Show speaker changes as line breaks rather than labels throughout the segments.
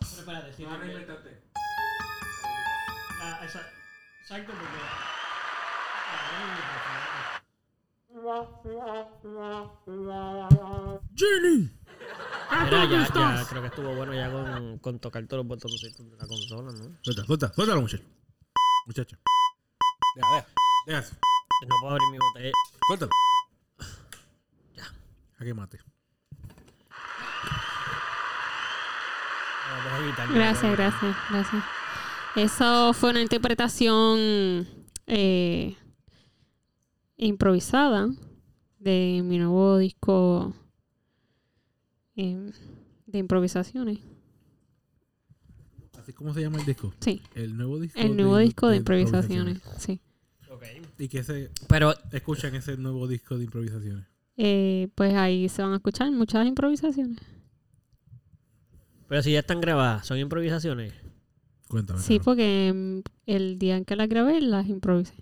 eso para decir.
Ahora
que-
invéntate.
Ah, esa- Exacto, porque. Ah, no me gusta.
Ah,
Mira, ya, ya creo que estuvo bueno ya con, con tocar todos los botoncitos de la consola, ¿no?
Suelta, suelta, suéltalo, muchacho. Muchacho. Deja, deja. Deja eso.
No puedo abrir mi botella.
Suéltalo. Ya. que mate.
No la puedo evitar.
Gracias, gracias, gracias. Eso fue una interpretación eh, improvisada de mi nuevo disco eh, de improvisaciones.
Así como se llama el disco.
Sí,
El nuevo disco.
el nuevo disco de improvisaciones. Sí.
Ok.
Y que se
Pero
escuchan ese nuevo disco de improvisaciones.
Eh, pues ahí se van a escuchar muchas improvisaciones.
Pero si ya están grabadas, son improvisaciones.
Cuéntame.
Sí,
cabrón.
porque mm, el día en que las grabé las improvisé.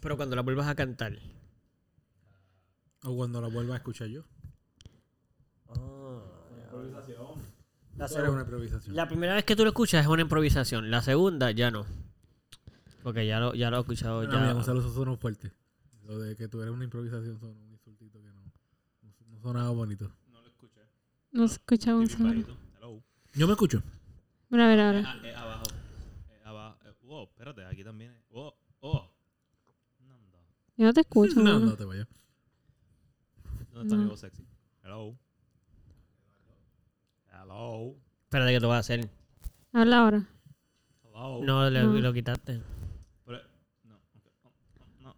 Pero cuando las vuelvas a cantar.
pues.
O cuando la vuelva a escuchar yo.
Ah, La,
Será
segun-
una improvisación.
la primera vez que tú lo escuchas es una improvisación. La segunda ya no. Porque ya lo, ya lo he escuchado.
Ah, Mira, mía,
Ya.
Gonzalo, eso sonó fuerte. Lo de que tú eres una improvisación sonó un insultito que no, no, no sonaba bonito.
No lo escuché.
No se escucha
Estoy
Gonzalo.
bien bajito. Hello.
Yo me escucho.
Mira, a ver
Eh,
ahora.
ah, eh, abajo. Eh, abajo. Eh, wow, espérate, aquí también. es- Wow, oh. Nanda.
Yo no te escucho.
No,
mano.
no te vayas.
¿Dónde está mi
No.
voz sexy? Hello. Hello.
Espérate, que te vas a hacer?
Habla ahora.
Hello.
No, le-
No.
lo quitaste.
Pero- no. ok, oh, oh, no. oh.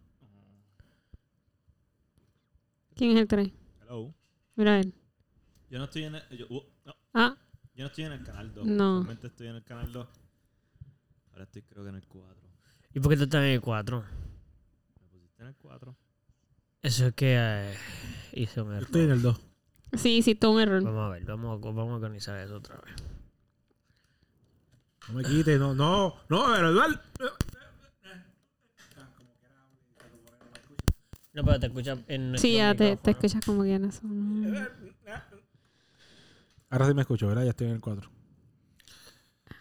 ¿Quién es el 3?
Hello.
Mira a ver.
Yo no estoy en el. Yo, uh, no.
Ah,
Yo no estoy en el canal 2.
No.
Realmente estoy en el canal 2. Ahora estoy creo que en el 4.
¿Y por qué tú estás en el 4?
Me pusiste en el 4.
Eso es que eh, hice un
Yo
error.
estoy en el 2.
sí, hiciste un error.
Vamos a ver, vamos a, vamos a organizar eso otra vez.
No me quites, no, no, no, pero Eduardo.
No, pero te escuchas en nuestro
Sí, ya te, te
micrófono.
escuchas como quieras. ¿no?
Ahora sí me escucho, ¿verdad? Ya estoy en el 4.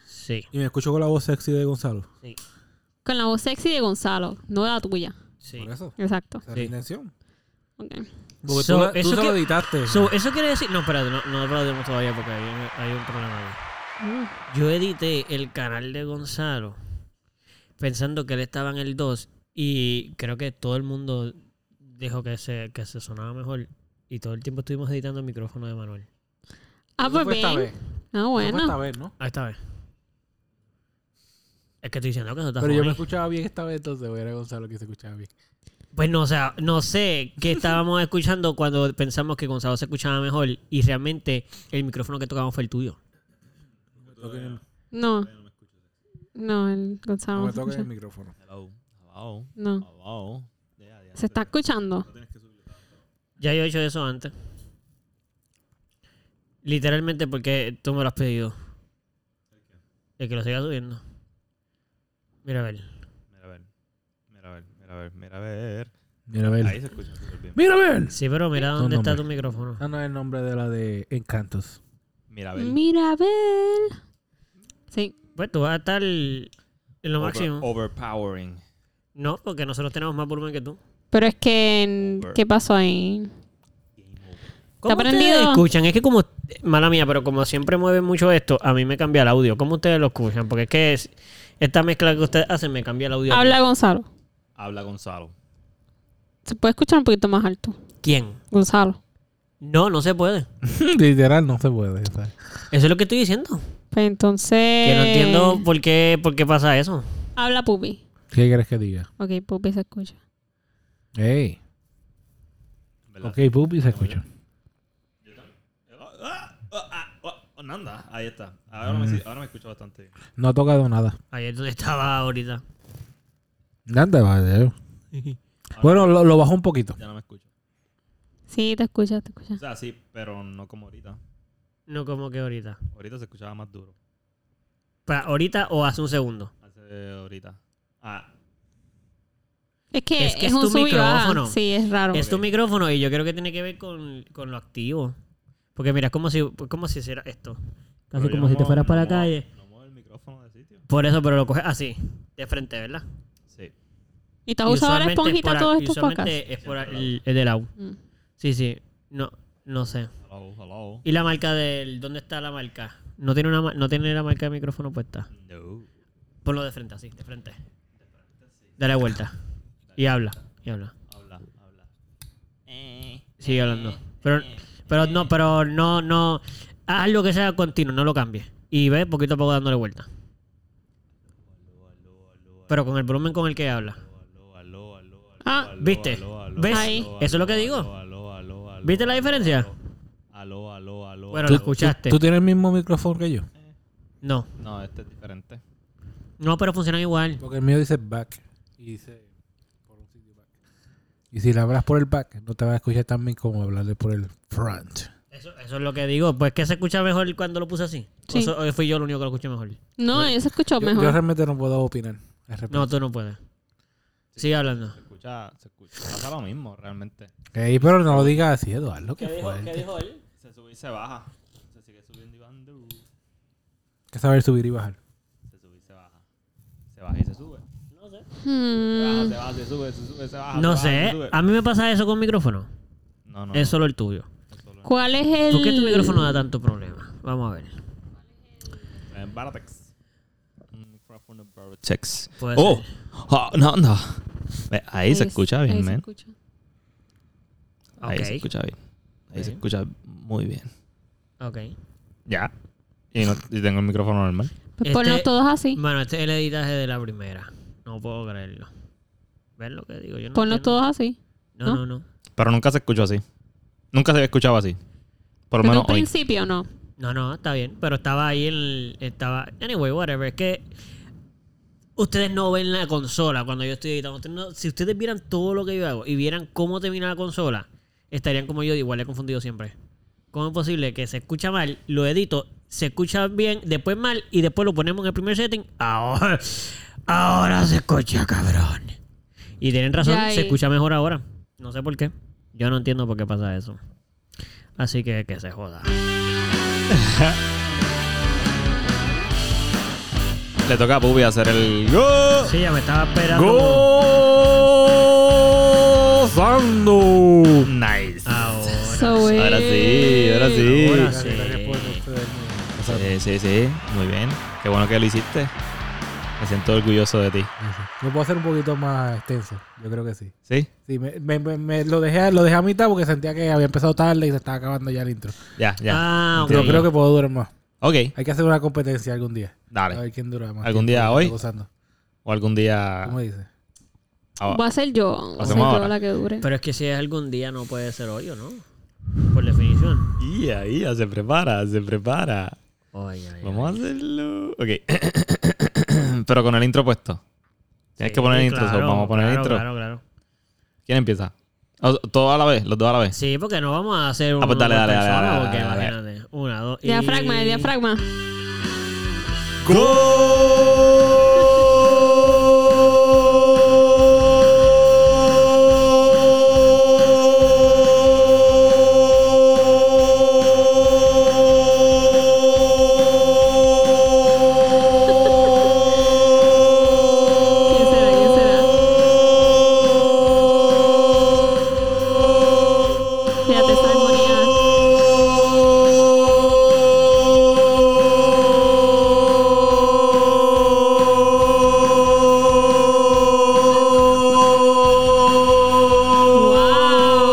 Sí,
Y me escucho con la voz sexy de Gonzalo.
sí,
Con la voz sexy de Gonzalo, no la tuya.
sí.
Por eso.
Exacto.
Sí.
Esa es la intención.
Ok.
Porque
So,
tú, la- tú
eso
se lo
que-
editaste.
So, eso quiere decir... No, espérate, no, no aplaudimos todavía porque hay, un- hay un problema ahí.
Mm.
Yo edité el canal de Gonzalo pensando que él estaba en el 2 y creo que todo el mundo dijo que se, que se sonaba mejor y todo el tiempo estuvimos editando el micrófono de Manuel.
Ah,
Eso
pues
fue esta
bien.
vez.
Ah,
Eso fue esta
bueno.
vez, ¿no?
Ahí está bien. Es que estoy diciendo que no está
Pero yo
funny.
me escuchaba bien esta vez, entonces voy a era Gonzalo que se escuchaba bien.
Pues no, o sea, no sé qué estábamos escuchando cuando pensamos que Gonzalo se escuchaba mejor y realmente el micrófono que tocamos fue el tuyo.
No. No, el Gonzalo
No
no
me
se
toques el
escucha.
micrófono.
Hello. Hello.
No.
Hello. Ya, ya,
¿Se está escuchando?
No tienes que subirlo.
Ya yo he hecho eso antes. Literalmente porque tú me lo has pedido. El que lo siga subiendo. Mira, a ver.
Mira a ver. Mira a ver. Mira a ver. Mira a ver.
Mira,
Ahí
ver.
se escucha súper bien.
Mira, ver.
Sí, pero mira
No,
dónde
no,
está
hombre.
tu micrófono.
Ah, no es el nombre de la de Encantos.
Mira a ver.
Mirabel. Sí.
Pues tú vas a estar en lo
Over-
máximo.
overpowering.
No, porque nosotros tenemos más volumen que tú.
Pero es que, en-
Over.
¿qué pasó ahí?
Game over.
¿Cómo ustedes
aprendido?
escuchan? Es que como, mala mía, pero como siempre mueven mucho esto, a mí me cambia el audio. ¿Cómo ustedes lo escuchan? Porque es que es- esta mezcla que ustedes hacen me cambia el audio. a mí.
Habla Gonzalo.
Habla Gonzalo.
Se puede escuchar un poquito más alto.
¿Quién?
Gonzalo.
No, no se puede.
Literal, no se puede. ¿sabes?
Eso es lo que estoy diciendo.
Pues entonces.
Que no entiendo por qué, por qué pasa eso.
Habla Pupi.
¿Qué quieres que diga?
Ok, Pupi se escucha.
Ey.
¿Verdad?
Ok, Pupi se escucha.
Ah, ah, ah, ah, oh, Nanda, ahí está. Ahora, me, si- ahora me escucho bastante. bien.
No ha tocado nada.
Ahí es donde estaba ahorita.
Anda, vale. Bueno, lo, lo bajó un poquito.
Ya no me escucho.
Sí, te escucha, te escucha.
O sea, sí, pero no como ahorita.
No como que ahorita.
Ahorita se escuchaba más duro.
Para ahorita o hace un segundo.
Hace ahorita. Ah,
Es que
Es
es,
que es
un
tu
sub y baja.
micrófono.
Sí, es raro.
Es tu micrófono y yo creo que tiene que ver con, con lo activo. Porque mira, es como si, pues, como si hiciera esto. Casi
Pero yo
como si
no
te
muevo-
fueras
no
para la
muevo-
calle.
No muevo el micrófono del sitio.
Por eso, pero lo coges así, de frente, ¿verdad?
Sí.
¿Y tú has usado la
usualmente es
esponjita
por a-
todos
y
estos podcasts?
usualmente es por el, el del au.
Mm.
Sí, sí. No, no sé.
Hello, hello.
¿Y la marca del... ¿Dónde está la marca? No tiene, una, ma- no tiene la marca de micrófono puesta.
No.
Ponlo de frente, así, de frente. Dale vuelta. Y habla, y habla.
Habla, habla. Eh,
Sigue hablando. Pero, pero no, pero no, no. Haz algo que sea continuo, no lo cambies. Y ve poquito a poco dándole vuelta. Pero con el volumen con el que habla.
aló, aló, aló, aló,
Ah,
aló,
¿viste?
aló, aló,
¿Ves?
aló,
Ahí.
aló,
Eso es lo que
aló,
digo.
aló, aló, aló, aló,
¿Viste la
aló,
diferencia?
aló. Aló, aló, aló.
Bueno,
aló.
lo escuchaste.
¿Tú tienes el mismo micrófono que yo?
No,
No, este es diferente.
no, pero funcionan igual.
Porque el mío dice back. Y dice por un sitio back. Y si le hablas por el back, no te vas a escuchar tan bien como hablarle por el front.
Eso, eso es lo que digo. Pues que se escucha mejor cuando lo puse así.
Sí.
O so- o fui yo el único que lo escuché mejor.
No, eso escuchó
Yo,
mejor.
yo realmente no puedo opinar. al
No,
respecto.
tú no puedes. Sigue hablando.
Se escucha, se escucha. Pasa lo mismo, realmente.
Ey, pero no lo digas así, Eduardo. Que fuerte.
él?
Se sube y se baja. Se sigue subiendo y bajando.
que saber subir y bajar.
Se sube y se baja. Se baja y se sube.
No sé.
Se baja,
Hmm.
se baja, se sube, se sube, se baja.
No
se baja, se
sé.
sube.
A mí me pasa eso con micrófono.
No, no.
Es solo el tuyo.
no, es solo-
¿Cuál es el...?
¿Por qué tu micrófono da tanto problema? Vamos a ver.
En Baratex. Un micrófono Baratex.
Puede
Oh,
ser.
Ah, no, no. Ve, Ahí se
Es-
escucha
ahí se
bien, man.
escucha.
Ahí se
Ok.
escucha bien. Ahí se
Ok.
escucha muy bien.
Ok.
Ya. Y, no, y tengo el micrófono normal.
Pues
Este-
ponlos todos así.
Bueno, este es el editaje de la primera. No puedo creerlo. ¿Ves lo que digo? Yo no
Ponlos
entiendo.
todos así.
No, no, no.
Pero nunca se escuchó así. Nunca se había escuchado así. Por
Pero
lo
en
menos
un
hoy.
principio no.
No, no, está bien. Pero estaba ahí el. Estaba. Anyway, whatever. Es que. Ustedes no ven la consola cuando yo estoy editando. Ustedes no- si ustedes vieran todo lo que yo hago y vieran cómo termina la consola, estarían como yo, igual he confundido siempre. ¿Cómo es posible que se escucha mal, lo edito, se escucha bien, después mal y después lo ponemos en el primer setting? Ahora, ahora se escucha cabrón. Y tienen razón,
Ya, y-
se escucha mejor ahora. No sé por qué. Yo no entiendo por qué pasa eso. Así que que se joda.
Le toca a Pubi hacer el. ¡Gol!
Sí, ya me estaba esperando.
¡Gozando! Nice.
Ahora.
So,
Ahora sí,
eh.
ahora sí.
Ah. Ahora
Gracias,
Sí.
gracias por ustedes, mi- o sea,
Sí, sí, sí. Muy bien. Qué bueno que lo hiciste. Me siento orgulloso de ti.
eso. Lo puedo hacer un poquito más extenso. Yo creo que sí.
¿Sí?
Sí, me, me- me- me lo, dejé, lo dejé a mitad porque sentía que había empezado tarde y se estaba acabando ya el intro.
Ya, ya.
Ah,
Pero
Sí.
creo que puedo durar más.
Ok,
Hay que hacer una competencia algún día. A
dale.
ver quién dura más.
¿Algún
tiempo
día hoy?
gozando.
O algún día.
¿Cómo dices?
Ah,
Voy a ser yo. Voy a
Hacemos
ser yo
ahora.
la que dure.
Pero es que si es algún día no puede ser hoy o no. Por definición.
Ia, ia, se prepara, se prepara.
Ay, ay, ay.
Vamos a hacerlo. Ok. Pero con el intro puesto. Tienes
Sí,
que poner el intro.
claro,
so, vamos a poner el
claro,
intro.
Claro, claro.
¿Quién empieza? O- todo a la vez, los dos a la vez.
Sí, porque no vamos a hacer un.
Ah, pues dale, dale, dale,
persona,
dale,
porque
dale, dale.
imagínate. Una, dos. y-
Diafragma, el diafragma. ¿Quién será? ¿Quién será? Fíjate esa armonía.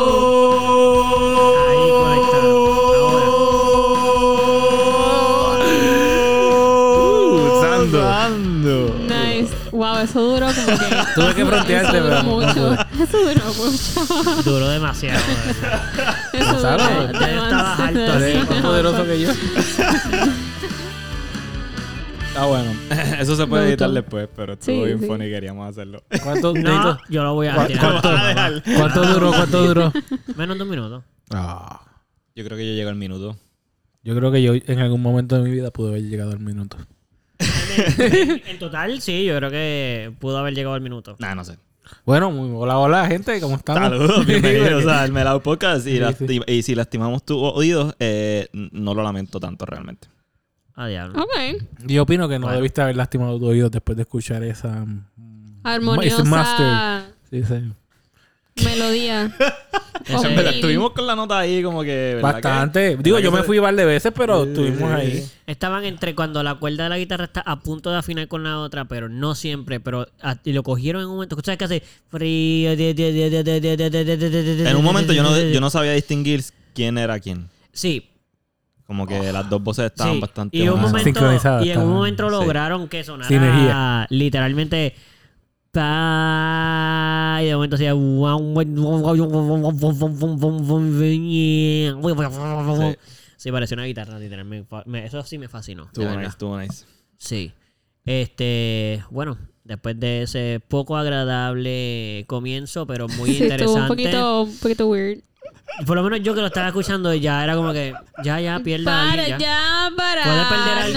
¡Wow!
Ahí conectado. Ahora.
Nice. Wow, eso duró como que.
Tuve que frontearte,
Eso duró
pero no
mucho. Eso duró mucho.
Duró demasiado. de verdad.
Eso
Claro.
duró
Ya yo estaba harto de
demasiado.
Eres más poderoso que yo.
Ah, bueno. Eso se puede
Me
editar
gustó.
después, pero
Sí,
estuvo bien
sí.
funny y queríamos hacerlo.
¿Cuánto,
No, yo lo voy a
¿Cuánto,
tirar.
cuánto duró? ¿Cuánto duró?
Menos de un minuto.
Ah,
Yo creo que yo llego al minuto.
yo creo que yo en algún momento de mi vida pude haber llegado al minuto.
En total, sí, yo creo que pudo haber llegado al minuto.
Nah, no sé.
Bueno, muy, hola, hola, gente. ¿Cómo estamos?
Saludos, bienvenidos al Melao Podcast. Y,
Sí,
lasti- y si lastimamos tus oídos, eh, n- no lo lamento tanto realmente.
A diablo.
Ok.
Yo opino que no
Bueno.
debiste haber lastimado tu oído después de escuchar esa. mm, ese master.
Armoniosa
Sí, sí.
melodía.
Ese-
En verdad,
Sí.
estuvimos con la nota ahí como que... ¿verdad que-
Bastante. Digo,
que
yo me
se-
fui un par de veces, pero estuvimos ahí.
Estaban entre cuando la cuerda de la guitarra está a punto de afinar con la otra, pero no siempre, pero a- y lo cogieron en un momento. ¿Sabes qué hace? Frío.
En
En
un momento yo no, yo no sabía distinguir quién era quién.
Sí.
Como que
Ah.
las dos voces estaban
sí.
bastante...
y, un
bajas.
momento,
Sincronizadas
y en un
estaban,
momento
sí.
lograron que sonara
Sinergia.
literalmente pa y de momento hacía guau, guau, guau, guau, guau, guau, guau, guau, guau, guau, guau, guau, guau, guau, guau, guau, guau.
Sí.
Sí, pareció una guitarra, literalmente. Me- Eso sí me fascinó. de
Estuvo
verdad.
nice, estuvo nice.
Sí. Este, bueno, después de ese poco agradable comienzo, pero muy
Sí, estuvo un
interesante.
poquito, un poquito weird.
Por lo menos yo que lo estaba escuchando ya era como que ya ya pierda
Para
alguien, ya.
ya, para.
Puede perder al-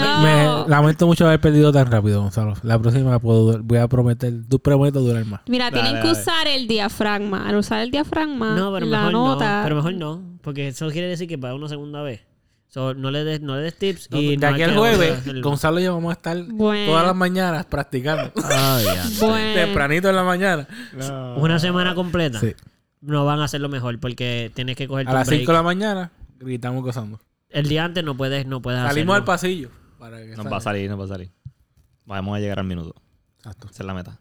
no.
Me lamento mucho haber perdido tan rápido, Gonzalo. La próxima puedo, voy a prometer, du- prometo durar más.
Mira,
Dale,
tienen que
dale.
usar el diafragma. Al usar el diafragma,
No, pero
la
mejor
nota.
no, pero mejor no, porque eso quiere decir que para una segunda vez. So, no le des no le des tips y
de
no hay
aquí
que
al
volver a
jueves,
hacerlo.
Gonzalo y yo vamos a estar
Bueno.
todas las mañanas practicando.
Eh.
Bueno.
Tempranito en la mañana.
una semana completa.
Sí.
No van a hacerlo mejor porque tienes que coger
A las 5 de la mañana gritamos gozando.
El día antes no puedes no puedes
Salimos al
hacerlo.
pasillo. Para que
Nos
salga.
va a salir, nos va a salir. Vamos a llegar al minuto.
Exacto.
Esa es la meta.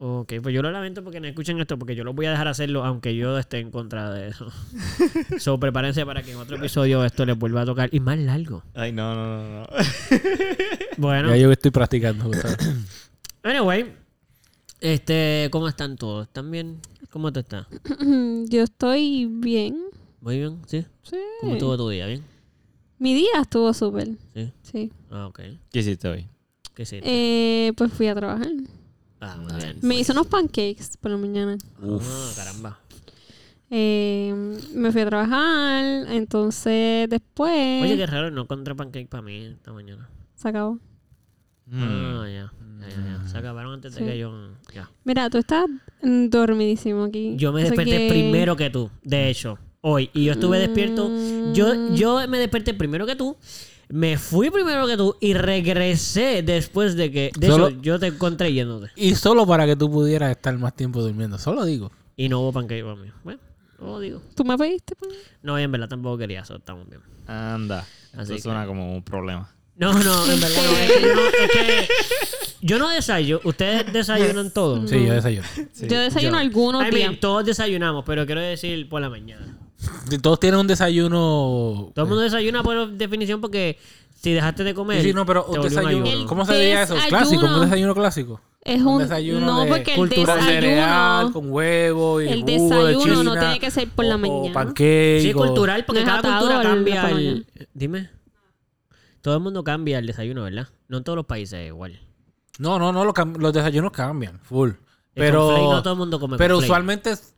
Ok, pues yo lo lamento porque no escuchen esto, porque yo lo voy a dejar hacerlo, aunque yo esté en contra de eso. so, prepárense para que en otro episodio esto les vuelva a tocar. Y más largo.
Ay, no, no, no.
Bueno,
Ya yo estoy practicando. Gonzalo.
anyway. Este, ¿cómo están todos? ¿Están bien? ¿Cómo te estás?
Yo estoy bien.
¿Muy bien? ¿Sí?
Sí.
¿Cómo estuvo tu día? ¿Bien?
Mi día estuvo súper.
¿Sí?
Sí.
Ah, ok.
¿Qué hiciste hoy?
¿Qué sí?
Eh, pues fui a trabajar.
Ah, muy bien.
Me hice unos pancakes por la mañana.
Ah, caramba.
Eh, me fui a trabajar. Entonces, después.
Oye, qué raro, no encontré pancake para mí esta mañana.
Se acabó.
Mm.
Ah, ya. Ya, ya, ya. Se acabaron antes de
Sí.
que yo... Ya.
Mira, tú estás mm, dormidísimo aquí.
Yo me
O sea
desperté
que-
primero que tú, de hecho, hoy. Y yo estuve despierto. Yo,
Mm.
yo me desperté primero que tú. Me fui primero que tú y regresé después de que. De
Solo-
hecho, yo te encontré yéndote.
Y solo para que tú pudieras estar más tiempo durmiendo. Solo digo.
Y no hubo pancake para mí. Bueno, no lo digo.
¿Tú me pediste? pan?
No, en verdad tampoco quería eso. Estamos bien.
Anda. Eso
que-
suena como un problema.
No, no, en verdad no. Es que yo no, es que yo no desayuno. Ustedes desayunan todos.
Sí, yo desayuno.
yo desayuno
yo.
algunos
Ay,
días.
bien, todos desayunamos, pero quiero decir por la mañana.
Todos tienen un desayuno.
Todo el mundo desayuna por definición porque si dejaste de comer.
Sí, sí, no, pero
te
un
volvió
desayuno.
ayuno.
¿Cómo se diría eso? ¿Clásico? ¿Un
Desayuno.
desayuno clásico?
Es un.
desayuno
no,
de
porque el
cultura
desayuno.
Con cereal, con huevo y
El
jugo de
desayuno no
china,
tiene que ser por
o-
la
O
mañana.
pancake.
Sí,
o-
cultural, porque
No es
cada
atado
cultura
al- la
cambia el...
mañana.
Dime. Todo el mundo cambia el desayuno, ¿verdad? No en todos los países es igual.
No, no, no. Los, cam- los desayunos cambian. Full.
El cornflake,
Pero,
no todo el mundo come
pero
cornflake.
usualmente es-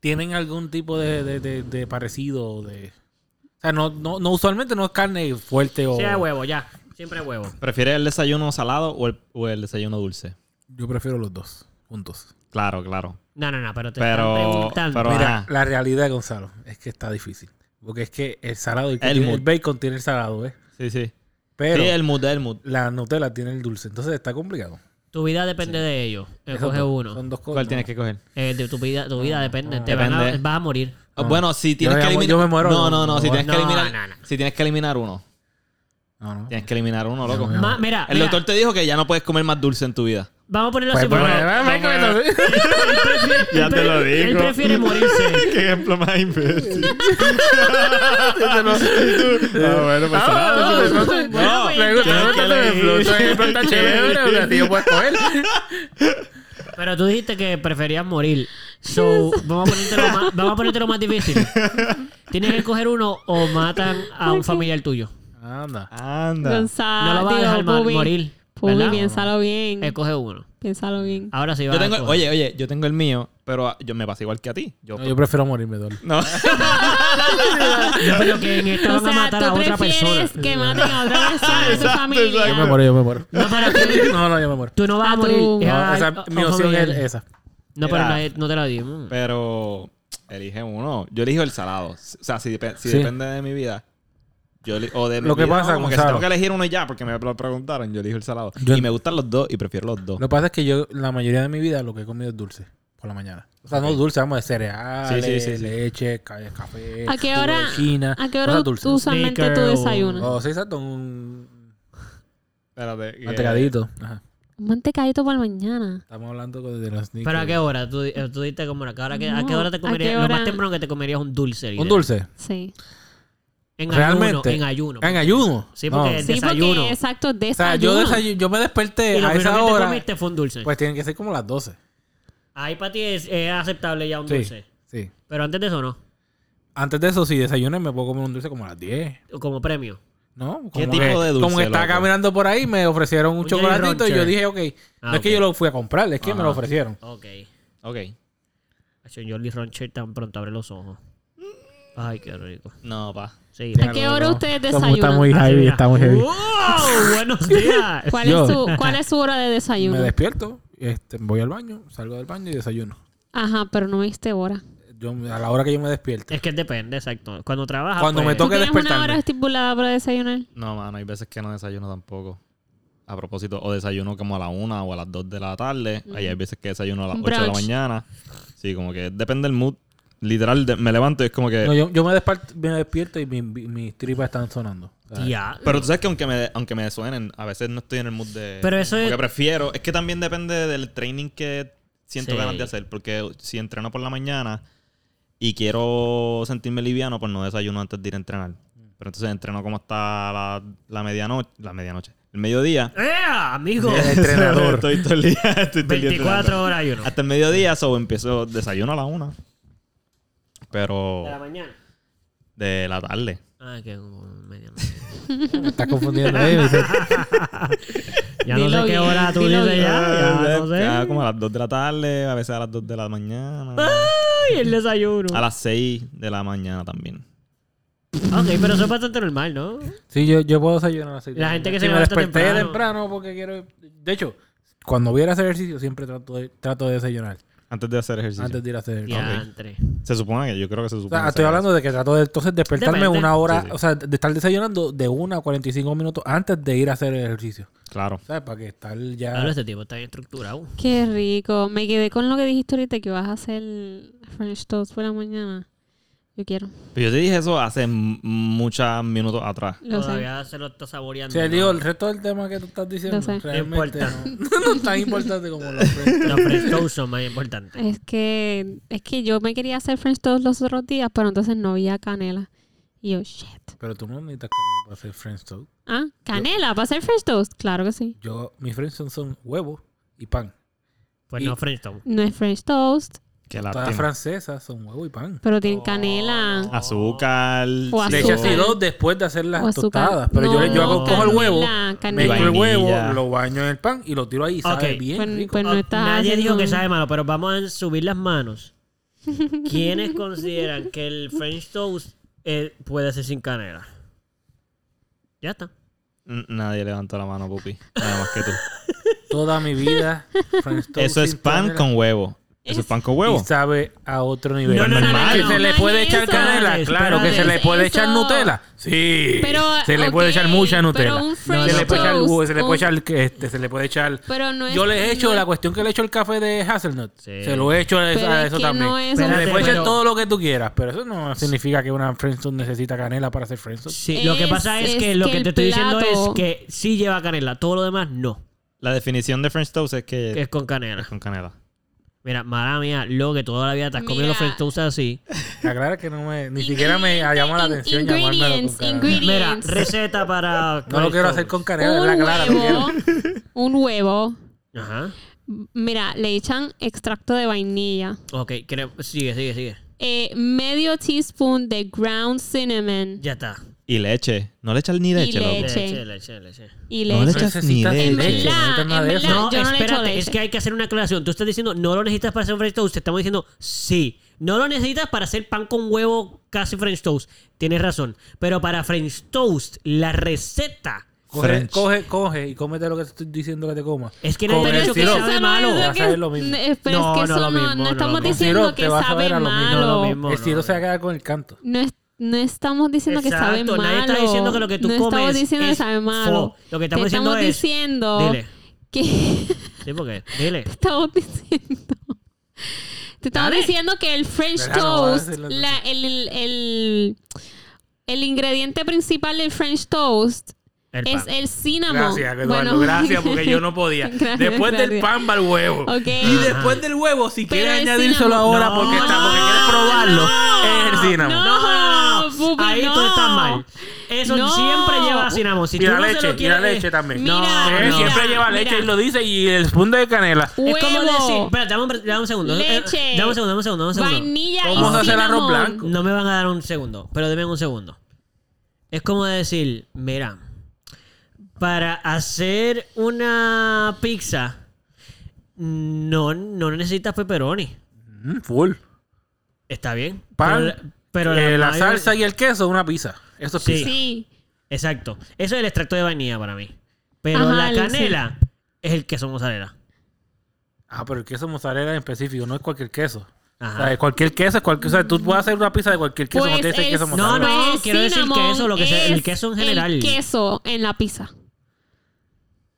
tienen algún tipo de, de, de, de parecido. o De... O sea, no, no, no, usualmente no es carne fuerte o...
Sí, hay huevo, ya. Siempre hay huevo.
¿Prefieres el desayuno salado o el, o el desayuno dulce?
Yo prefiero los dos juntos.
Claro, claro.
No, no, no, pero te
Pero-
están preguntando.
pero-
Mira,
Ajá.
la realidad, Gonzalo, es que está difícil. Porque es que el salado, el, que
El
tiene-
mood.
el bacon tiene el salado, ¿eh?
Sí, sí.
Pero
sí, el mood, el mood.
la Nutella tiene el dulce. Entonces está complicado.
Tu vida depende de ellos.
Esos
Escoge
dos.
uno.
Son dos cosas.
¿Cuál tienes que coger?
Eh, de tu vida, tu vida depende. Te van
Depende.
a- vas a morir.
Ah, Bueno, si tienes
me
que
mu-
eliminar...
yo me muero, no,
No, no, no.
no,
si, tienes que
no,
eliminar...
no, no.
si tienes que eliminar uno.
No, no.
Tienes que eliminar uno, loco.
No,
Ma- mira,
El
mira,
doctor te dijo que ya no puedes comer más dulce en tu vida.
vamos a ponerlo
Pues,
así.
pues,
porque
pues, pues, pues, pues,
Ya te lo digo.
Él prefiere morirse.
Qué ejemplo más imbécil.
Ah, no, no, no,
Bueno,
no,
pues,
pregúntame,
entonces-
pregúntame, pregúntame, pregúntame, chévere, o sea, si yo puedo escoger.
Pero tú dijiste que preferías morir. So, vamos a ponértelo más, vamos a ponértelo más difícil. Tienes que coger uno o matan a un familiar tuyo.
Anda.
Anda.
No
Gonzalo,
lo vas a dejar
digo,
mal-
Pubi.
morir.
Pubi,
¿verdad? Eh, Ah,
piénsalo bien.
Escoge uno.
Piénsalo bien.
Ahora sí va
Yo tengo,
a escoger.
oye, oye, yo tengo el mío, pero ah, yo me pasa igual que a ti. Yo, pues,
No, yo prefiero morirme, Dol.
no.
No, pero que en esta
O
van a
sea,
matar a
tú
otra persona.
prefieres que maten a otra persona de tu
Yo me
familia.
muero, yo me muero.
No, pero tú-
No, no, yo me muero.
tú no vas a,
A tu-
morir. oh,
No,
Es
No,
a-
esa,
a-
mi
a un
opción es
familiar.
esa.
No, pero
Era-
nadie- no te la di. mm.
Pero elige uno. Yo elijo el salado. O sea, si, depe- si
Sí.
depende de mi vida. Yo eli- o de
Lo que
no,
pasa,
como que si
Gonzalo.
tengo que elegir uno y ya porque me lo preguntaron, yo elijo el salado.
Yo-
y me gustan los dos y prefiero los dos.
Lo que pasa es que yo, la mayoría de mi vida, lo que he comido es dulce por la mañana. O sea, no dulce, vamos de cereales,
Sí, sí, sí, sí.
leche, ca- café,
¿A qué
jugo de
hora-
china,
¿A qué hora
cosas
tú
dulces.
usualmente tú
Snicker o-
desayunas?
O sí, exacto, un
Espérate, eh, que-
mantecadito. Ajá.
Un mantecadito por la mañana.
Estamos hablando de los sneakers.
¿Pero a qué hora? Tú, di- eh, tú diste como la hora que, ¿A qué
No,
hora te
¿a
comerías?
qué
Lo más
hora?
temprano que te comerías un dulce.
¿Un
líder.
dulce?
Sí.
En ayuno.
¿Realmente?
En ayuno.
Ah, ¿En ayuno?
Sí, porque
No.
El
sí,
desayuno.
porque exacto,
O sea, yo,
desayuno.
desayu- yo me desperté
Y lo
a
primero
esa
que te
hora.
comiste fue un dulce.
Pues tienen que ser como las 12.
Ahí para ti es, es aceptable ya un
Sí.
dulce.
Sí.
Pero antes de eso no.
Antes de eso, si desayuno, me puedo comer un dulce como a las 10.
Como premio.
¿No? Como
¿Qué tipo
que-
de dulce,
Como que estaba
loco?
caminando por ahí, me ofrecieron un,
Un Jolly
chocolatito y yo
Rancher.
dije, ok. no
Ah,
es que
ok.
yo lo fui a comprar, es que me
Ajá.
lo ofrecieron.
Ok.
Ok.
Hacho, Jolly Rancher tan pronto abre los ojos. Ay, qué rico.
No, pa.
Sí.
¿A qué hora ustedes
Está
desayunan?
muy heavy,
mira.
está muy heavy.
¡Wow! ¡Buenos días!
¿Cuál,
Yo-
es su, ¿Cuál es su hora de
Me
desayuno?
despierto, este, voy al baño, salgo del baño y desayuno.
Ajá, pero no viste hora.
Yo, a la hora que yo me despierto.
Es que depende, exacto. Cuando trabajas.
Cuando me
pues,
Tengo
¿Tú
que
tienes una
despertarme.
hora estipulada para desayunar?
No, mano, hay veces que no desayuno tampoco. A propósito, o desayuno como a la una o a las dos de la tarde.
Mm.
Ahí hay veces que desayuno a las
Un
ocho de la
brunch.
mañana. Sí, como que depende del mood. Literal, de- me levanto y es
Eh.
como que...
No, yo, yo me, despart- me despierto y mi- mi- mis tripas están sonando. O sea,
Ya.
Pero tú sabes que aunque me, aunque me suenen, a veces no estoy en el mood de...
Pero eso
Porque
es-
prefiero... Es que también depende del training que siento
Sí.
ganas de hacer. Porque si entreno por la mañana y quiero sentirme liviano, pues no desayuno antes de ir a entrenar. Pero entonces entreno como hasta la, la medianoche. La medianoche. El mediodía.
¡Eh, amigo!
entrenador.
estoy todo el día. Estoy todo el día entrenando.
24 horas ayuno.
Hasta el mediodía, o empiezo desayuno a la una. Pero
De la mañana.
de la tarde.
Ah, que como medianoche.
me estás confundiendo. eh, Vicente.
Ya no
Dilo
sé qué
bien,
hora tú
dilo
dices
bien.
ya. Ya no
Ah, Ya
sé.
como a las 2 de la tarde, a veces a las 2 de la mañana.
Ay, el desayuno.
A las 6 de la mañana también.
Ok, pero eso es bastante normal, ¿no?
Sí, yo, yo puedo desayunar a las seis de
La gente que
mañana.
se
Si me
levanta
desperté temprano.
temprano.
porque quiero... De hecho, cuando voy a ir a hacer ejercicio siempre trato de, trato de desayunar
Antes de hacer ejercicio.
antes de ir a hacer ejercicio.
Diantre.
Se supone que yo creo que se supone.
O sea,
que
estoy
se-
hablando de que trato de entonces despertarme
Depende.
una hora,
Sí, sí.
o sea, de estar desayunando de una a 45 minutos antes de ir a hacer ejercicio.
Claro.
¿Sabes? Para que estar ya...
Claro, este tipo está bien estructurado.
Qué rico. Me quedé con lo que dijiste ahorita que vas a hacer French toast por la mañana. Yo quiero.
Pero yo te dije eso hace m- muchos minutos atrás.
Lo sé.
Todavía se lo está saboreando.
Sí,
¿no?
digo, el resto del tema que tú estás diciendo
Lo sé.
realmente
Importa.
no, no es tan importante como los
Los French toast son más importantes.
Es que, es que yo me quería hacer French toast los otros días, pero entonces no había canela. Y yo, shit.
Pero tú no necesitas canela para hacer French toast.
Ah, canela, ¿para hacer French toast? Claro que sí.
Yo, mis French toast son huevos y pan.
Pues
Y-
no French toast.
No es French toast,
Qué
Ah,
Todas las
lástima.
francesas son huevo y pan.
pero tiene canela.
Azúcar.
O
Ah,
sí,
Le
azúcar.
echas sirope después de hacer las
O azúcar.
tostadas. Pero yo, yo hago,
No,
cojo el huevo,
canela,
me echo
canela.
el huevo,
Vainilla.
lo baño en el pan y lo tiro ahí. Sabe
Ok.
bien
Pues-
rico.
pues no
Oh,
estás
Nadie dijo
haciendo-
que sabe malo, pero vamos a subir las manos. ¿Quiénes consideran que el French toast eh, puede ser sin canela? Ya está.
N- Nadie levantó la mano, pupi. Nada más que tú.
Toda mi vida, French toast
eso es
sin
pan
canela.
con huevo. Eso es pan con huevo.
Y sabe a otro nivel.
No, no, no,
Normal.
Que
no,
se
no,
le
no
puede
es
echar
eso.
canela, claro. Que se le
Espérate.
puede echar
Eso.
Nutella, sí.
Pero,
se le
ok,
puede echar mucha Nutella.
Pero un
No,
French
se
no,
le puede echar
toast,
huevo, se le
un-
puede echar, este, se le puede echar.
Pero no es,
Yo le he hecho
no-
la cuestión que le he hecho el café de Hazelnut.
Sí.
Se lo he hecho a eso,
Pero
a
es
eso
que
también.
no es
Se le
Espérate,
puede echar
pero-
todo lo que tú quieras, pero eso no significa que una friendzone necesita canela para ser friendzone.
Sí, lo que
Es-
pasa es,
es
que lo
que
que
el
te estoy diciendo
plato-
es que sí lleva canela, todo lo demás no,
La definición de French toast es
que
que
es con
es
canela.
con canela.
Mira, mala mía, lo que toda la vida te has comido
Mira.
los French toast así.
Aclara que no me, ni siquiera me llama la atención llamármelo con
Ingredients,
canela.
Mira,
ingredients.
receta para
No lo
French
quiero hacer
toast.
con canela, es
un
la clara lo
huevo,
quiero.
un huevo.
Ajá.
Mira, le echan extracto de vainilla,
Ok, creo- sigue, sigue, sigue.
eh, medio teaspoon de ground cinnamon
Ya está.
Y leche. No le echas ni leche, loco.
Leche,
leche.
leche, leche.
y
No le
le echan.
echas ni
Necesitas
leche.
En
leche, no
verdad,
necesitas
en
nada de eso.
No,
verdad, yo no le echo
espérate,
leche.
es que hay que hacer una aclaración. Tú estás diciendo, no lo necesitas para hacer un French toast. Te estamos diciendo, sí. No lo necesitas para hacer pan con huevo casi French toast. Tienes razón. Pero para French toast, la receta
Coge,
French.
coge, coge y cómete lo que te estoy diciendo que te comas.
es que
Con
nadie ha
el
dicho que
sirope.
sabe
eso
malo.
es
Ya
lo que-
sabes lo mismo.
eh, Pero
No,
es que
no
eso
lo
no,
mismo,
no
no lo
estamos
mismo.
diciendo
Sirope,
que
vas a
sabe
ver a lo mismo.
No, lo
malo.
mismo.
El
no,
cielo
no,
se
no.
queda con el canto.
No es- no estamos diciendo que sabe malo.
nadie está diciendo que lo que tú
no
comes
estamos diciendo
es
que sabe malo.
fo. Lo que
Te
estamos diciendo
estamos
es...
diciendo
Dile.
que
Sí, porque... Dile.
te estamos diciendo. Te estamos
Dale.
diciendo que el French
Deja, no, voy a
toast,
decirlo.
la- el, el, el- el ingrediente principal del French toast
El pan.
es el cinnamon.
Gracias, Eduardo. gracias, porque yo no podía.
Gracias,
después del
gracias.
pan va el huevo.
Ok.
Y después del huevo, si
Pero
quieres
el
añadírselo
cinnamon.
ahora
No,
porque, está, porque quieres probarlo, es el cinnamon.
No, no, no, no.
Pupi,
Ahí tú
no.
estás mal. Eso
No.
siempre lleva cinnamon. Si
Y
tú
la
no se
leche,
lo
y la
quieres- eh,
leche también.
Mira,
Sí,
no.
Siempre lleva
mira.
leche y lo dice. Y el punto de canela.
Es como decir,
Huevo,
espérate, dame un, dame un segundo. Eh,
Leche.
Dame un segundo, dame un segundo, dame un segundo.
vainilla y
¿Cómo se hace el arroz
cinnamon.
blanco?
No me van a dar un segundo, pero denme un segundo. Es como decir, mira, para hacer una pizza no, no necesitas pepperoni.
Mm, full.
Está bien.
Pan,
Pero, pero
Eh, la
mayor-
salsa y el queso, una pizza. Eso es
Sí.
pizza.
Sí.
Exacto. Eso es el extracto de vainilla para mí. Pero
Ajá,
la
el-
canela es el queso mozzarella.
Ah, pero el queso mozzarella en específico, no es cualquier queso.
Ajá.
O sea, cualquier queso, cualquier, o sea, tú puedes hacer una pizza de cualquier queso, no
Pues
tiene que ser
el-
queso
No,
mozzarella.
este no,
pues el
quiero decir
cinnamon
queso, lo que sea, el
es
queso en general.
El queso en la pizza.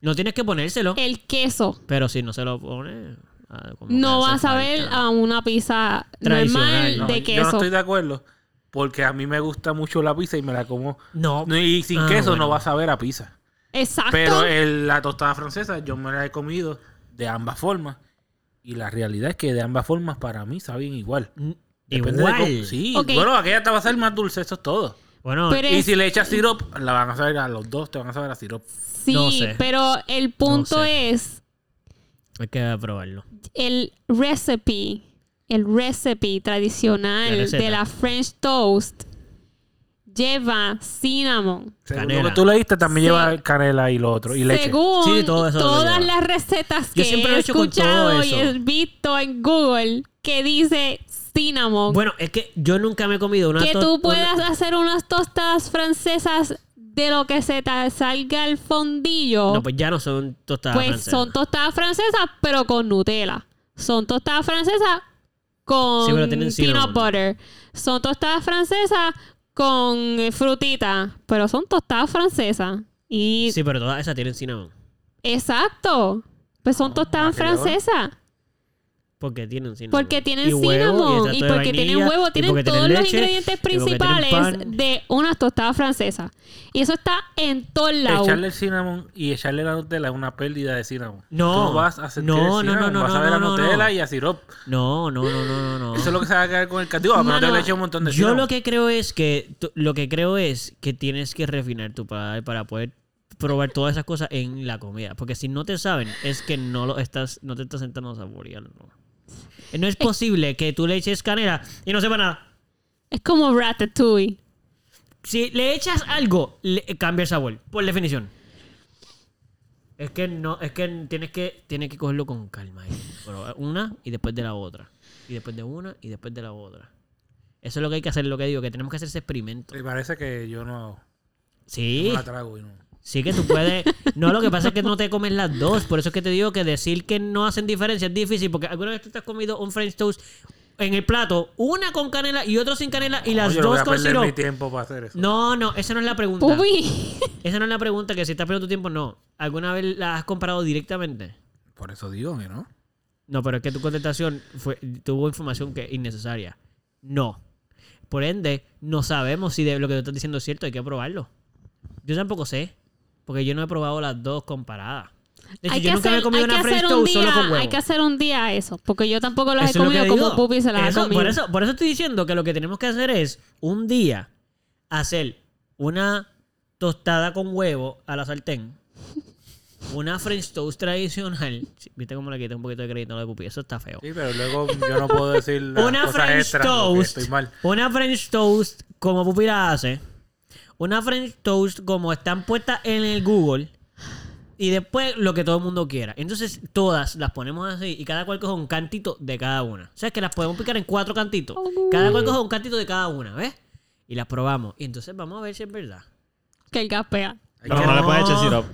No tienes que ponérselo.
El queso.
Pero si no se lo pone. ah, como
No
que hace
vas a ver
falta.
a una pizza
Tradicional,
normal
¿no?
de
Yo no
queso.
estoy de acuerdo porque a mí me gusta mucho la pizza y me la como.
No.
No, Y sin
Ah,
queso
bueno.
no vas a ver a pizza.
Exacto.
Pero el- la tostada francesa yo me la he comido de ambas formas. Y la realidad es que de ambas formas para mí saben igual.
Mm,
Depende de
Igual.
cómo- sí,
Ok.
bueno, aquella te va a ser más dulce, eso es todo.
Bueno,
Pero
Y
es-
si le echas sirop, la van a saber a los dos, te van a saber a sirop.
sí,
no sé.
pero el punto
No
es
hay que probarlo.
el recipe, el recipe
La
tradicional
receta.
de la French toast lleva cinnamon.
Según
Canela.
Lo que tú leíste también
Sí.
lleva canela y lo otro. Y leche.
Según
Sí, todo eso lo
todas
lleva.
las recetas
Yo
que
siempre lo
he
he hecho con todo
escuchado y
eso.
he visto en Google que dice cinnamon,
Bueno, es que yo nunca me he comido una
que
to-
tú
una-
puedas hacer unas tostadas francesas de lo que se te salga el fondillo.
No, pues ya no son tostadas.
Pues
francesas.
son tostadas francesas, pero con Nutella. Son tostadas francesas con
Sí, pero tienen cinnamon.
peanut butter. Son tostadas francesas con eh, frutita, pero son tostadas francesas. Y
Sí, pero todas esas tienen cinnamon.
exacto, pues son tostadas
ah, qué loco.
francesas.
Porque tienen cinnamon.
Porque tienen
Y huevo,
cinnamon y,
extracto de
porque tienen
vainilla,
huevo,
y
tienen
porque
todos
tienen
los
leche,
ingredientes
y porque tienen
principales
pan.
de una tostada francesa. Y eso está en todos lados.
Echarle el cinnamon y echarle la Nutella es una pérdida de cinnamon.
No.
Tú vas a sentir
No,
el
no, no,
cinnamon,
no,
vas
no,
a ver a
no, no,
Nutella
no. Ah.
y a sirop.
No, no, no, no, no. no.
Eso es lo que se va a quedar con el castigo. Pero te
Mano,
le eché un montón de
Yo
cinnamon.
lo que creo es que tú- lo que creo es que tienes que refinar tu paladar para poder probar todas esas cosas en la comida, porque si no te saben es que no lo estás no te estás sentando a saborearlo. No es posible que tú le eches canela y no sepa nada.
Es como ratatouille.
Si le echas algo, le- eh, cambia el sabor, por definición. Es que no, es que tienes que tienes que cogerlo con calma, ahí. Pero una y después de la otra, y después de una y después de la otra. Eso es lo que hay que hacer, lo que digo, que tenemos que hacer ese experimento.
Me parece que yo no,
Sí,
no la trago. y no.
sí que tú puedes. No, lo que pasa es que no te comes las dos. Por eso es que te digo que decir que no hacen diferencia es difícil. Porque alguna vez tú te has comido un French toast en el plato, una con canela y otro sin canela y las
yo no voy
dos
a
con
perder mi
sirope.
tiempo para hacer eso.
No, no, esa no es la pregunta.
Pupi.
Esa no es la pregunta que si estás perdiendo tu tiempo, no. ¿Alguna vez la has comparado directamente?
Por eso digo que no.
No, pero es que tu contestación fue, tuvo información que innecesaria. No. Por ende, no sabemos si de lo que tú estás diciendo es cierto, hay que probarlo. Yo tampoco sé, porque yo no he probado las dos comparadas. De hecho,
Hay
yo
que
nunca me he
hacer,
comido
hay que
una French
hacer un
toast solo con
día,
huevo.
hay que hacer un día eso, porque yo tampoco las
Eso
he
es lo que
comido como
digo.
Pupi se las
Eso-
ha comido.
Por eso, por eso estoy diciendo que lo que tenemos que hacer es un día hacer una tostada con huevo a la sartén, una French toast tradicional. Sí, ¿Viste cómo le quité un poquito de crédito a lo de Pupi? Eso está feo.
Sí, pero luego yo no puedo decir las
una
cosas
French
extras porque
toast.
Estoy mal.
Una French toast como Pupi la hace. Una French toast como están puestas en el Google. Y después lo que todo el mundo quiera. Entonces todas las ponemos así y cada cual coge un cantito de cada una. O sea, que las podemos picar en cuatro cantitos. Cada cual coge un cantito de cada una, ¿ves? Y las probamos. Y entonces vamos a ver si es verdad.
Que el gas pega.
Pero no le puedes echar sirop.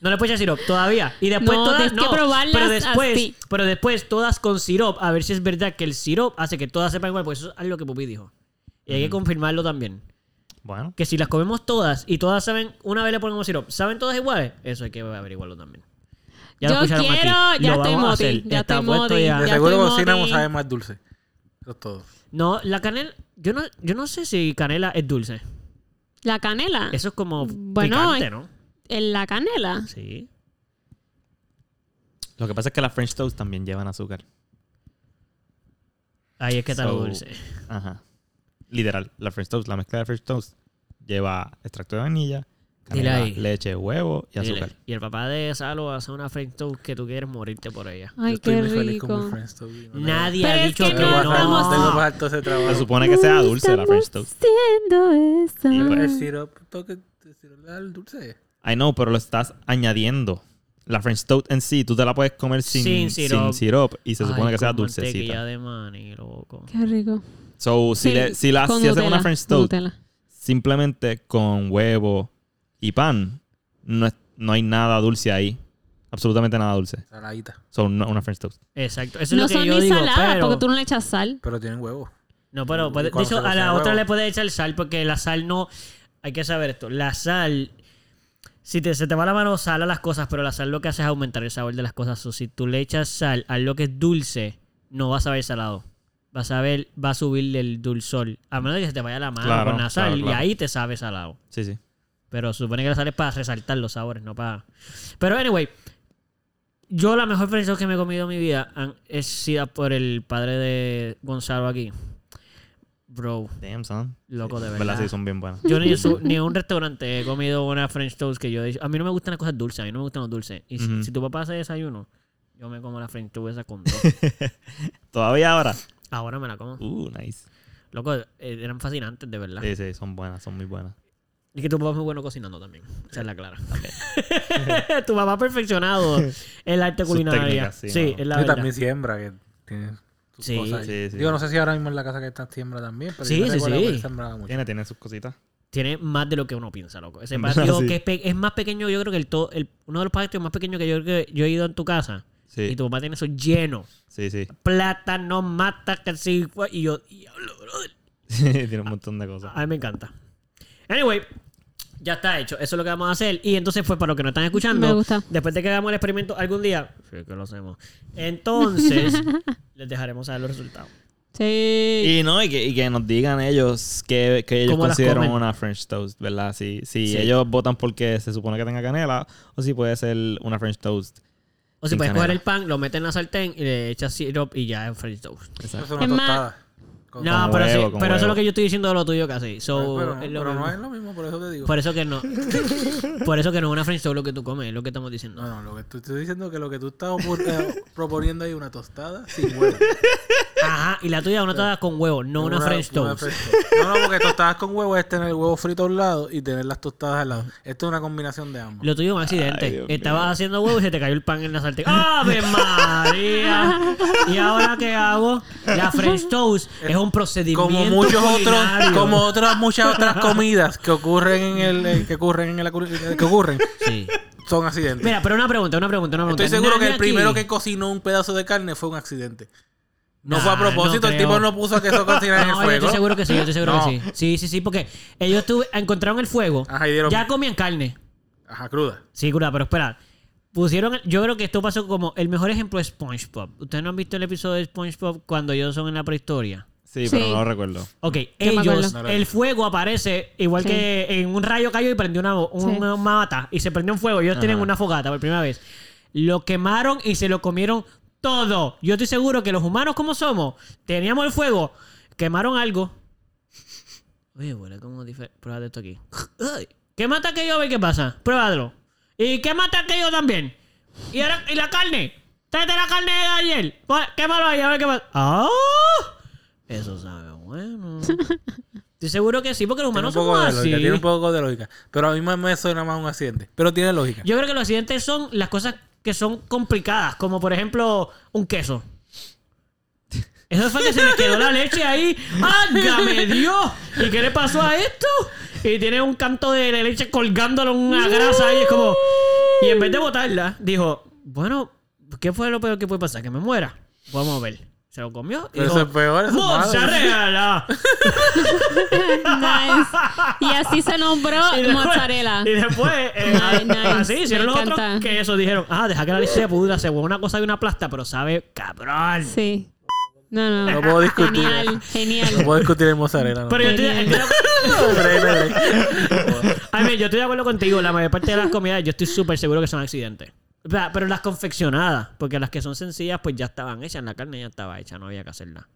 No le puedes echar sirop todavía. Y después
No,
todas.
tienes que
No,
probarlas
pero después,
así.
pero pues después todas con sirop. A ver si es verdad que el sirop hace que todas sepan igual. Porque eso es algo que Pupi dijo. Y hay que confirmarlo también.
Bueno,
Que si las comemos todas y todas saben, una vez le ponemos sirope, ¿saben todas iguales? Eso hay que averiguarlo también. lo
Yo
escucharon aquí.
quiero, ya
Lo
estoy
vamos a
moti,
hacer. Está
ya estoy
puesto
moti,
ya.
De
Ya
seguro
estoy
cocinamos
modi.
sabe más dulce. Eso es todo.
No, la canela, yo no, yo no sé si canela es dulce.
La canela.
Eso es como
Bueno,
picante,
es-
¿no?
En la canela.
Sí.
lo que pasa es que las French Toast también llevan azúcar.
Ahí es que está lo
So-
dulce.
Ajá. Literal, la French Toast, la mezcla de French Toast lleva extracto de vainilla,
Dile
canela,
ahí.
leche, huevo y
Dile.
azúcar.
Y el papá de Salo hace una French toast que tú quieres morirte por ella.
Ay,
Yo estoy
qué
muy feliz con mi
rico.
Friends Toby. No
Nadie
Pero
ha
es
dicho
que
que
tengo- Tengo
no.
no
que bajar- tengo que
estamos-
bajar todo ese
Se
trabajo.
supone que sea dulce la French Toast.
Haciendo eso.
Mm.
Y pues-
El sirope, toque, el sirope le da el dulce.
I know, pero lo estás añadiendo. La French Toast en sí, tú te la puedes comer sin,
Sin
sin,
sirop.
sirop. y se supone
Ay,
que sea
con
dulcecita.
mantequilla de maní, loco.
Qué rico.
So, si,
Sí,
le, si, la,
con
si hacen
Nutella,
una French
con
Toast
Nutella.
simplemente con huevo y pan, no, es- no hay nada dulce ahí. Absolutamente nada dulce.
Saladita.
Son una French Toast.
Exacto. Eso es
No
lo que
son
yo
ni
digo.
saladas
pero...
porque tú no le echas sal.
Pero tienen huevo.
No, pero
Y
puede-
cuando
de hecho,
se
a
cocina
la
el
otra
huevo.
le puedes echar sal porque la sal no. Hay que saber esto. La sal. Si te, se te va la mano, sal a las cosas, pero la sal lo que hace es aumentar el sabor de las cosas. So, si tú le echas sal a lo que es dulce, no vas a ver salado. Vas a ver, va a subir el dulzor. A menos de que se te vaya la mano
Claro,
con la sal
claro, claro.
y ahí te sabe salado.
Sí, sí.
Pero se supone que la sal es para resaltar los sabores, no para. Pero anyway, yo la mejor french toast que me he comido en mi vida han- es sido por el padre de Gonzalo aquí. Bro,
Damn, son.
loco de verdad.
¿Verdad? Sí, son bien buenas.
Yo ni, su- ni en un restaurante he comido una French toast que yo he dicho. A mí no me gustan las cosas dulces, a mí no me gustan los dulces. Y si-
Ujú.
si tu papá hace desayuno, yo me como la French toast esa con dos.
Todavía ahora.
Ahora me la como.
Uh, nice.
Loco, eh, eran fascinantes, de verdad.
Sí, sí, son buenas, son muy buenas.
Y que tu papá es muy bueno cocinando también. Esa es la clara. tu papá ha perfeccionado el arte
Sus
culinario.
técnicas,
sí,
sí, mano.
es la
Yo
verdad.
también siembra, que tiene sus
Sí.
cosas ahí.
Sí, sí.
Digo, no sé si ahora mismo en la casa que está siembra también, pero
Sí,
yo
sí,
recuerdo
sí.
que él sembraba mucho.
Tiene, tiene sus cositas.
Tiene más de lo que uno piensa, loco. Ese
En
patio
verdad, sí.
que es, pe- es más pequeño, yo creo que el to- el- uno de los patios más pequeños que yo, que yo he ido en tu casa. Y
Sí,
tu papá tiene eso lleno.
sí, sí.
Plátano, mata, que sí, fue- Y yo, diablo, brother.
tiene un montón de cosas.
A mí me encanta. Anyway, ya está hecho. Eso es lo que vamos a hacer. Y entonces, pues, para los que nos están escuchando,
Me gusta.
después de que hagamos el experimento algún día, sí, que lo hacemos. Entonces, les dejaremos saber los resultados.
Sí.
Y no, y que, y que nos digan ellos que, ellos
¿Cómo las
consideran
comen?
una French toast, ¿verdad? Si, si
Sí.
ellos votan porque se supone que tenga canela, o si puede ser una French toast.
O si
Sin
puedes coger
canela.
el pan, lo metes en la sartén y le echas syrup y ya es French toast.
Eso
Exacto.
es una
Es más-
tostada. Con-
No,
con
pero, sí,
huevo, con
pero eso es lo
huevo.
que yo estoy diciendo de lo tuyo casi. So,
pero,
es lo
pero no
mismo.
es lo mismo, por eso te digo.
Por eso que no. por eso que no es una French toast lo que tú comes, es lo que estamos diciendo.
No, no, lo que tú estoy diciendo que lo que tú estás opu- eh, proponiendo ahí es una tostada sin huevo.
Ajá, y la tuya una tostada con huevo, no una, French toast.
No, no, porque tostadas con huevo es tener el huevo frito a un lado y tener las tostadas al lado. Esto es una combinación de ambos.
Lo tuyo es un
Ay,
accidente.
Dios
Estabas
mío.
haciendo huevo y se te cayó el pan en la sartén. ¡Ave María! ¿Y ahora qué hago? La French toast es un procedimiento
Como muchos otros,
culinario.
como otras muchas otras comidas que ocurren en el eh, que ocurren en la cul- eh, que ocurren
Sí.
son accidentes.
Mira, pero una pregunta, una pregunta, una pregunta.
Estoy seguro que
Nadie
el primero
aquí-
que cocinó un pedazo de carne fue un accidente. No
Nah,
fue a propósito,
Ah, no
el
creo.
tipo no puso que eso cocinara en
No,
el
yo estoy
fuego.
seguro que sí, yo estoy seguro
No.
que sí. Sí, sí, sí, porque ellos tuve, encontraron el fuego.
Ajá, y dieron-
Ya comían carne.
Ajá, cruda.
Sí, cura, pero espera. Pusieron, el- yo creo que esto pasó como el mejor ejemplo es SpongeBob. ¿Ustedes no han visto el episodio de SpongeBob cuando ellos son en la prehistoria?
Sí,
Sí.
pero no lo recuerdo.
Ok,
me
ellos,
acuerdo.
No lo he
el fuego aparece igual
Sí.
que en un rayo cayó y prendió una, un-
Sí.
una mata y se prendió un fuego. Ellos tienen una fogata por primera vez. Lo quemaron y se lo comieron todo. Yo estoy seguro que los humanos como somos, teníamos el fuego, quemaron algo. Oye, huele como diferente. Pruébate esto aquí. Ay, ¿Qué mata aquello? A ver qué pasa. Pruébalo. ¿Y qué mata aquello también? ¿Y, ahora- y la carne? Tráete la carne de ayer. Pon- Quémalo ahí, a ver qué pasa. ¡Ah! Eso sabe bueno. Estoy seguro que sí, porque los
Tiene
humanos
un poco
somos
de lógica,
así.
tiene un poco de lógica. Pero a mí me- me suena más un accidente. Pero tiene lógica.
Yo creo que los accidentes son las cosas que son complicadas, como por ejemplo un queso. Eso fue que se le quedó la leche ahí. ¡Hágame Dios! ¿Y qué le pasó a esto? Y tiene un canto de la leche colgándole una grasa ahí. Es como. Y en vez de botarla, dijo: Bueno, ¿qué fue lo peor que puede pasar? Que me muera. Vamos a ver. Se lo comió y
Pero eso es
dijo, ah".
peor. Eso es malo.
¡Mozzarella!
Nice. Y así se nombró
Y después-
mozzarella.
Y después, eh,
Nice, nice.
así hicieron
Me
los
encanta.
otros que eso dijeron, ah, deja que la leche se pudra, se huele una cosa de una plasta, pero sabe cabrón.
Sí. No, no.
No puedo discutir.
Genial,
No
genial.
puedo discutir en mozzarella. No.
Pero yo estoy,
Genial.
estoy de acuerdo-
Dale, dale.
I mean, yo estoy de acuerdo contigo, la mayor parte de las comidas yo estoy súper seguro que son accidentes. O sea, Pero las confeccionadas, porque las que son sencillas pues ya estaban hechas, la carne ya estaba hecha, no había que hacerla.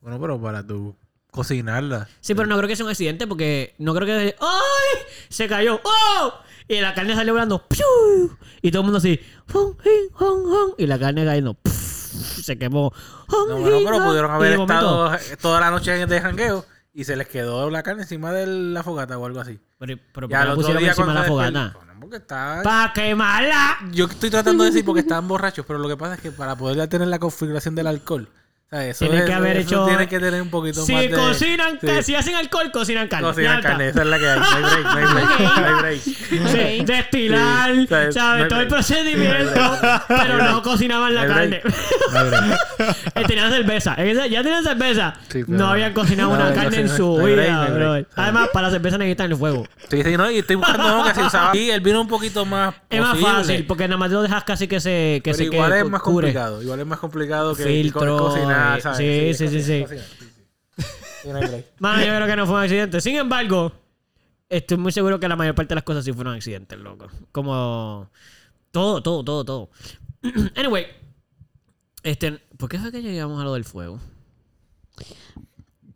bueno, pero para tu cocinarla.
Sí, pero no creo que sea un accidente porque no creo que... ¡Ay! Se cayó. ¡Oh! Y la carne salió volando. ¡Piu! Y todo el mundo así... ¡Hon, hin, hon, hon! Y la carne cayendo. ¡Puf! Se quemó. ¡Hon,
No, bueno,
hin,
pero
hon!
pudieron
Y
haber
de momento-
estado toda la noche en el jangueo y se les quedó la carne encima de la fogata o algo así.
Pero, pero
Ya
¿por qué la pusieron encima de la fogata.
Bueno, porque está...
¡Para quemarla!
Yo estoy tratando de decir porque estaban borrachos, pero lo que pasa es que para poder ya tener la configuración del alcohol, o sea, eso
Tienen
es-
que haber
eso
hecho-
tiene que tener un poquito
Si
más de...
cocinan,
Sí.
ca- si hacen alcohol, cocinan carne. Ya
Cocinar
está.
carne, esa es la que hay. No hay break, no hay break, no hay break.
Sí,
Ok.
Destilar,
Sí, sabes,
¿sabes?
no
Todo el
hay break.
procedimiento, pero no cocinaban la
No hay
carne. Eh, tenían cerveza, Eh, ya tenían cerveza.
Sí, pero-
no habían cocinado
No,
una
no
carne en
cocinan.
su
No hay break, Ah. no
vida,
hay
bro.
break.
Además, para la cerveza necesitan el fuego.
Estoy diciendo, no, y estoy buscando uno que se usaba. Y el vino un poquito más
Es más
posible,
fácil, porque nada más lo dejas casi que se que
pero
se
igual
quede-
es más
cure.
complicado. Igual es más complicado que
Filtro,
co- cocinar,
eh,
¿sabes?
sí, sí,
es
sí, sí.
cocinar, Sí, no hay break.
Mano, yo creo que no fue un accidente. Sin embargo, estoy muy seguro que la mayor parte de las cosas sí fueron accidentes, loco. Como todo, todo, todo, todo. anyway, este, ¿por qué fue que llegamos a lo del fuego?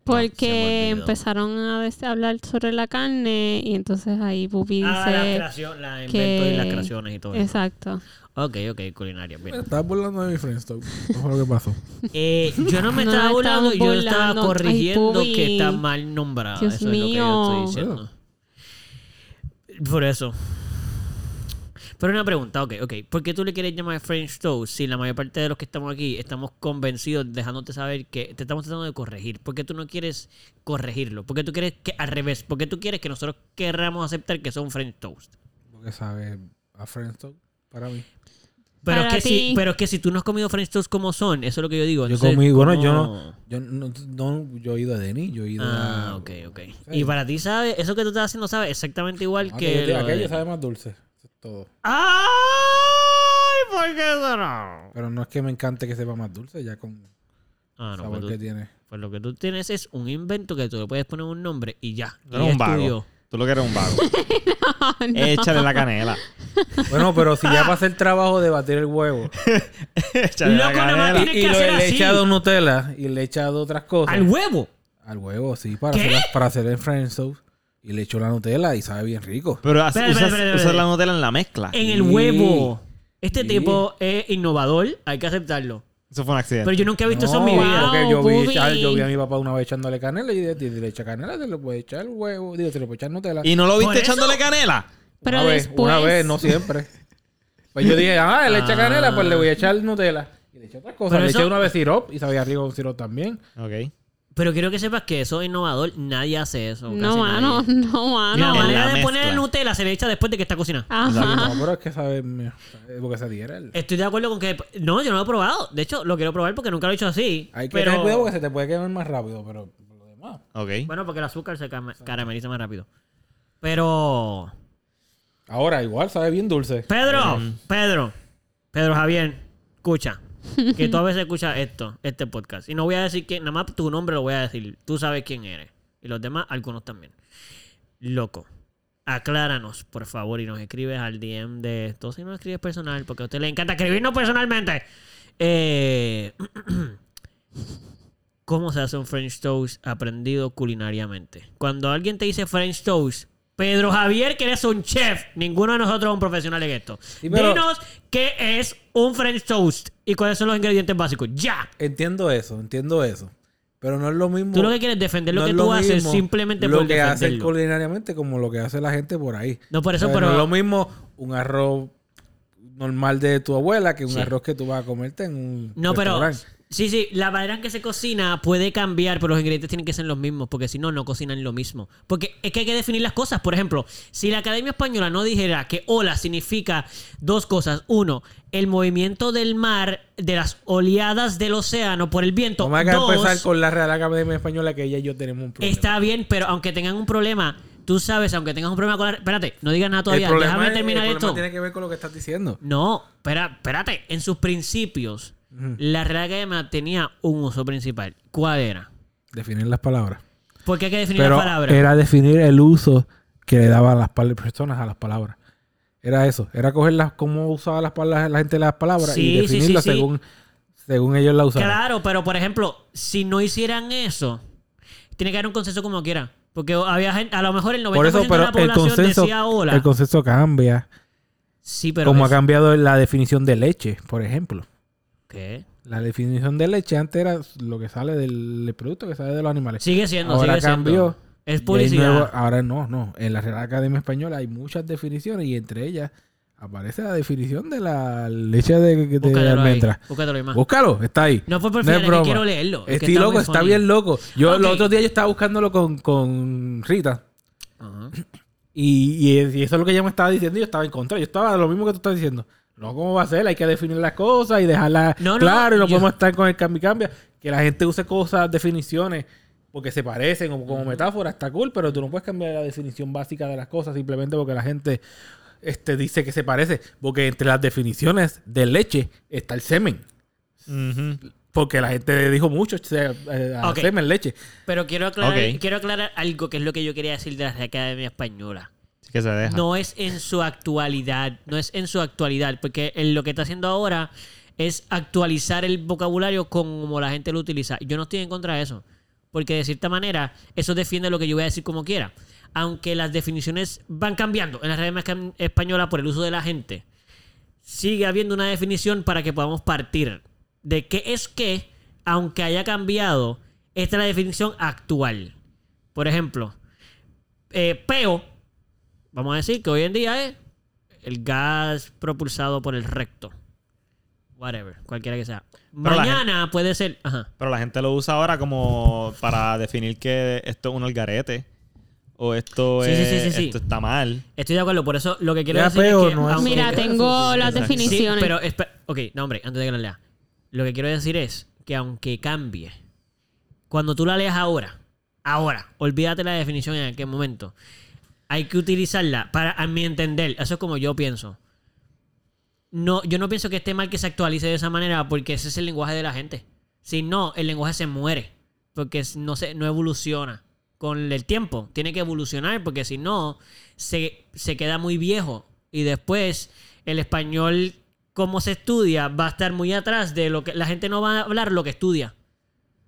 Porque
Se me olvidó.
empezaron a des- hablar sobre la carne y entonces ahí Pupi dice...
ah, las creaciones, las inventos
que-
y las creaciones y todo. eso.
Exacto.
Ok, ok, culinaria. bien.
Estás burlando de mi Friendstone. No fue lo que pasó.
Eh, yo no me
No,
estaba
estamos
burlando, yo estaba
burlando. Ay,
corrigiendo
Pubi.
que está mal nombrado.
Dios
eso
mío.
es lo que yo estoy diciendo. Por eso. Pero una pregunta, ok, ok. ¿Por qué tú le quieres llamar French Toast si la mayor parte de los que estamos aquí estamos convencidos, dejándote saber que te estamos tratando de corregir? ¿Por qué tú no quieres corregirlo? ¿Por qué tú quieres que al revés? ¿Por qué tú quieres que nosotros querramos aceptar que son French Toast?
Porque sabe a Friendstone para mí.
Pero es,
Para
que si,
ti.
pero es que si tú no has comido French Toast como son, eso es lo que yo digo.
Yo
Entonces,
comí, bueno, yo
¿cómo?
no, yo no, no- yo he ido a Denny, yo he ido a.
Ah, ok, ok. Y para ti, ¿sabes? Eso que tú estás haciendo, ¿sabes? Exactamente igual que.
aquello,
lo de-
aquello sabe más dulce. Eso es todo.
¡Ay! ¿Por qué eso no?
Pero no es que me encante que sepa más dulce, ya con el
Ah, no,
sabor
pues,
que
tú-
tiene.
pues lo que tú tienes es un invento que tú le puedes poner un nombre y ya. Y
Tú eres un
es
vago.
tuyo.
Tú lo que eres un vago. Échale la canela.
Bueno, pero si ya pasé el trabajo de batir el huevo
Échale la
Loco, nada más
canela.
Tienes
y
que
lo-
hacer
le he
así.
echado Nutella y le he echado otras cosas.
¡Al huevo!
Al huevo, sí, para
¿Qué?
hacer, la- para hacer el French toast. Y le echo la Nutella y sabe bien rico.
Pero haz-
Espera, espera,
usas,
espera,
usas
espera. Eh,
la Nutella en la mezcla.
¡En el
Sí.
huevo! Este
Sí.
tipo es innovador, hay que aceptarlo.
Eso fue un accidente.
Pero yo nunca he visto eso en mi
No,
vida.
porque yo, vi,
Bubi.
ah, yo vi a mi papá una vez echándole canela y de- de- de le echa canela, se le puede echar el huevo, digo, se le puede echar Nutella.
¿Y no lo
¿Por
viste
eso?
echándole canela?
Pero
una vez,
después...
una vez, no siempre. Pues yo dije, ah, él echa
Ah.
canela, pues le voy a echar Nutella. Y le eché otras cosas.
Pero
le
eso-
eché una vez sirop y sabía rico un sirop también.
Ok.
Pero quiero que sepas que eso es innovador, nadie hace eso.
No,
casi
mano,
nadie.
no, Ah.
La
En
mano.
No.
manera
la
de poner
mezcla.
Nutella se le echa después de que está cocinada.
No,
Ajá.
pero es que sabe, me- sabe- porque se diera el...
Estoy de acuerdo con que. No, yo no lo he probado. De hecho, lo quiero probar porque nunca lo he hecho así.
Hay que
pero...
tener cuidado porque se te puede quemar más rápido, pero por lo demás.
Ok.
Bueno, porque el azúcar se came- carameliza más rápido. Pero.
Ahora, igual sabe bien dulce.
Pedro, Pedro, Pedro Javier, escucha. Que tú a veces escuchas esto, este podcast. Y no voy a decir quién, nada más tu nombre lo voy a decir. Tú sabes quién eres. Y los demás, algunos también. Loco, acláranos, por favor, y nos escribes al DM de esto. Si no escribes personal, porque a usted le encanta escribirnos personalmente. Eh, ¿Cómo se hace un French toast aprendido culinariamente? Cuando alguien te dice French toast, Pedro Javier, que eres un chef, ninguno de nosotros es un profesional en esto.
pero-
Dinos qué es un French toast y cuáles son los ingredientes básicos. ¡Ya!
Entiendo eso, entiendo eso. Pero no es lo mismo...
Tú lo que quieres es defender lo
no
que
es
tú haces
mismo
simplemente
lo
por
que haces
defenderlo.
culinariamente como lo que hace la gente por ahí.
No, por eso,
O sea,
pero-
no es lo mismo un arroz normal de tu abuela que un
Sí.
arroz que tú vas a comerte en un
No, pero
restaurante.
Sí, sí, la manera en que se cocina puede cambiar, pero los ingredientes tienen que ser los mismos, porque si no, no cocinan lo mismo. Porque es que hay que definir las cosas. Por ejemplo, si la Academia Española no dijera que ola significa dos cosas. Uno, el movimiento del mar, de las oleadas del océano por el viento.
No me hagas
Dos,
empezar con la Real Academia Española que ella y yo tenemos un problema.
Está bien, pero aunque tengan un problema, tú sabes, aunque tengas un problema con la... Espérate, no digas nada
El
todavía,
problema
déjame
es-
terminar
el
esto.
problema tiene que ver con lo que estás diciendo.
No, espera, espérate, en sus principios, la Real Academia tenía un uso principal. ¿Cuál era?
Definir las palabras.
Porque hay que definir
Pero
las palabras.
era definir el uso que le daban las pal- personas a las palabras. Era eso. Era cogerlas, cómo usaba las palabras, la gente las palabras
Sí,
y
sí,
definirlas
sí, sí.
según, según ellos la usaban.
Claro, pero por ejemplo, si no hicieran eso, tiene que haber un consenso como quiera. Porque había gente, a lo mejor el 90%
Por eso,
de
pero
la
el
población
concepto,
decía hola.
el concepto cambia.
sí, pero.
como
es-
ha cambiado la definición de leche, por ejemplo.
¿Qué?
La definición de leche antes era lo que sale del del producto que sale de los animales.
Sigue siendo,
Ahora
sigue siendo.
cambió.
Es
Y hay
publicidad.
nueva- ahora no, no. En la Real Academia Española hay muchas definiciones y entre ellas aparece la definición de la leche de, de
Búscatelo ahí.
almendra.
Búscatelo ahí más.
Búscalo, está ahí.
No fue por
No es
final, es que
broma.
quiero leerlo. es que
Estoy loco,
muy
está
funny.
bien loco. Yo
Ok.
los otros días yo estaba buscándolo con, con Rita
Ajá.
y, y es- y eso es lo que ella me estaba diciendo y yo estaba en contra. Yo estaba lo mismo que tú estás diciendo. No, ¿cómo va a ser? Hay que definir las cosas y dejarlas
No, no,
claro y no
yo-
podemos estar con el cambio y cambia. Que la gente use cosas, definiciones, porque se parecen como, como metáfora, está cool, pero tú no puedes cambiar la definición básica de las cosas simplemente porque la gente este, dice que se parece. Porque entre las definiciones de leche está el semen. Porque la gente dijo mucho, o sea, eh, a
Ok.
semen, leche.
Pero quiero aclarar,
Ok.
quiero aclarar algo que es lo que yo quería decir de la Real Academia Española.
Así que se deja.
No es en su actualidad, no es en su actualidad, porque en lo que está haciendo ahora es actualizar el vocabulario con como la gente lo utiliza. Yo no estoy en contra de eso, porque de cierta manera eso defiende lo que yo voy a decir como quiera. Aunque las definiciones van cambiando en la red mezca- española por el uso de la gente, sigue habiendo una definición para que podamos partir de qué es que, aunque haya cambiado, esta es la definición actual. Por ejemplo, eh, peo vamos a decir que hoy en día es el gas propulsado por el recto. Whatever, cualquiera que sea.
la
Mañana puede ser. Ajá.
Pero la gente lo usa ahora como para definir que esto es un algarete. O esto
Sí, sí,
es.
sí, sí, sí.
Esto está mal.
Estoy de acuerdo, por eso lo que quiero
Ya,
decir
pero
es que.
no es-
aunque-
Mira, tengo las
Exacto.
Sí,
definiciones.
pero espe- Ok, no, hombre, antes de que la lea. Lo que quiero decir es que aunque cambie, cuando tú la leas ahora, ahora, olvídate la definición en aquel momento. Hay que utilizarla para, a mi entender, eso es como yo pienso. No, yo no pienso que esté mal que se actualice de esa manera porque ese es el lenguaje de la gente. Si no, el lenguaje se muere porque es- no, se, no evoluciona con el tiempo. Tiene que evolucionar porque si no, se, se queda muy viejo y después el español, como se estudia, va a estar muy atrás de lo que la gente no va a hablar lo que estudia.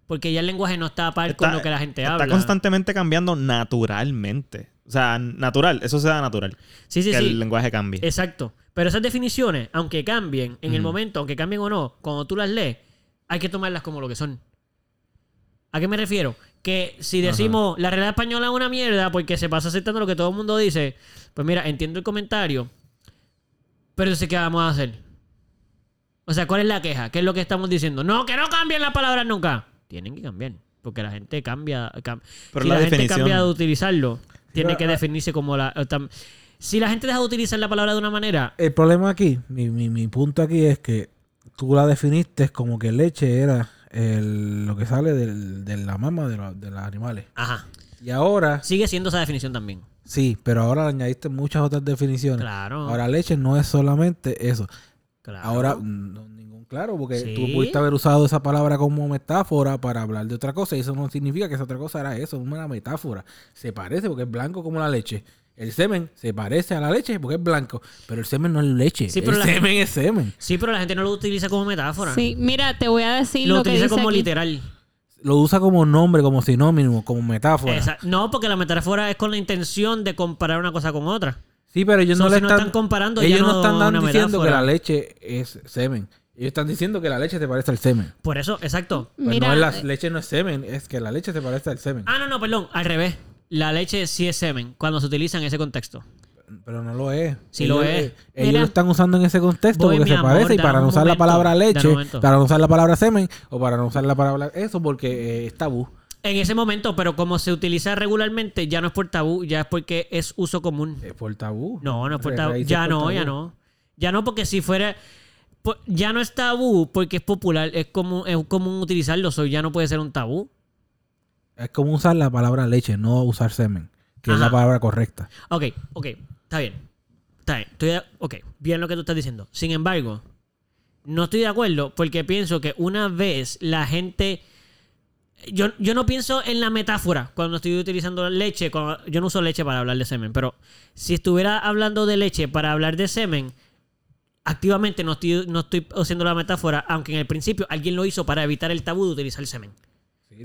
Porque ya el lenguaje no está a par con lo que la gente
está
habla.
constantemente cambiando naturalmente. O sea, natural. Eso se da natural.
Sí, sí,
que
sí.
el lenguaje cambie.
Exacto. Pero esas definiciones, aunque cambien en el
Ujú.
momento, aunque cambien o no, cuando tú las lees, hay que tomarlas como lo que son. ¿A qué me refiero? Que si decimos la realidad española es una mierda porque se pasa aceptando lo que todo el mundo dice, pues mira, entiendo el comentario, pero sé qué vamos a hacer. O sea, ¿cuál es la queja? ¿Qué es lo que estamos diciendo? No, que no cambien las palabras nunca. Tienen que cambiar, porque la gente cambia. cam-
Pero
si
la
la, gente
definición-
cambia de utilizarlo, tiene
pero,
que
ah,
definirse como la... eh, tam- si la gente deja de utilizar la palabra de una manera,
El problema aquí, mi, mi, mi punto aquí es que tú la definiste como que leche era el- lo que sale del- de la mama de, la- de los animales.
ajá,
Y ahora,
sigue siendo esa definición también.
sí, pero ahora le añadiste muchas otras definiciones.
Claro.
Ahora leche no es solamente eso.
claro.
Ahora, no, ningún claro, porque
Sí.
tú pudiste haber usado esa palabra como metáfora para hablar de otra cosa. Y eso no significa que esa otra cosa era eso, una metáfora. Se parece porque es blanco como la leche. El semen se parece a la leche porque es blanco. Pero el semen no es leche.
Sí, pero
el
la-
semen es semen.
Sí, pero la gente no lo utiliza como metáfora.
Sí, mira, te voy a decir
lo,
lo, que
utiliza
dice
como
aquí.
literal.
Lo usa como nombre, como sinónimo, como metáfora.
Esa- no, porque la metáfora es con la intención de comparar una cosa con otra.
Sí, pero ellos
So,
no le
si no
están,
están comparando,
Ellos
ya
no,
no
están
es una
dando- diciendo que
metáfora.
la leche es semen. Ellos están diciendo que la leche se parece al semen.
Por eso, exacto.
Pero
Mira, eh,
no es la leche no es semen, es que la leche se parece al semen.
Ah, no, no, perdón, al revés. La leche sí es semen, cuando se utiliza en ese contexto.
Pero no lo es.
Sí lo
Ellos- eh,
es.
Ellos
Mira.
lo están usando en ese contexto
Voy,
porque
mi
se
amor,
parece y
dame
para
un
no usar la
momento,
palabra
dame un
leche,
momento.
para no usar la palabra semen o para no usar la palabra eso porque eh, es tabú.
En ese momento, pero como se utiliza regularmente, ya no es por tabú, ya es porque es uso común.
Es por tabú.
No, no es por
Se
tabú.
raíz es
Ya
por
no,
tabú.
ya no. Ya no, porque si fuera. po- Ya no es tabú porque es popular, es común, es común utilizarlo, so ya no puede ser un tabú.
Es como usar la palabra leche, no usar semen, que es
Ajá.
la palabra correcta.
Ok, ok, está bien. Está bien. Estoy de- ok, bien lo que tú estás diciendo. Sin embargo, no estoy de acuerdo porque pienso que una vez la gente. Yo, yo no pienso en la metáfora cuando estoy utilizando leche. cuando- yo no uso leche para hablar de semen, pero si estuviera hablando de leche para hablar de semen, activamente no estoy, no estoy haciendo la metáfora, aunque en el principio alguien lo hizo para evitar el tabú de utilizar semen.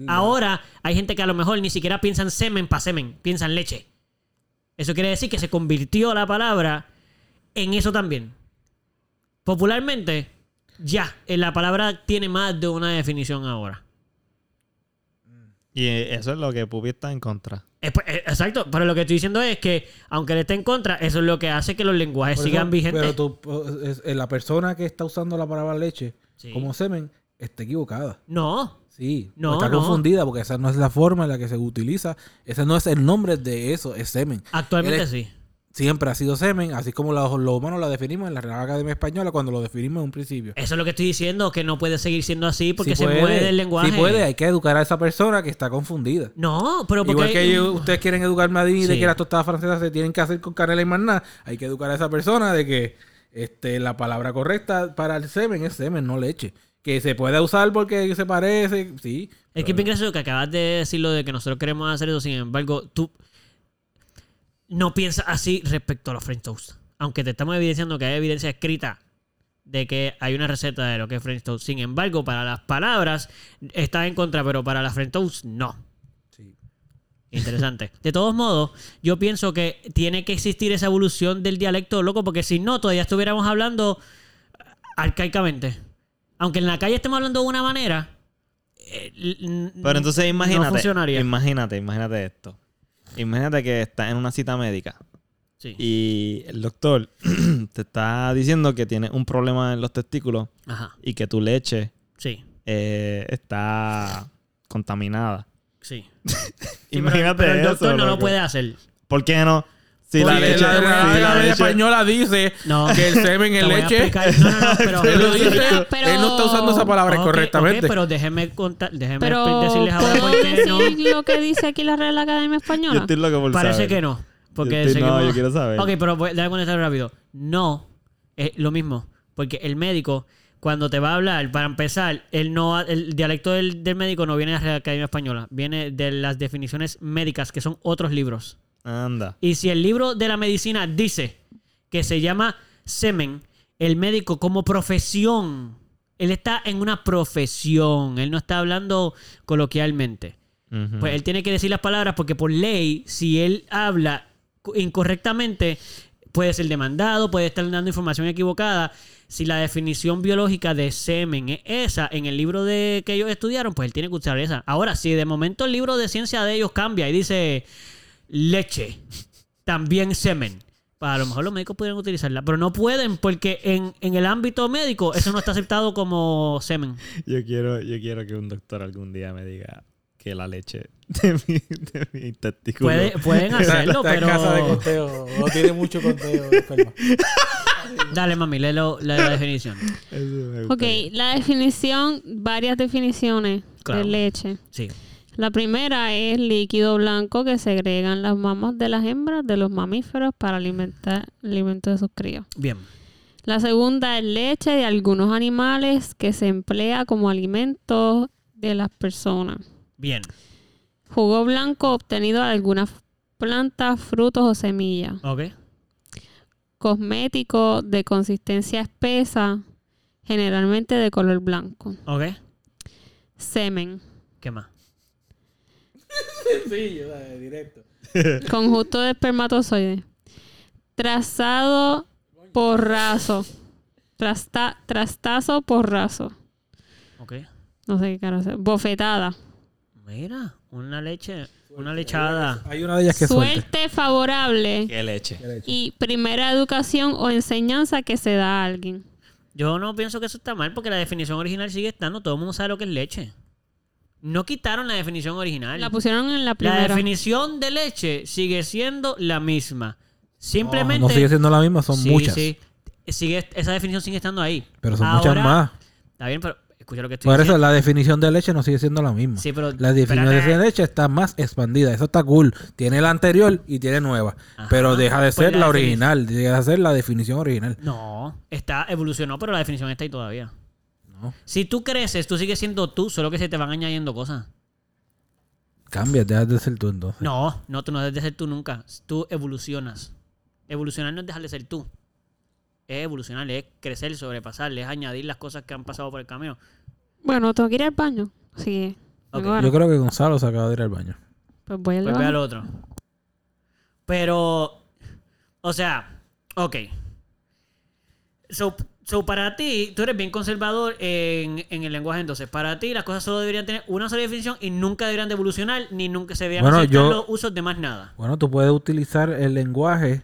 Ahora hay gente que a lo mejor ni siquiera piensan semen para semen, piensan leche. Eso quiere decir que se convirtió la palabra en eso también. Popularmente, ya, eh, la palabra tiene más de una definición ahora.
Y eh, eso es lo que Pupi está en contra.
Eh, pues, eh, Exacto, pero lo que estoy diciendo es que, aunque le esté en contra, eso es lo que hace que los lenguajes
Por eso,
sigan vigentes.
Pero tú, eh, es- eh, la persona que está usando la palabra leche
Sí.
como semen está equivocada.
No,
Sí,
No,
está
no.
confundida porque esa no es la forma en la que se utiliza. Ese no es el nombre de eso, es semen.
actualmente
Él es-
sí.
Siempre ha sido semen, así como los, los humanos la definimos en la Real Academia Española cuando lo definimos en un principio.
Eso es lo que estoy diciendo, que no puede seguir siendo así porque
Si
se
puede,
mueve el lenguaje.
Si puede, hay que educar a esa persona que está confundida.
No, pero porque...
Igual que yo- ustedes quieren educarme a mí de
Sí.
que las tostadas francesas se tienen que hacer con canela y más nada, hay que educar a esa persona de que este, la palabra correcta para el semen es semen, no leche. Que se puede usar porque se parece, sí.
Es que es bien gracioso que acabas de decir lo de que nosotros queremos hacer eso, sin embargo, tú no piensas así respecto a los French Toast. Aunque te estamos evidenciando que hay evidencia escrita de que hay una receta de lo que es French Toast. Sin embargo, para las palabras estás en contra, pero para las French Toast no.
Sí.
Interesante. De todos modos, yo pienso que tiene que existir esa evolución del dialecto, loco, porque si no, todavía estuviéramos hablando arcaicamente. Aunque en la calle estemos hablando de una manera. eh, l-
Pero entonces imagínate,
No funcionaría.
imagínate, imagínate esto. Imagínate que estás en una cita médica
Sí.
y el doctor te está diciendo que tienes un problema en los testículos
Ajá.
y que tu leche
Sí.
eh, está contaminada.
Sí.
imagínate
Pero el doctor
eso,
no lo
loco.
puede hacer.
¿por qué no? Si
Porque
la leche,
la,
si
Real
la
Academia
leche-
Española dice
No.
que el semen
Te
es
voy a
leche.
explicar. No, no, no, pero.
Él lo dice,
Pero- pero-
él no está usando esa palabra
Ok,
correctamente.
ok, pero déjeme contar, déjeme
Pero
decirles ahora por
¿puedo
qué no.
decir lo que dice aquí la Real Academia
Yo
Española?
estoy loco por
Parece
saber.
que no. Porque
estoy-
seguimos-
no, yo quiero saber.
Ok, pero voy- déjame contestar rápido. No, es lo mismo. Porque el médico, cuando te va a hablar, para empezar, él no, el dialecto del, del médico no viene de la Real Academia Española. Viene de las definiciones médicas, que son otros libros.
Anda.
Y si el libro de la medicina dice que se llama semen, el médico como profesión, él está en una profesión, él no está hablando coloquialmente.
Ujú.
Pues él tiene que decir las palabras porque por ley, si él habla co- incorrectamente, puede ser demandado, puede estar dando información equivocada. Si la definición biológica de semen es esa, en el libro de que ellos estudiaron, pues él tiene que usar esa. Ahora, si de momento el libro de ciencia de ellos cambia y dice leche, también semen. Pues a lo mejor los médicos pudieran utilizarla, pero no pueden porque en, en el ámbito médico eso no está aceptado como semen.
Yo quiero, yo quiero que un doctor algún día me diga que la leche de mi, de mi testículo.
Puede- pueden hacerlo,
Está en
pero...
casa de conteo, no tiene mucho conteo. enferma.
Dale, mami, lee lo- la, la definición.
Eso me
Ok,
gustaría.
la definición, varias definiciones
Claro.
de leche.
Sí.
La primera es líquido blanco que segregan las mamas de las hembras de los mamíferos para alimentar alimento de sus críos.
Bien.
La segunda es leche de algunos animales que se emplea como alimento de las personas.
Bien.
Jugo blanco obtenido de algunas plantas, frutos o semillas.
Ok.
Cosmético de consistencia espesa, generalmente de color blanco.
Ok.
Semen.
¿Qué más?
Conjunto de espermatozoides. Trazado porrazo. Trasta, trastazo porrazo.
Ok.
No sé qué carajo es. Bofetada.
Mira, una leche. Una lechada.
Hay una de ellas que es suerte.
Suerte favorable
Qué leche.
y primera educación o enseñanza que se da a alguien.
Yo no pienso que eso está mal porque la definición original sigue estando. Todo el mundo sabe lo que es leche. No quitaron la definición original.
La pusieron en la
La
primera.
definición de leche sigue siendo la misma. Simplemente.
Ah, No, no sigue siendo la misma, son
Sí,
muchas.
sí. Sigue, esa definición sigue estando ahí.
Pero son
Ahora-
muchas más.
Está bien, pero escucha lo que estoy
Por eso
diciendo.
la definición de leche no sigue siendo la misma.
Sí, pero-
la definición
espérate.
de leche está más expandida. Eso está cool. Tiene la anterior y tiene nueva.
Ajá.
Pero deja de
Pues
ser
la
la, original. Deja de ser la definición original.
No, está, evolucionó, pero la definición está ahí todavía.
No.
Si tú creces, tú sigues siendo tú, solo que se te van añadiendo cosas.
Cambia, deja de ser tú entonces.
No, no, tú no dejas de ser tú nunca. Tú evolucionas. Evolucionar no es dejar de ser tú. Es evolucionar, es crecer, sobrepasar, es añadir las cosas que han pasado por el camino.
Bueno, tengo que ir al baño. Sí.
Ok.
Ahora,
Yo creo que Gonzalo se acaba de ir al baño.
Pues voy al
Pues ve
baño.
al otro. Pero, o sea, ok. So, so para ti, tú eres bien conservador en, en el lenguaje, entonces. Para ti, las cosas solo deberían tener una sola definición y nunca deberían de evolucionar, ni nunca se deberían
Bueno,
aceptar
yo-
los usos de más nada.
Bueno, tú puedes utilizar el lenguaje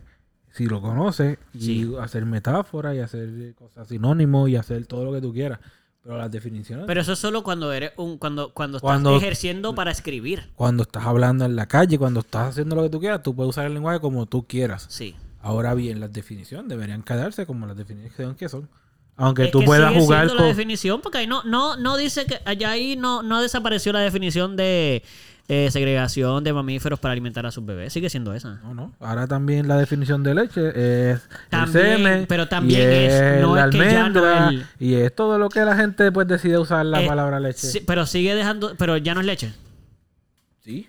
si lo conoces y
Sí.
hacer metáforas y hacer cosas sinónimos y hacer todo lo que tú quieras. Pero las definiciones.
Pero eso es solo cuando eres un, cuando, cuando estás
Cuando-
ejerciendo para escribir.
Cuando estás hablando en la calle, cuando estás haciendo lo que tú quieras, tú puedes usar el lenguaje como tú quieras.
Sí.
Ahora bien, las definiciones deberían quedarse como las definiciones que son. Aunque
Es
tú
que
puedas
sigue
jugar
siendo la
con...
definición, porque ahí no, no, no dice que allá ahí no, no desapareció la definición de eh, segregación de mamíferos para alimentar a sus bebés. Sigue siendo esa.
No, no. Ahora también la definición de leche es
También,
el semen,
pero también
y
es- no
la
es que ya no
almendra,
el-
y es todo lo que la gente pues decide usar la
Eh,
palabra leche.
Sí,
Sí.
pero sigue dejando, pero ya no es leche.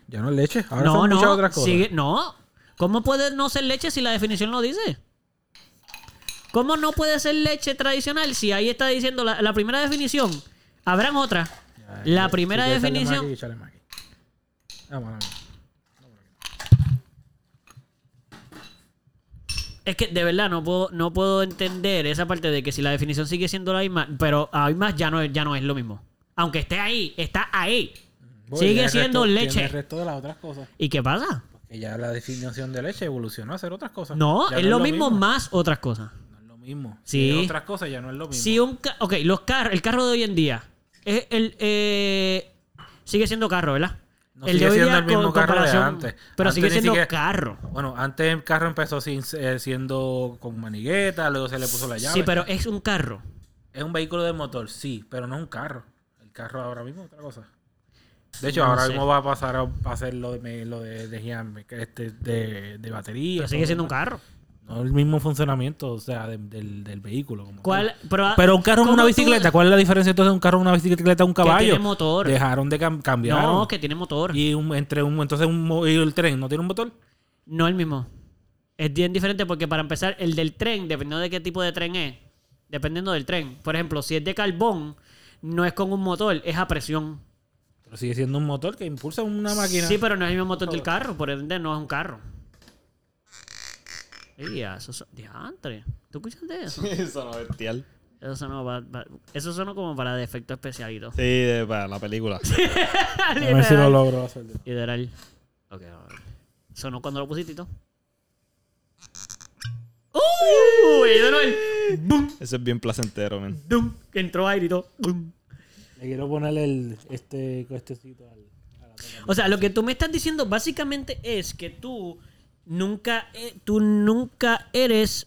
ya no es leche. Ahora
no,
son muchas
no,
otras cosas.
sigue, no. ¿Cómo puede no ser leche si la definición lo dice? ¿Cómo no puede ser leche tradicional si ahí está diciendo la, la primera definición? Habrán otra. La primera
Sí, échale más
definición.
aquí, échale más aquí. Ah, mala mía.
Es que de verdad no puedo, no puedo entender esa parte de que si la definición sigue siendo la misma, pero además ya no, es- ya no es lo mismo. Aunque esté ahí, está ahí.
Voy,
sigue
tiene
siendo
resto- tiene
leche.
el resto de las otras cosas.
¿Y qué pasa?
Porque ya la definición de leche evolucionó a hacer otras cosas.
No,
Ya
es lo mismo, más otras cosas.
No es lo mismo.
Sí.
Si es otras cosas ya no es lo mismo.
Si un ca- ok, los carros, el carro de hoy en día es el eh, sigue siendo carro, ¿verdad?
No sigue
hoy
siendo
día
el mismo
con-
carro de
comparación-
antes.
Pero
Antes
sigue
ni
siendo
siquiera-
carro.
Bueno, antes el carro empezó sin- eh, siendo con manigueta, luego se le puso la llave.
Sí, pero es un carro.
Es un vehículo de motor, sí, pero no es un carro. El carro ahora mismo es otra cosa. De hecho,
No
ahora
sé.
mismo va a pasar a a hacer lo de, me- lo de, de, energía, que este, de, de batería.
Pero
todo
sigue
lo
siendo un
demás.
carro.
No el mismo funcionamiento, o sea, de- del, del vehículo. como
¿Cuál? Pero,
tal. Pero un carro es
¿cómo
una
tú-
bicicleta. ¿Cuál es la diferencia entonces de un carro, una bicicleta, un caballo?
tiene motor.
Dejaron de cam- cambiar.
No, que tiene motor.
Y un, entre un, entonces un, mo- y el tren no tiene un motor.
No el mismo. Es bien diferente porque para empezar, el del tren, dependiendo de qué tipo de tren es, dependiendo del tren. Por ejemplo, si es de carbón, no es con un motor, es a presión.
Pero sigue siendo un motor que impulsa una máquina.
Sí, pero no es el mismo motor del carro, por ende no es un carro. Ey, eso son... Diantre. ¿Tú escuchaste eso?
Eso no bestial.
Eso sonó, pa- pa- eso sonó como para de efecto especial y todo.
Sí, de- para la película.
A ver si lo logro hacer.
Literal. Ok, a ver. Sonó cuando lo pusiste y todo. ¡Uh! Y sonó el ¡Bum!
Eso es bien placentero, man.
¡Dum! Que entró aire y todo. ¡Bum!
Le quiero ponerle el, este cuestecito al.
O sea, lo que tú me estás diciendo básicamente es que tú nunca, eh, tú nunca eres,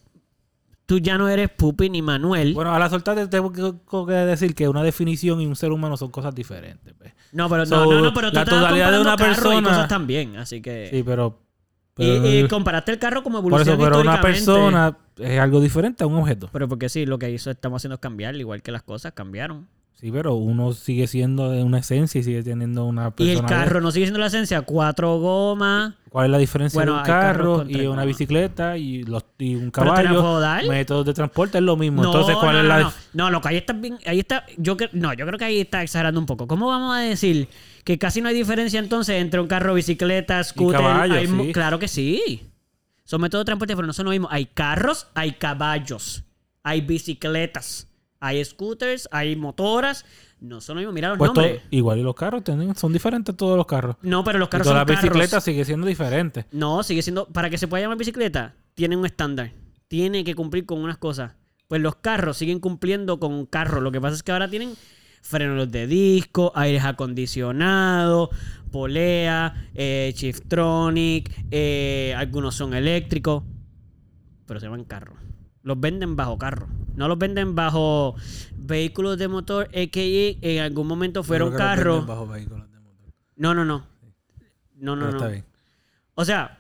tú ya no eres Pupi ni Manuel.
Bueno, a la soltar te tengo que- que decir que una definición y un ser humano son cosas diferentes. pues.
no, pero
so,
no, no, no, pero tú
la
estabas
totalidad de
comparando
una
carros y
persona-
cosas también, así que
Sí, pero. pero-
Eh. y, y comparaste el carro como
por
evolución
eso, pero una
históricamente.
persona es algo diferente a un objeto.
Pero porque sí, lo que hizo estamos haciendo es cambiar, igual que las cosas cambiaron.
Sí, pero uno sigue siendo de una esencia y sigue teniendo una
Y
persona.
el carro no sigue siendo la esencia, cuatro gomas.
¿Cuál es la diferencia
Bueno,
de un
hay carros
carro
con
y
tres
una
gomas.
bicicleta y, los, y un
Pero te la puedo
caballo?
dar.
Métodos de transporte es lo mismo. Entonces, ¿cuál
no,
es
no,
la
no.
dif-
No, lo que ahí está bien, ahí está, yo cre- no, yo creo que ahí está exagerando un poco. ¿Cómo vamos a decir que casi no hay diferencia entonces entre un carro, bicicleta, scooter?
caballo,
hay mu-
sí.
Claro que sí. Son métodos de transporte, pero no son lo mismo. Hay carros, hay caballos, hay bicicletas, hay scooters, hay motoras. No son lo mismo. Mira los
Pues
nombres.
todo- igual y los carros tienen- son diferentes todos los carros.
No, pero los
Y
carros
toda
son
la
carros.
bicicleta sigue siendo diferente.
No, sigue siendo. Para que se pueda llamar bicicleta, tiene un estándar. Tiene que cumplir con unas cosas. Pues los carros siguen cumpliendo con carros. Lo que pasa es que ahora tienen frenos de disco, aires acondicionados, polea, eh, Shiftronic, eh, algunos son eléctricos, pero se llaman carros. Los venden bajo carro. No los venden bajo vehículos de motor, que en algún momento fueron
Creo que lo venden
carros.
bajo vehículos de motor.
No, no, no. No, no,
pero está
no.
bien.
O sea,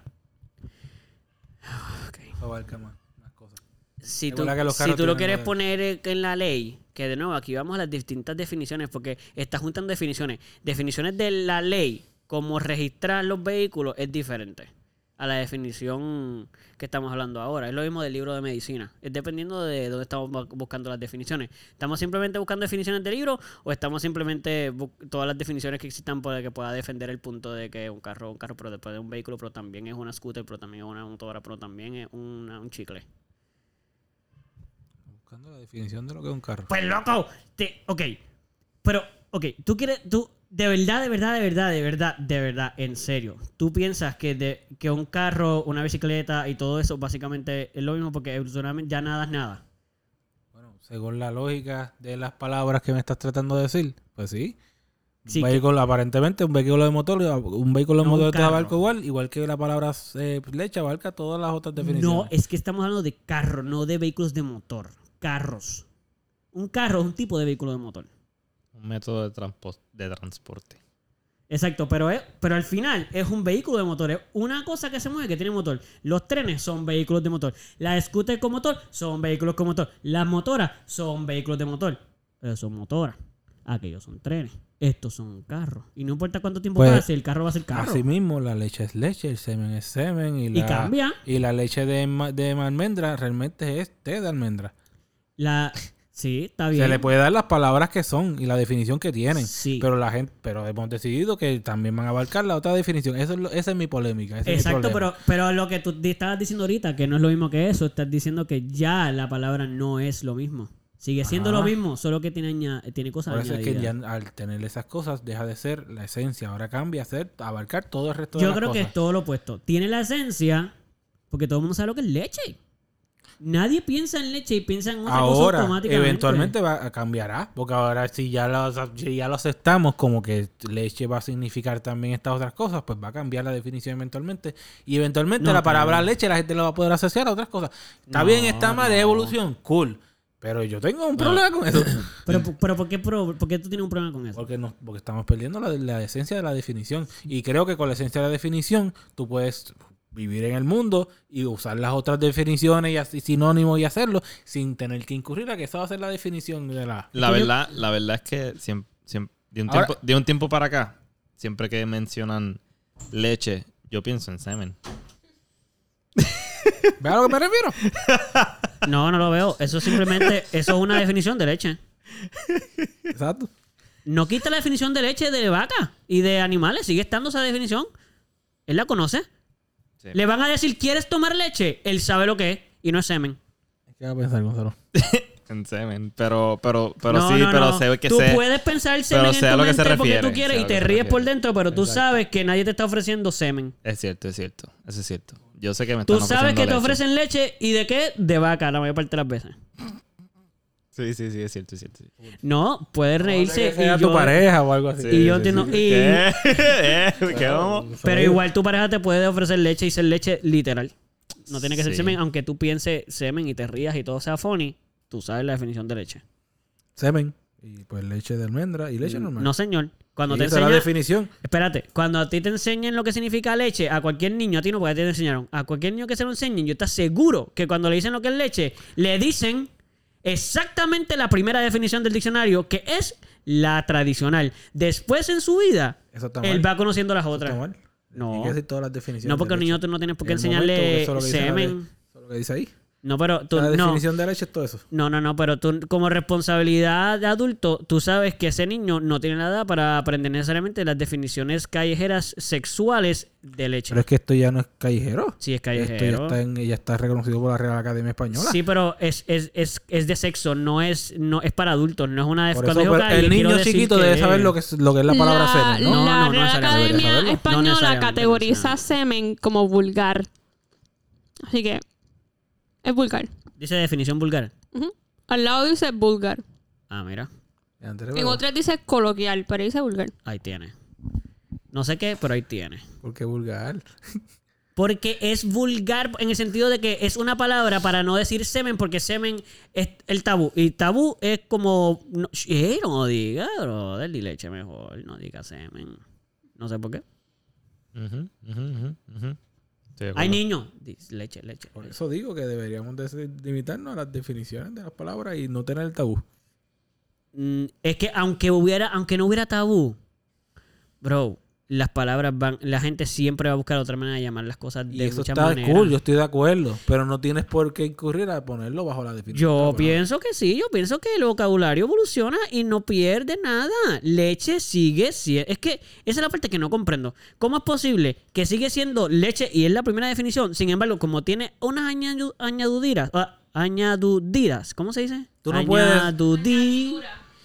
Abarca más, más cosas.
si tú,
Recuerda que los
si
carros
tú lo
tienen
quieres
nueve.
poner eh, en la ley, que de nuevo aquí vamos a las distintas definiciones, porque está juntando definiciones. Definiciones de la ley, como registrar los vehículos, es diferente a la definición que estamos hablando ahora. Es lo mismo del libro de medicina. Es dependiendo de dónde estamos bu- buscando las definiciones. ¿Estamos simplemente buscando definiciones de libro o estamos simplemente bu- todas las definiciones que existan para que pueda defender el punto de que un carro es un carro, pero después de un vehículo, pero también es una scooter, pero también es una motora, pero también es una- un chicle?
Buscando la definición de lo que es un carro.
Pues loco, te, ok. Pero, ok, tú quieres, tú, de verdad, de verdad, de verdad, de verdad, de verdad, en serio. Tú piensas que, de, que un carro, una bicicleta y todo eso básicamente es lo mismo porque evolucionalmente ya nada es nada.
Bueno, según la lógica de las palabras que me estás tratando de decir, pues sí.
Sí,
un
que-
vehículo, aparentemente, un vehículo de motor, un vehículo de
No, un
motor te
carro.
abarca igual, igual que la palabra eh, leche abarca todas las otras definiciones.
No, es que estamos hablando de carro, no de vehículos de motor. Carros. Un carro es un tipo de vehículo de motor.
Un método de, transpo- de transporte.
Exacto, pero, es- pero al final es un vehículo de motor. Es una cosa que se mueve que tiene motor. Los trenes son vehículos de motor. Las scooters con motor son vehículos con motor. Las motoras son vehículos de motor. Pero son motoras. Aquellos son trenes. Estos son carros. Y no importa cuánto tiempo
Pues,
pase, el carro va a ser carro.
Así mismo, la leche es leche, el semen es semen y
Y
la,
cambia.
y la leche de, ma- de almendra realmente es té de almendra.
La... Sí, está bien.
Se le puede dar las palabras que son y la definición que tienen.
Sí.
Pero la gente, pero hemos decidido que también van a abarcar la otra definición. Eso es lo- esa es mi polémica. ese es mi
Exacto,
problema.
pero, pero lo que tú di- estabas diciendo ahorita, que no es lo mismo que eso, estás diciendo que ya la palabra no es lo mismo. Sigue siendo
Ajá.
lo mismo, solo que tiene, aña- tiene cosas
Ah. Por eso es que
añadidas.
ya al tener esas cosas deja de ser la esencia. Ahora cambia a ser abarcar todo el resto de
Yo
las
creo que
cosas.
es todo lo opuesto. Tiene la esencia, porque todo el mundo sabe lo que es leche. Nadie piensa en leche y piensa en otra cosa
Ahora,
automáticamente.
eventualmente va, cambiará, porque ahora si ya lo, si ya lo aceptamos como que leche va a significar también estas otras cosas, pues va a cambiar la definición eventualmente. Y eventualmente
No
la palabra
creo.
leche la gente la va a poder asociar a otras cosas. Está
No,
bien, está mal, es
no.
evolución, cool. Pero yo tengo un problema con eso.
Pero, pero ¿por, qué, pro- por qué tú tienes un problema con eso?
Porque, nos, porque estamos perdiendo la, la esencia de la definición. Y creo que con la esencia de la definición tú puedes vivir en el mundo y usar las otras definiciones y así sinónimos y hacerlo sin tener que incurrir a que esa va a ser la definición de la...
La verdad, la verdad es que siem- siem- de, un
Ahora-
tiempo, de un tiempo para acá, siempre que mencionan leche, yo pienso en semen.
¿Ve a lo que me refiero?
No, no lo veo. Eso simplemente, eso es una definición de leche.
Exacto.
No quita la definición de leche de vaca y de animales. Sigue estando esa definición. Él la conoce.
Sí.
Le van a decir, ¿quieres tomar leche? Él sabe lo que es y no es semen.
¿Qué va a pensar Gonzalo?
En semen. Pero, pero, pero
No,
sí,
no,
pero
no.
sé que
Tú
sé.
puedes pensar el semen en
pero sé a
tu
lo que se
mente porque tú
refieren, sé
quieres
a
y
lo
te
que se
ríes por
refieren.
dentro, pero tú sabes que nadie te está ofreciendo semen.
Es cierto, es cierto. Eso es cierto. Yo sé que me están
Tú sabes que te
ofreciendo leche.
ofrecen leche y de qué? De vaca, la mayor parte de las veces.
Sí, sí, sí, es cierto, es cierto.
No, puedes reírse y
a
yo,
tu pareja o algo así.
Sí,
Y yo
sí,
entiendo-
sí.
y-
¿Qué? ¿Eh? ¿Qué vamos?
pero igual tu pareja te puede ofrecer leche y ser leche literal. No tiene que ser
Sí.
semen, aunque tú pienses semen y te rías y todo sea funny, tú sabes la definición de leche.
Semen. Y pues leche de almendra y leche normal.
Mm, No, señor. Cuando
Y
te
esa es la
enseñan,
definición.
espérate, cuando a ti te enseñen lo que significa leche, a cualquier niño, a ti no porque a ti te enseñaron, a cualquier niño que se lo enseñen, yo te seguro que cuando le dicen lo que es leche, le dicen exactamente la primera definición del diccionario, que es la tradicional. Después en su vida,
Eso está mal.
él va conociendo las
Eso está
otras.
mal.
No.
Hay que decir todas las definiciones.
No, porque
de
el
leche.
niño tú no tienes por qué
En el momento,
enseñarle
eso es lo que dice la ley.
semen.
Eso es lo que dice ahí.
No, pero tú no.
la definición de leche es todo eso.
No, no, no, pero tú como responsabilidad de adulto, tú sabes que ese niño no tiene la edad para aprender necesariamente las definiciones callejeras sexuales de leche.
Pero es que esto ya no es callejero.
sí, es
Esto ya
callejero.
está, en- ya está reconocido por la Real Academia Española.
Sí, pero es, es, es, es de sexo, no es, no es para adultos, no es una
Por
pues, cuando
eso,
dijo
pero
calle,
el
quiero
niño
decir
chiquito
que-
debe saber lo que es, lo que es la palabra semen, ¿no?
No,
la
no, no
Real
necesariamente.
Academia
Saberlo. No
Española
necesariamente,
categoriza
no
semen como vulgar. Así que es vulgar.
Dice definición vulgar.
Ujú. Al lado dice vulgar.
Ah, mira,
Antes
En
era-
otras dice coloquial, pero dice vulgar.
ahí tiene. No sé qué, pero ahí tiene.
Porque es vulgar.
Porque es vulgar en el sentido de que es una palabra para no decir semen, porque semen es el tabú. Y tabú es como. No, eh, no diga, bro, del leche mejor, no diga semen. No sé por qué.
Ujú, ujú, ujú, ujú. Sí, de
Hay
acuerdo.
niños. Leche, leche.
Por eso digo que deberíamos de limitarnos a las definiciones de las palabras y no tener el tabú.
Mm, Es que aunque hubiera, aunque no hubiera tabú, bro, las palabras van, la gente siempre va a buscar otra manera de llamar las cosas
Y
de
eso
muchas
está
maneras.
cool, yo estoy de acuerdo. Pero no tienes por qué incurrir a ponerlo bajo la definición. de
Yo
la palabra.
pienso que sí, yo pienso que el vocabulario evoluciona y no pierde nada. Leche sigue siendo... Es que esa es la parte que no comprendo. ¿Cómo es posible que sigue siendo leche y es la primera definición? Sin embargo, como tiene unas añadu- añadiduras... ah, añadiduras, ¿cómo se dice?
Tú no puedes-
Añadudi-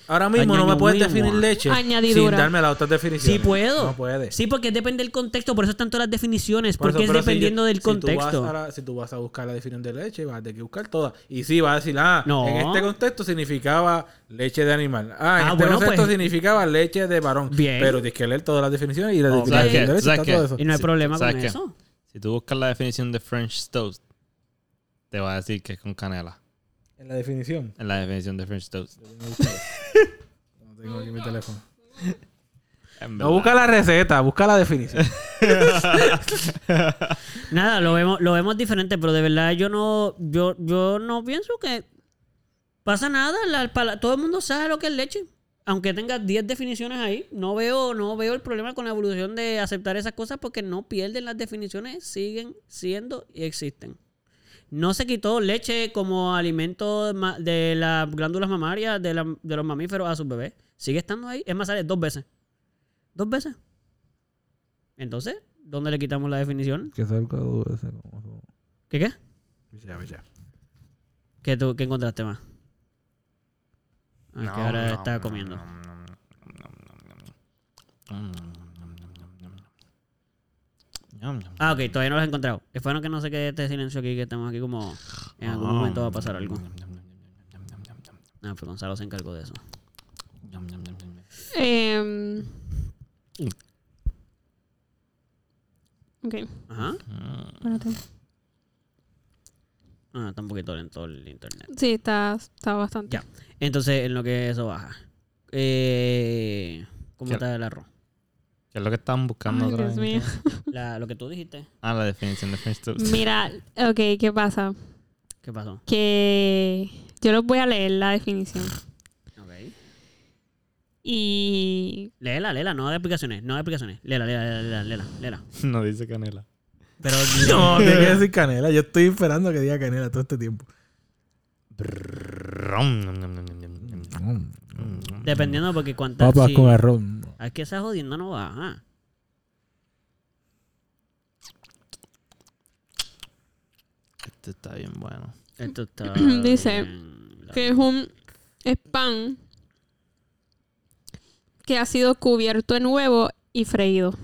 Ahora mismo no me
Añaño
puedes
mismo.
definir leche
Añadidura.
sin darme las otras
Sí
definiciones.
puedo.
No puedes.
Sí, porque depende del contexto, por eso están todas las definiciones,
Por
porque
eso,
es
pero si
dependiendo
yo-
del
si tú vas
contexto.
a la- si tú vas a buscar la definición de leche, vas a tener que buscar todas. Y sí, vas a decir, ah,
No.
en este contexto significaba leche de animal. Ah, en
Ah,
este
bueno,
contexto
pues.
significaba leche de varón.
Bien.
Pero tienes que leer todas las definiciones y la
Oh,
definición de
¿sabes qué?
leche
¿sabes
está
qué?
todo eso.
Y no hay
Sí,
problema
¿sabes
con
qué?
eso.
Si tú buscas la definición de French toast, te va a decir que es con canela.
En la definición.
En la definición de French toast.
No tengo aquí mi teléfono. No
En verdad.
busca la receta, busca la definición.
Nada, lo vemos, lo vemos diferente, pero de verdad yo no, yo, yo no pienso que pasa nada. la pala- todo el mundo sabe lo que es leche. Aunque tenga 10 definiciones ahí, no veo, no veo el problema con la evolución de aceptar esas cosas porque no pierden las definiciones, siguen siendo y existen. No se quitó leche como alimento ma- de las glándulas mamarias de, la- de los mamíferos a sus bebés. Sigue estando ahí. Es más, sale dos veces. Dos veces. Entonces, ¿dónde le quitamos la definición?
que salga duro ese como como-
¿Qué qué?
Ya, ya.
¿Qué, tú, qué encontraste más? Ah,
No,
que ahora
no,
estaba
no,
comiendo.
Ah,
no, no, no, no, no, no, no, no, no, no, no, no, no, no, no, no, no, no, no, no,
Ah, ok, todavía no lo has encontrado. Es bueno que no se quede este silencio aquí, que estamos aquí como... En algún
Ah.
no,
momento va a
no,
pasar
no,
algo.
no, no, no, no, no, no, no,
Ah, pues Gonzalo se encargó de eso.
no, no, no, no, no.
Eh, ok,
Ajá.
espérate.
Ah, está un poquito lento el internet.
Sí, está, está bastante.
Ya. Entonces, en lo que eso baja. Eh, ¿Cómo
¿Qué?
está el arroz?
¿Qué es lo que estaban buscando
Ay,
otra
Dios
vez?
mío.
La- lo que tú dijiste.
Ah, la definición de French toast.
Mira, ok, ¿qué pasa?
¿Qué pasó?
Que yo les voy a leer la definición.
Ok.
Y
Léela, léela. No de explicaciones. No de explicaciones. Léela, léela, léela, léela, léela.
No dice canela.
Pero...
No, tiene que decir canela. Yo estoy esperando que diga canela todo este tiempo.
Brum, nom, nom, nom, nom, nom, nom.
Dependiendo porque cuántas...
Papas
sí.
con arroz.
Es que esa jodiendo no baja.
Esto Este está bien bueno.
Esto está.
Dice
bien.
que es un es pan que ha sido cubierto en huevo y freído.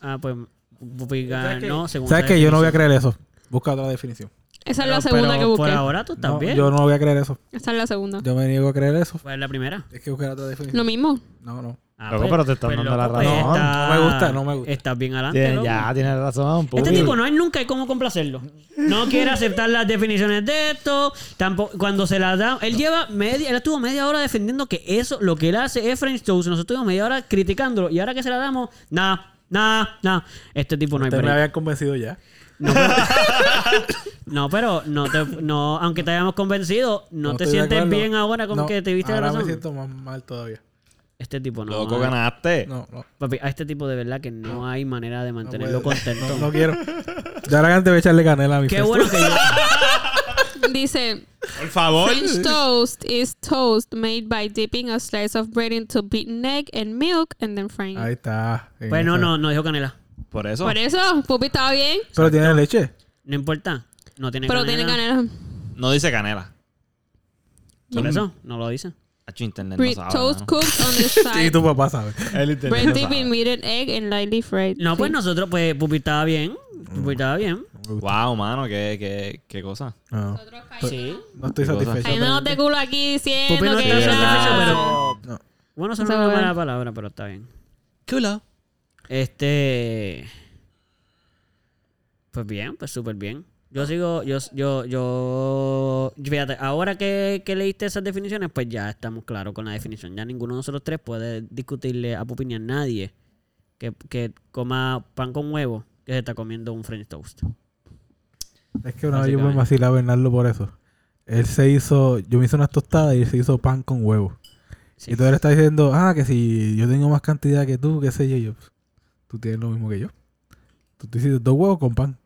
Ah, pues. Vegano, según.
¿Sabes qué? Yo no voy a creer eso. Busca otra definición.
Esa es la segunda que busqué.
Por ahora tú estás
No,
bien.
Yo no voy a creer eso.
Esa es la segunda.
Yo me niego a creer eso.
¿Cuál es la primera?
Es que buscar otra
Lo
definición.
mismo.
No, no.
Ah,
Loco, pero te están dando la razón.
pues,
No, no me gusta, no me gusta.
Estás bien adelante.
Tiene-
loco.
Ya, tienes razón.
Este
pupi.
tipo no hay nunca y cómo complacerlo. No quiere aceptar las definiciones de esto. Tampoco, cuando se las da, él lleva media, él estuvo media hora defendiendo que eso, lo que él hace es French toast. Nosotros estuvimos media hora criticándolo y ahora que se la damos, nada, nada, nada. Este tipo no hay
Ustedes me
break.
habían convencido ya.
No, pero no te, no, aunque te hayamos convencido, no, te
estoy de
sientes
acuerdo.
bien ahora con
No,
que te viste la
ahora
razón.
me siento más mal todavía.
Este tipo no.
Loco,
ah,
ganaste.
No, no.
Papi, a este tipo de verdad que no hay manera de
no
mantenerlo
puedo.
contento.
No, no quiero. Ya la gente voy a echarle canela a mi
Qué
fiesta.
bueno que yo.
Dice,
Por favor.
French toast is toast made by dipping a slice of bread into beaten egg and milk and then frying. it.
Ahí está. En
Pues no,
esa.
no, no dijo canela.
Por eso.
e-
Por eso, Pupi estaba bien,
Pero tiene leche.
No importa. No tiene
pero
canela.
tiene canela.
No dice canela.
Por eso, no lo dice.
Hacho, internet no
Bre-
sabe,
toast
mano.
cooked on the
Y
side.
tu papá sabe.
Bread dipped in beaten egg and lightly fried.
No, pues
Sí.
nosotros, pues Pupi estaba bien. Pupi estaba bien.
Wow, mano, qué, qué, qué cosa.
No,
Sí.
no estoy
Qué cosa.
satisfecho.
Hay unos de culo aquí diciendo
Pupi no
que
está
era-
satisfecho, pero.
No.
Bueno, eso no
Esa
es una
hueá.
mala palabra, pero está bien.
Culo.
Este. Pues bien, pues súper bien. Yo sigo, yo, yo, yo. Fíjate, ahora que, que leíste esas definiciones, pues ya estamos claros con la definición. Ya ninguno de nosotros tres puede discutirle a Pupi ni a nadie que, que coma pan con huevo que se está comiendo un French toast.
Es que una vez yo me
Básicamente.
vacilé a Bernardo por eso. Él se hizo, yo me hice unas tostadas y él se hizo pan con huevo.
Sí.
Y tú le estás diciendo, ah, que si yo tengo más cantidad que tú, qué sé yo, Y yo, "Pues, tú tienes lo mismo que yo. Tú te hiciste dos huevos con pan.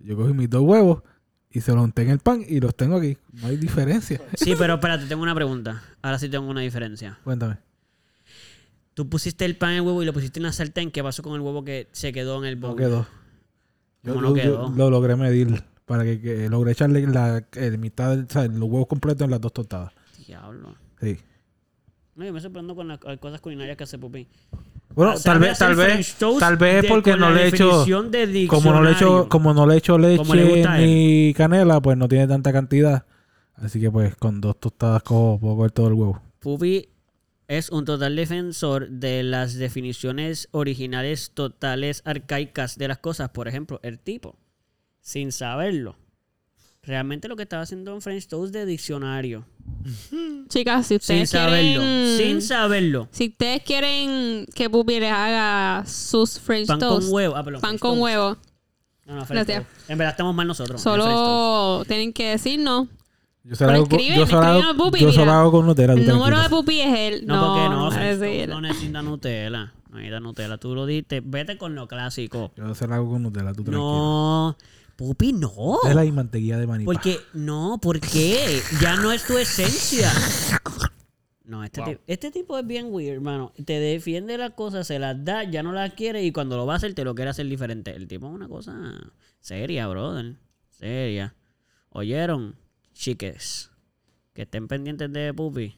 Yo cogí mis dos huevos y se los unté en el pan y los tengo aquí. No hay diferencia.
Sí, pero espérate, tengo una pregunta. Ahora sí tengo una diferencia.
Cuéntame.
Tú pusiste el pan en el huevo y lo pusiste en la sartén. ¿Qué pasó con el huevo que se quedó en el
No
bowl?
quedó. Yo,
¿Cómo no
yo- yo
quedó?
lo logré medir para que, que logré echarle la el mitad, del- o sea, los huevos completos en las dos tostadas.
Diablo.
Sí.
No, yo me sorprendo con las las cosas culinarias que hace Pupi.
Bueno,
Sabe
tal vez,
hacer
tal vez,
French toast
tal vez
de-
porque
con
no
la
le he hecho...
definición de
como no le echo
diccionario.
como no le echo
Como le
leche
gusta a él.
ni canela pues no tiene tanta cantidad así que pues con dos tostadas cojo puedo coger todo el huevo
Pupi es un total defensor de las definiciones originales totales arcaicas de las cosas. Por ejemplo, el tipo, sin saberlo, realmente lo que estaba haciendo en French Toast de diccionario.
Chicas, si
Sin
ustedes
saberlo.
quieren...
Sin saberlo.
Si ustedes quieren que Pupi les haga sus French
Pan
toast,
con huevo. Ah, perdón,
pan
French
con
toast.
huevo,
No, no, French
Gracias.
toast. En verdad estamos mal nosotros. en French toast.
solo tienen que decirnos.
yo se la
Pero
hago con-
escriben,
yo se la
escriben
hago-
al pupi,
yo se la
mira.
hago con Nutella tú
El número de
tranquilo.
Pupi es él.
No,
No,
porque no,
no,
French
es
toast
él.
no necesita Nutella. No necesita Nutella. Tú lo diste. Vete con lo clásico.
yo se la hago con Nutella tú tranquilo
No, Pupi, no.
Nutella y mantequilla de maní pa.
Porque, no, ¿por qué? Ya no es tu esencia. No, este, tipo, este tipo es bien weird, hermano. Te defiende las cosas, se las da, ya no las quiere y cuando lo va a hacer te lo quiere hacer diferente. El tipo es una cosa seria, brother. Seria. ¿Oyeron? Chiques, que estén pendientes de Pupi.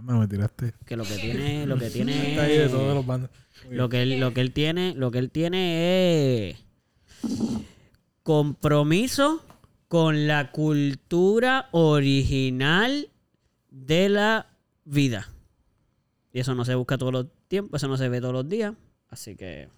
Mano, me tiraste
Que lo que tiene, lo que
Está ahí de todos
tiene...
los bandos.
Lo que, él, lo que él tiene, lo que él tiene es compromiso con la cultura original de la vida. Y eso no se busca todos los tiempos, eso no se ve todos los días. Así que,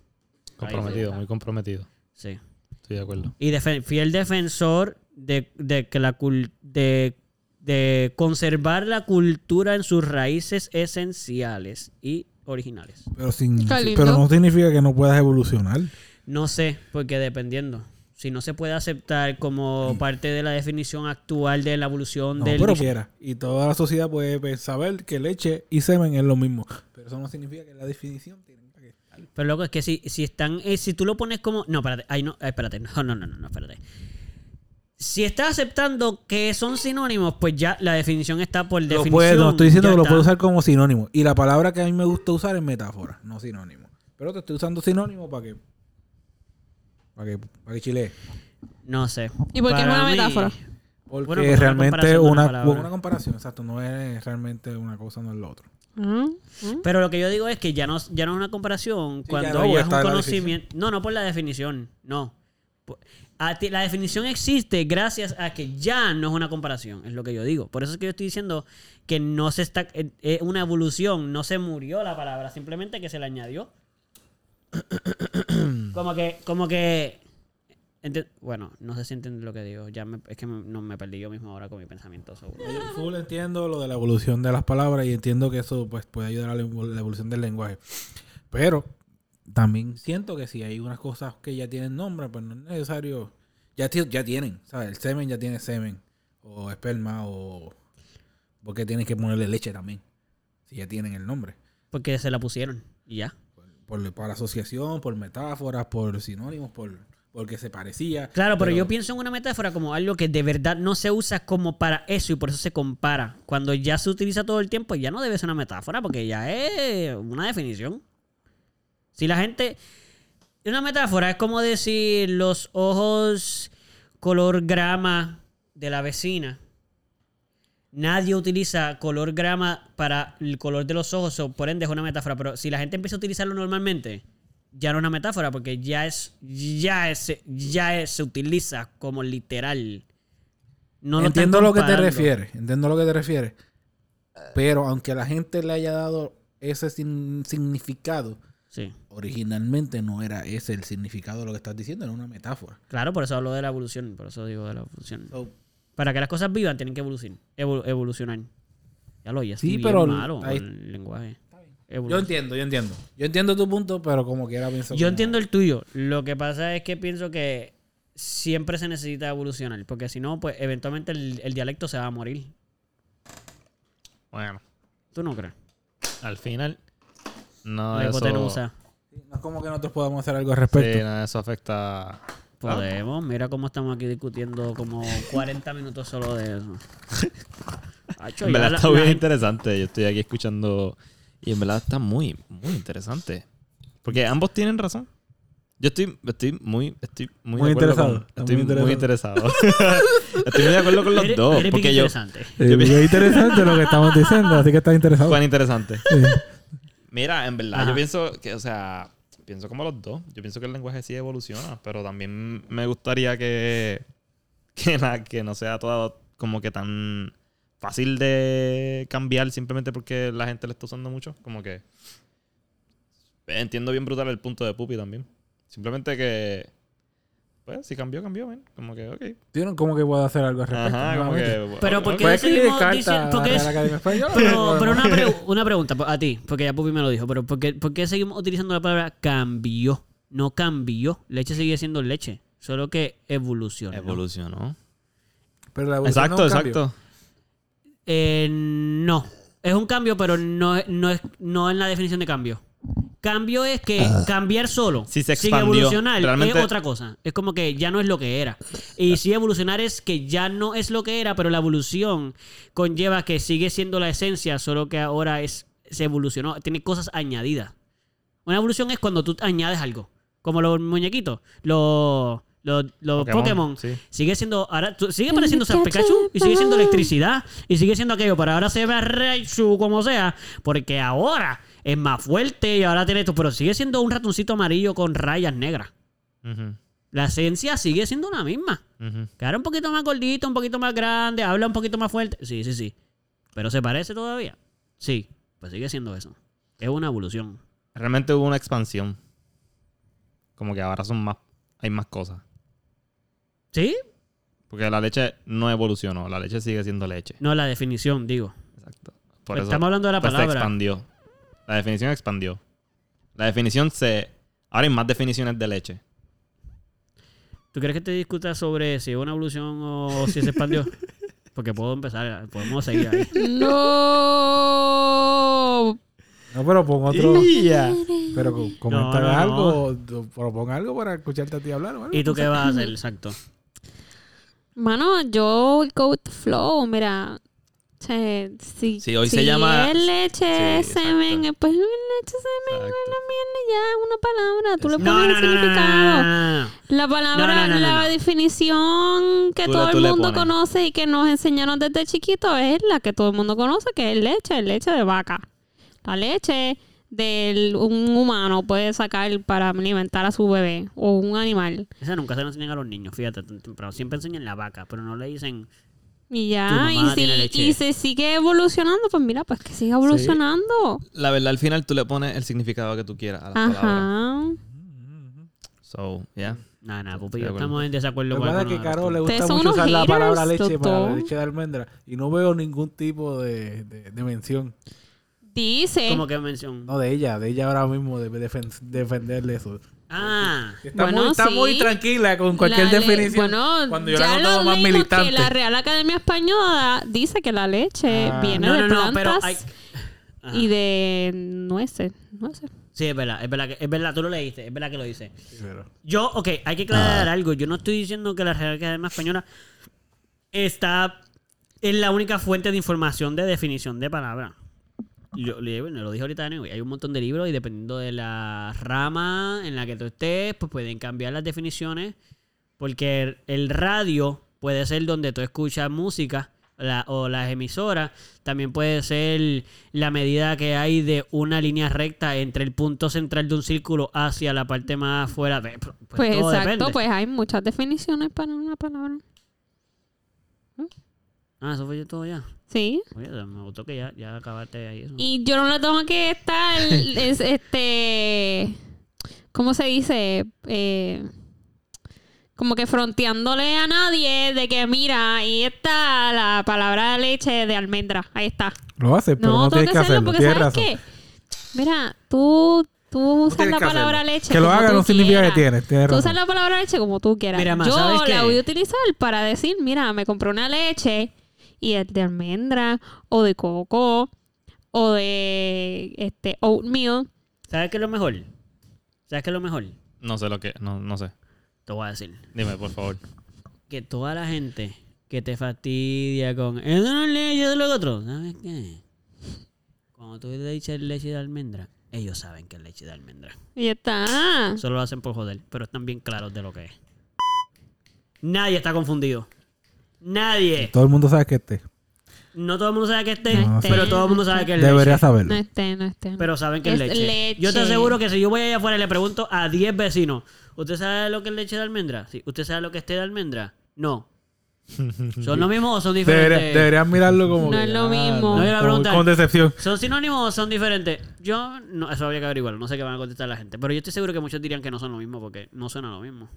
Comprometido, muy comprometido.
sí.
Estoy de acuerdo.
Y defen- fiel defensor de, de que la cul- de, de conservar la cultura en sus raíces esenciales y originales.
pero sin
Está lindo.
pero no significa que no puedas evolucionar
No sé, porque dependiendo. Si no se puede aceptar como parte de la definición actual de la evolución
Mm. no
del...
pero
dic-
quiera y toda la sociedad puede pues, saber que leche y semen es lo mismo pero eso no significa que la definición tiene que estar
Pero loco, es que si, si están... eh, si tú lo pones como... No, espérate. Ay, no, ay, espérate. No, no, no, no, no, espérate. Si estás aceptando que son sinónimos, pues ya la definición está por
Lo
definición.
puedo- no, estoy diciendo
ya
que lo
está.
puedo usar como sinónimo. Y la palabra que a mí me gusta usar es metáfora, no sinónimo. Pero te estoy usando sinónimo para que. Para que, para que chile.
No sé.
¿Y por qué es
Para
una
mí-
metáfora?
Porque
Bueno, pues una
realmente
comparación de una
una,
palabra.
una comparación, exacto. No es realmente una cosa, no es lo otro.
Ah, ah.
Pero lo que yo digo es que ya no, ya no es una comparación
ya
cuando
no,
ya
porque
es un
está la
conocimiento. No, no por la definición, no. Por- a ti- la definición existe gracias a que ya no es una comparación, es lo que yo digo. Por eso es que yo estoy diciendo que no se está. eh, eh, una evolución, no se murió la palabra, simplemente que se le añadió. como que. Como que ente- bueno, no sé si entienden lo que digo. Ya me- es que me, no, me perdí yo mismo ahora con mi pensamiento. so-
Full entiendo lo de la evolución de las palabras y entiendo que eso pues, puede ayudar a la evol- la evolución del lenguaje. Pero también siento que si hay unas cosas que ya tienen nombre, pues no es necesario. Ya, ti- ya tienen, ¿sabes? El semen ya tiene semen. O esperma, o. Porque tienes que ponerle leche también. Si ya tienen el nombre.
Porque se la pusieron y ya.
Por, por asociación, por metáforas, por sinónimos, por,
porque se parecía.
Claro, pero, yo pienso en una metáfora como algo que de verdad no se usa como para eso y por eso se compara. Cuando ya se utiliza todo el tiempo, ya no debe ser una metáfora porque ya es una definición. Si la gente. Una metáfora es como decir los ojos color grama de la vecina. Nadie utiliza color grama para el color de los ojos, o por ende es una metáfora. Pero si la gente empieza a utilizarlo normalmente, ya no es una metáfora, porque ya es, ya es, ya es- se utiliza como literal. No lo
entiendo
están
lo que te
comparando.
refieres, entiendo lo que te refieres. Pero aunque la gente le haya dado ese sin- significado,
Sí.
originalmente no era ese el significado de lo que estás diciendo, era una metáfora.
Claro, por eso hablo de la evolución. Por eso digo de la evolución.
So,
Para que las cosas vivan, tienen que evolucionar. evolucionar. Ya lo oyes.
Sí,
Sí,
pero
pero. Malo con
ahí-
el lenguaje.
yo
Evolución.
entiendo, yo entiendo. Yo entiendo tu punto, pero como quiera pienso.
Yo
como-
entiendo el tuyo. Lo que pasa es que pienso que siempre se necesita evolucionar, porque si no, pues eventualmente el, el dialecto se va a morir.
Bueno,
¿Tú no crees?
al final, no
La
de eso, Ah.
hipotenusa.
No es como que nosotros podamos hacer algo al
sí,
respecto.
nada de eso afecta.
Podemos. Mira cómo estamos aquí discutiendo como 40 minutos solo de eso. Acho,
En
ya
verdad
la-
está
la
bien
gente-
interesante. Yo estoy aquí escuchando y en verdad está muy, muy interesante. Porque ambos tienen razón. Yo estoy, estoy muy, estoy muy,
Muy
de acuerdo
interesado.
con-
Está
estoy
muy
muy interesado. estoy muy de acuerdo con los
Eres-
dos.
eres bien
Porque yo,
interesante.
Eh, es interesante lo que estamos diciendo, así que estás
Oh.
interesado.
Cuán interesante. Mira, en verdad,
Ajá.
yo pienso que, o sea, pienso como los dos. Yo pienso que el lenguaje sí evoluciona, pero también me gustaría que, que, la- que no sea todo como que tan fácil de cambiar simplemente porque la gente le está usando mucho. Como que entiendo bien brutal el punto de Pupi también. Simplemente que, pues, si cambió, cambió, ven. Como que, ok.
¿Vieron cómo que puedo hacer algo al respecto?
Ajá, como
nuevamente?
que...
Pero
ok.
¿por qué
Puedes
seguimos
escribir carta
diciendo-
a la
porque es-
Real Academia Española.
Pero, pero una, pre- una pregunta a ti, porque ya Pupi me lo dijo, pero ¿por qué, por qué seguimos utilizando la palabra cambió? No cambió. Leche sigue siendo leche, solo que evolucionó.
Evolucionó.
Pero la evolución no
Exacto,
es un cambio.
exacto.
Eh, no. Es un cambio, pero no, es- no, es, no en la definición de cambio. Cambio es que cambiar solo,
Ah. Sí, se
sin
expandió.
evolucionar,
Realmente- Ah.
es otra cosa. Es como que ya no es lo que era. Y si evolucionar es que ya no es lo que era, pero la evolución conlleva que sigue siendo la esencia, solo que ahora es, se evolucionó, tiene cosas añadidas. Una evolución es cuando tú añades algo. Como los muñequitos, los, los, los Pokémon.
sí.
Sigue siendo, ahora tú- sigue pareciendo ser Pikachu y sigue siendo electricidad y sigue siendo aquello, pero ahora se ve a Raichu como sea, porque ahora es más fuerte y ahora tiene esto, pero sigue siendo un ratoncito amarillo con rayas negras.
Ujú,
La esencia sigue siendo la misma.
ujú.
Que ahora un poquito más gordito, un poquito más grande, habla un poquito más fuerte. Sí, sí, sí. Pero se parece todavía. Sí, pues sigue siendo eso. Es una evolución.
Realmente hubo una expansión. Como que ahora son más. Hay más cosas.
¿Sí?
Porque la leche no evolucionó. La leche sigue siendo leche.
No, la definición, digo.
Exacto. Por
Pero
eso
estamos hablando de la
pues, se
palabra.
expandió. La definición expandió. La definición se. Ahora hay más definiciones de leche.
¿Tú quieres que te discuta sobre si es una evolución o si se expandió? Porque puedo empezar, podemos seguir ahí.
No.
No, pero pon otro. Pero co- comenta
no, no.
algo, o propon algo para escucharte a ti hablar. o algo.
¿Y tú qué vas a hacer? Exacto.
Mano, yo go with the flow, mira. O sea, si,
Sí, hoy se llama-
Es leche,
Sí,
semen,
exacto.
pues es leche, semen,
Exacto.
una mierda ya, una palabra. Tú le
No,
pones
no,
el
no, no, no,
significado.
no, no, no.
La
No,
palabra,
no, no, no,
la
no.
definición que
Tú le-
todo
tú
el
le
mundo
pones.
conoce y que nos enseñaron desde chiquito es la que todo el mundo conoce, que es leche, leche de vaca. La leche de un humano puede sacar para alimentar a su bebé o un animal.
Esa nunca se la enseñan a los niños, fíjate, tan temprano. Siempre enseñan la vaca, pero no le dicen.
Y
Tu
ya, y
mamá tiene
si,
leche.
y se sigue evolucionando, pues mira, pues que siga evolucionando.
La verdad, al final tú le pones el significado que tú quieras a la palabra.
Ajá.
So, yeah.
Nada, nada,
Estoy
papi,
de
yo
acuerdo.
estamos en desacuerdo
Lo que
con
pasa es
alguno
que
de los
Caro le
puntos.
gusta
Ustedes son
mucho usar
unos
la palabra
haters,
leche para la
doctor.
leche de almendra. Y no veo ningún tipo de, de- de mención.
Dice.
Como que mención.
No de ella, de ella ahora mismo, de defen- defenderle eso.
Ah,
Está,
Bueno,
muy, está
sí.
muy tranquila con cualquier
la le-
definición.
Bueno,
cuando yo la
ya
he notado
lo
más
leímos que
militante.
la Real Academia Española dice que la leche
Ah.
viene
no,
de
no, no, pero
plantas
hay. Ajá.
y de nueces. nueces.
Sí, es verdad, es verdad, que, es verdad, tú lo leíste, es verdad que lo dice. Yo, ok, hay que
Ah.
aclarar algo. Yo no estoy diciendo que la Real Academia Española está es la única fuente de información de definición de palabra. Yo le- bueno, lo dije ahorita, anyway, hay un montón de libros y dependiendo de la rama en la que tú estés, pues pueden cambiar las definiciones. Porque el, el radio puede ser donde tú escuchas música la- o las emisoras. También puede ser la medida que hay de una línea recta entre el punto central de un círculo hacia la parte más afuera. Pues,
Pues
todo
exacto,
depende.
pues hay muchas definiciones para una palabra.
Ah, eso fue todo ya.
Sí.
Oye, me gustó que ya, ya acabaste ahí. Eso.
Y yo no le tengo que estar, es, este, ¿cómo se dice? Eh, como que fronteándole a nadie de que mira, ahí está la palabra leche de almendra, ahí está.
Lo haces, pero no,
No, tengo
tienes
que
que
hacerlo
hacerlo.
porque
Tienes
¿sabes
razón.
qué? Mira, tú, tú usas
tienes
la
que
palabra leche
Que lo
como
haga
tú
no significa que
quieras.
tienes. tienes
Tú usas
razón.
la palabra leche como tú quieras.
Mira, ma,
Yo
¿sabes
la
qué?
voy a utilizar para decir, mira, me compré una leche y es de almendra o de coco o de este oatmeal.
¿Sabes qué es lo mejor? ¿Sabes qué es lo mejor?
No sé lo que. No, no sé.
Te voy a decir.
Dime, por favor.
Que toda la gente que te fastidia con... Eso no es leche, eso es lo otro. ¿Sabes qué? Cuando tú le dices leche de almendra, ellos saben que es leche de almendra.
Y ya está.
Solo lo hacen por joder, pero están bien claros de lo que es. Nadie está confundido. Nadie.
Todo el mundo sabe que este.
No todo el mundo sabe que es té,
No, sí.
pero todo el mundo sabe que es leche.
Debería
No
saberlo.
esté, no esté.
Pero saben que es,
Es
leche.
leche.
Yo te aseguro que si yo voy allá afuera y le pregunto a 10 vecinos, ¿usted sabe lo que es leche de almendra? Sí. ¿Usted sabe lo que es té de almendra? No. ¿Son lo mismo o son diferentes?
Debería- deberías mirarlo como.
No
que,
es lo
ah,
mismo.
No, yo iba a
como-
preguntar.
Con decepción.
¿Son sinónimos o son diferentes? Yo, no, eso habría que averiguarlo. No sé qué van a contestar la gente. Pero yo estoy seguro que muchos dirían que no son lo mismo porque no suena lo mismo.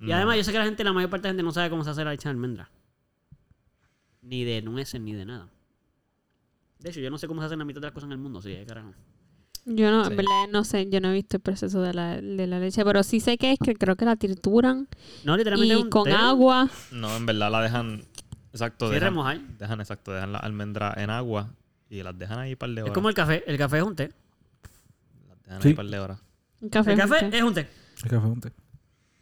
Y
No.
además, yo sé que la gente, la mayor parte de la gente no sabe cómo se hace la leche de almendra. Ni de nueces, ni de nada. De hecho, yo no sé cómo se hacen la mitad de las cosas en el mundo. Sí, eh, carajo.
Yo no, en verdad, no sé, yo no he visto el proceso de la, de la leche, pero sí sé que es que creo que la trituran
No, literalmente es
y
un
con
té.
agua.
No, en verdad la dejan. Exacto.
Sí,
dejan,
remojar.
dejan, exacto. Dejan las almendras en agua y las dejan ahí un par de
Es
horas.
como el café. El café es un té.
Las dejan
Sí.
ahí un par de horas.
un café,
El
un
café
té.
es un té.
Es que fue un té.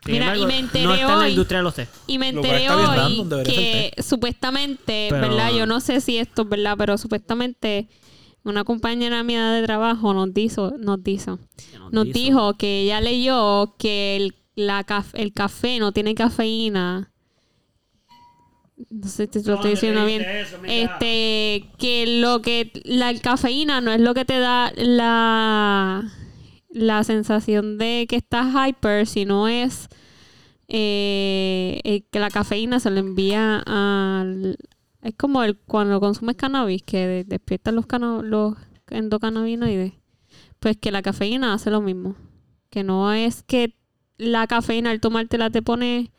Sin
Mira,
embargo,
y me enteré
No está en la
hoy.
industria de los té.
Y me
Lo cual
enteré
está bien
hoy
random, debería
que supuestamente,
Pero-
¿verdad? Yo no sé si esto es verdad, pero supuestamente una compañera mía de trabajo nos dijo, nos dijo, nos dijo que ella leyó que el, la caf- el café no tiene cafeína. No sé si te lo estoy diciendo bien. Este, que lo que la cafeína no es lo que te da la la sensación de que estás hyper, sino es eh, eh, que la cafeína se le envía al es como el cuando consumes cannabis que de- despiertan los cana- los endocannabinoides. Pues que la cafeína hace lo mismo. Que no es que la cafeína al tomártela te pone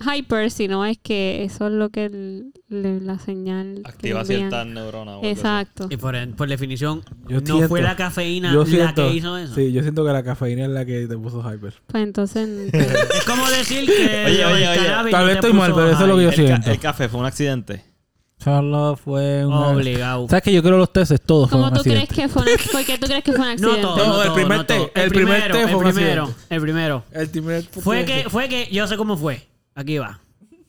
hyper, sino es que eso es lo que el- le- la señal.
Activa
que le envían.
ciertas neuronas. o algo así.
Exacto.
Y por, por definición,
Yo
no
siento-
fue la cafeína
Yo
la
siento.
que hizo eso.
Sí, yo siento que la cafeína es la que te puso hyper.
Pues entonces.
Es como decir que.
Oye, oye, oye.
Tal vez estoy mal, pero eso es lo que yo
El, ca-
siento.
el café fue un accidente.
Charlo fue
Obligado.
¿Sabes que yo creo los testes todos
¿Cómo tú crees que fue un accidente? ¿Por qué tú crees que fue un
No
accidente?
todo.
No,
no
el
todo,
primer
no
té,
todo.
el primer té fue un
El primero.
accidente.
El primero.
El primer
Fue que, fue que. Yo sé cómo fue. Aquí va.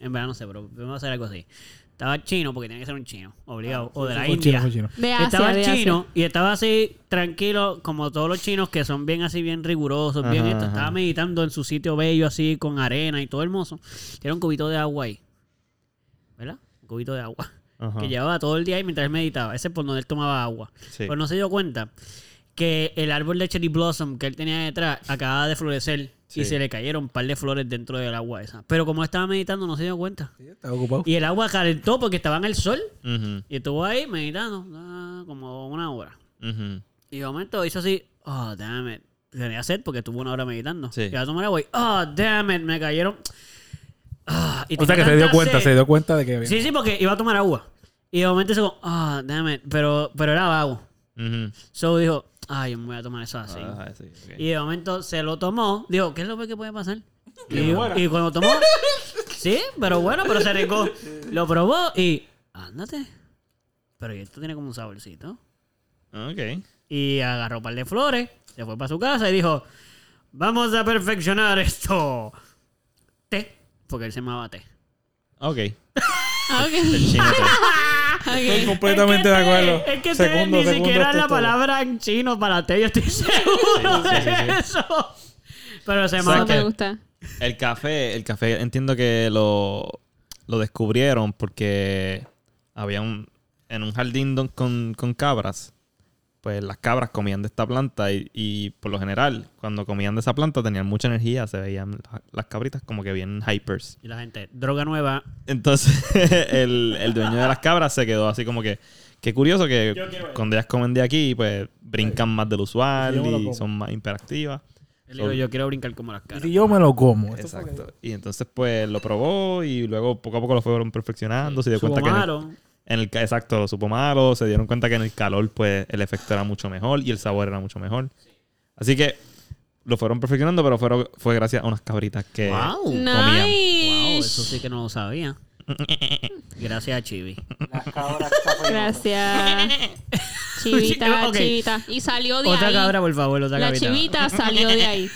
En verdad no sé, pero vamos a hacer algo así. Estaba chino, porque tenía que ser un chino.
Ah,
Obligado. O de la
Fue chino,
India.
fue chino.
De Asia,
estaba
de
el
Asia.
chino y estaba así tranquilo, como todos los chinos que son bien así, bien rigurosos, bien
Ajá,
esto.
ajá.
Estaba meditando en su sitio bello, así, con arena y todo hermoso. Tiene un cubito de agua ahí. ¿Verdad? Un cubito de agua.
Ajá.
Que llevaba todo el día ahí mientras él meditaba. Ese es por donde él tomaba agua.
Sí.
Pues no se dio cuenta que el árbol de cherry blossom que él tenía detrás acababa de florecer y
Sí.
se le cayeron un par de flores dentro del agua esa. Pero como estaba meditando, no se dio cuenta.
Estaba ocupado.
Y el agua calentó porque estaba en el sol
Ujú,
y estuvo ahí meditando ah, como una hora.
ujú.
Y de momento hizo así, oh, damn it. Tenía sed porque estuvo una hora meditando.
Sí.
Y va a tomar agua y, oh, damn it, me cayeron. Ah, y
O sea
tenía
que se dio
tanta
cuenta,
sed.
se dio cuenta de que había.
Sí, sí, porque iba a tomar agua. Y de momento hizo como, ah, damn it. Pero, pero era vago.
Ujú.
So dijo, ay, yo me voy a tomar eso así.
Ah, sí, ok.
Y de momento se lo tomó. Dijo, ¿qué es lo peor que puede pasar? Y, y cuando tomó, sí, pero bueno, pero se arriesgó. Lo probó y, ándate. Pero esto tiene como un saborcito.
Ok.
y agarró un par de flores, se fue para su casa y dijo, vamos a perfeccionar esto. Té, porque él se llamaba Té.
Ok.
Ah, ok.
El chino té.
Estoy
Ok.
completamente de acuerdo.
Es que té
Segundo,
ni
segundo,
siquiera es la
esto es todo.
palabra en chino para té, yo estoy seguro
Sí, sí, sí,
de
sí.
eso. Pero se
No
Exacto.
llamaba
me
que-
gusta.
El café, el café entiendo que lo, lo descubrieron porque había un en un jardín don- con, con cabras. Pues las cabras comían de esta planta y, y por lo general, cuando comían de esa planta tenían mucha energía, se veían la- las cabritas como que bien hypers.
Y la gente, droga nueva.
Entonces el, el dueño de las cabras se quedó así como que, qué curioso que
Yo quiero eso.
cuando ellas comen de aquí, pues brincan más del usual
Yo me lo
y
como.
son más interactivas.
Él dijo, yo quiero brincar como las caras.
Y yo me lo como. Esto fue-
Exacto. Y entonces, pues, lo probó y luego poco a poco lo fueron perfeccionando. Se dio
Subo
cuenta que en el,
malo.
en el ca- exacto, lo supo malo. Se dieron cuenta que en el calor, pues, el efecto era mucho mejor y el sabor era mucho mejor. Así que lo fueron perfeccionando, pero fueron, fue gracias a unas cabritas que.
Wow.
Nice.
comían.
Wow, uh, eso sí que no lo sabía. Gracias a Chibi.
Gracias. Chivita,
Ok.
chivita. Y salió de
Otra
ahí.
cabra, por favor, otra
la
cabrita.
chivita salió de ahí.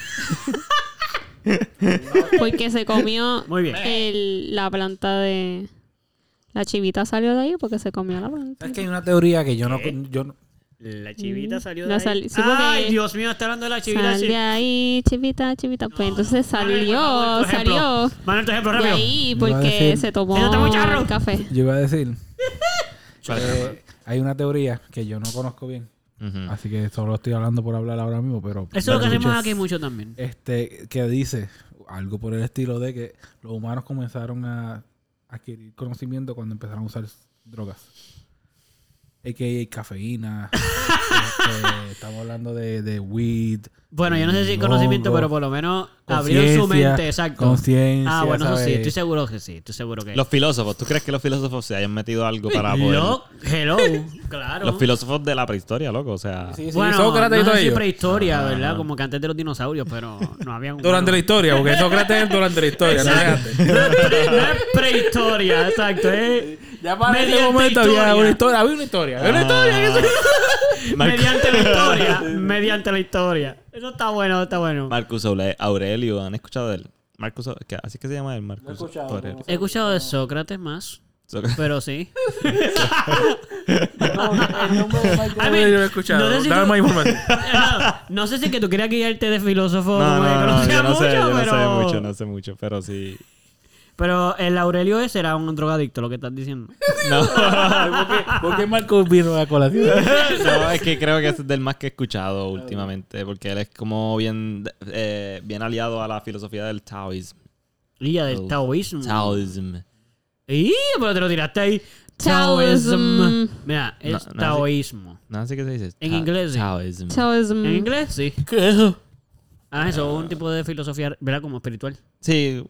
porque se comió
Muy bien.
el- la planta de... La chivita salió de ahí porque se comió la planta.
¿Sabes que hay una teoría que
Eh.
yo no... Yo no-
La chivita
Mm,
salió de
la
ahí.
sal- sí, porque-
Ay, Dios mío, está hablando de la chivita.
Sal
sí.
de ahí, chivita, chivita. Pues entonces
Manuel, por favor,
salió,
tu ejemplo.
salió
Manuel, tu ejemplo
de
rápido.
ahí
Iba a
porque
decir-
se tomó
Ella tomó charro.
el café.
yo iba a decir,
Vale.
eh, hay una teoría que yo no conozco bien,
Ujú.
así que solo estoy hablando por hablar ahora mismo, pero...
Mm. Eso es lo que
escuché.
hacemos aquí mucho
Eh,
también.
este que dice algo por el estilo de que los humanos comenzaron a adquirir conocimiento cuando empezaron a usar drogas. AKA cafeína. este, estamos hablando de, de weed.
Bueno, yo no sé si
Mm,
conocimiento,
hongo,
pero por lo menos abrieron su
conciencia,
mente, exacto.
conciencia,
Ah, bueno, eso sí,
¿sabes?
estoy seguro que sí, estoy seguro que.
Los filósofos, ¿tú crees que los filósofos se hayan metido algo para poder.
Lo- Hello, claro.
¿eh? Los filósofos de la prehistoria, loco. O sea,
Bueno,
Sócrates y
no
todo
sé si
ello.
prehistoria,
Ah.
¿verdad? Como que antes de los dinosaurios, pero no había un...
Durante la historia, porque Sócrates es durante la historia. no déjate.
No es pre- no es prehistoria, exacto. es
Ya para ese
Mediante
momento
historia. Ah.
había una historia. Había una historia. Había una historia. que se-
Marco-
mediante la historia. mediante la historia. Eso está bueno, está bueno.
Marcus Aure- Aurelio, ¿han escuchado de él? Marcus, Aure- ¿qué- así es que se llama él, Marcus Aurelio.
He escuchado de Sócrates más, pero sí. I mean,
Yo lo he escuchado.
no sé si tú-
Dame
Eh,
más información.
No sé si que tú quieras guiarte de filósofo.
No,
como de
no, no,
conocer
yo no sé, yo no sé
pero-
mucho, no sé mucho, pero sí.
Pero el Aurelio ese era un drogadicto, lo que estás diciendo.
¿Por qué Marco vino a colación?
No, es que creo que ese es del más que he escuchado últimamente, porque él es como bien, eh, bien aliado a la filosofía del Taoism.
Y del
Oh.
taoísmo.
Taoism.
Y, pero te lo tiraste ahí.
Taoism.
Taoism. Mira,
No,
es
no, sí.
taoísmo.
No sé qué se dice.
En
Ta-
inglés, sí.
Taoism.
Chavism.
¿En inglés? Sí.
¿Qué es eso?
Ah, eso, un tipo de filosofía, ¿verdad? Como espiritual.
Sí.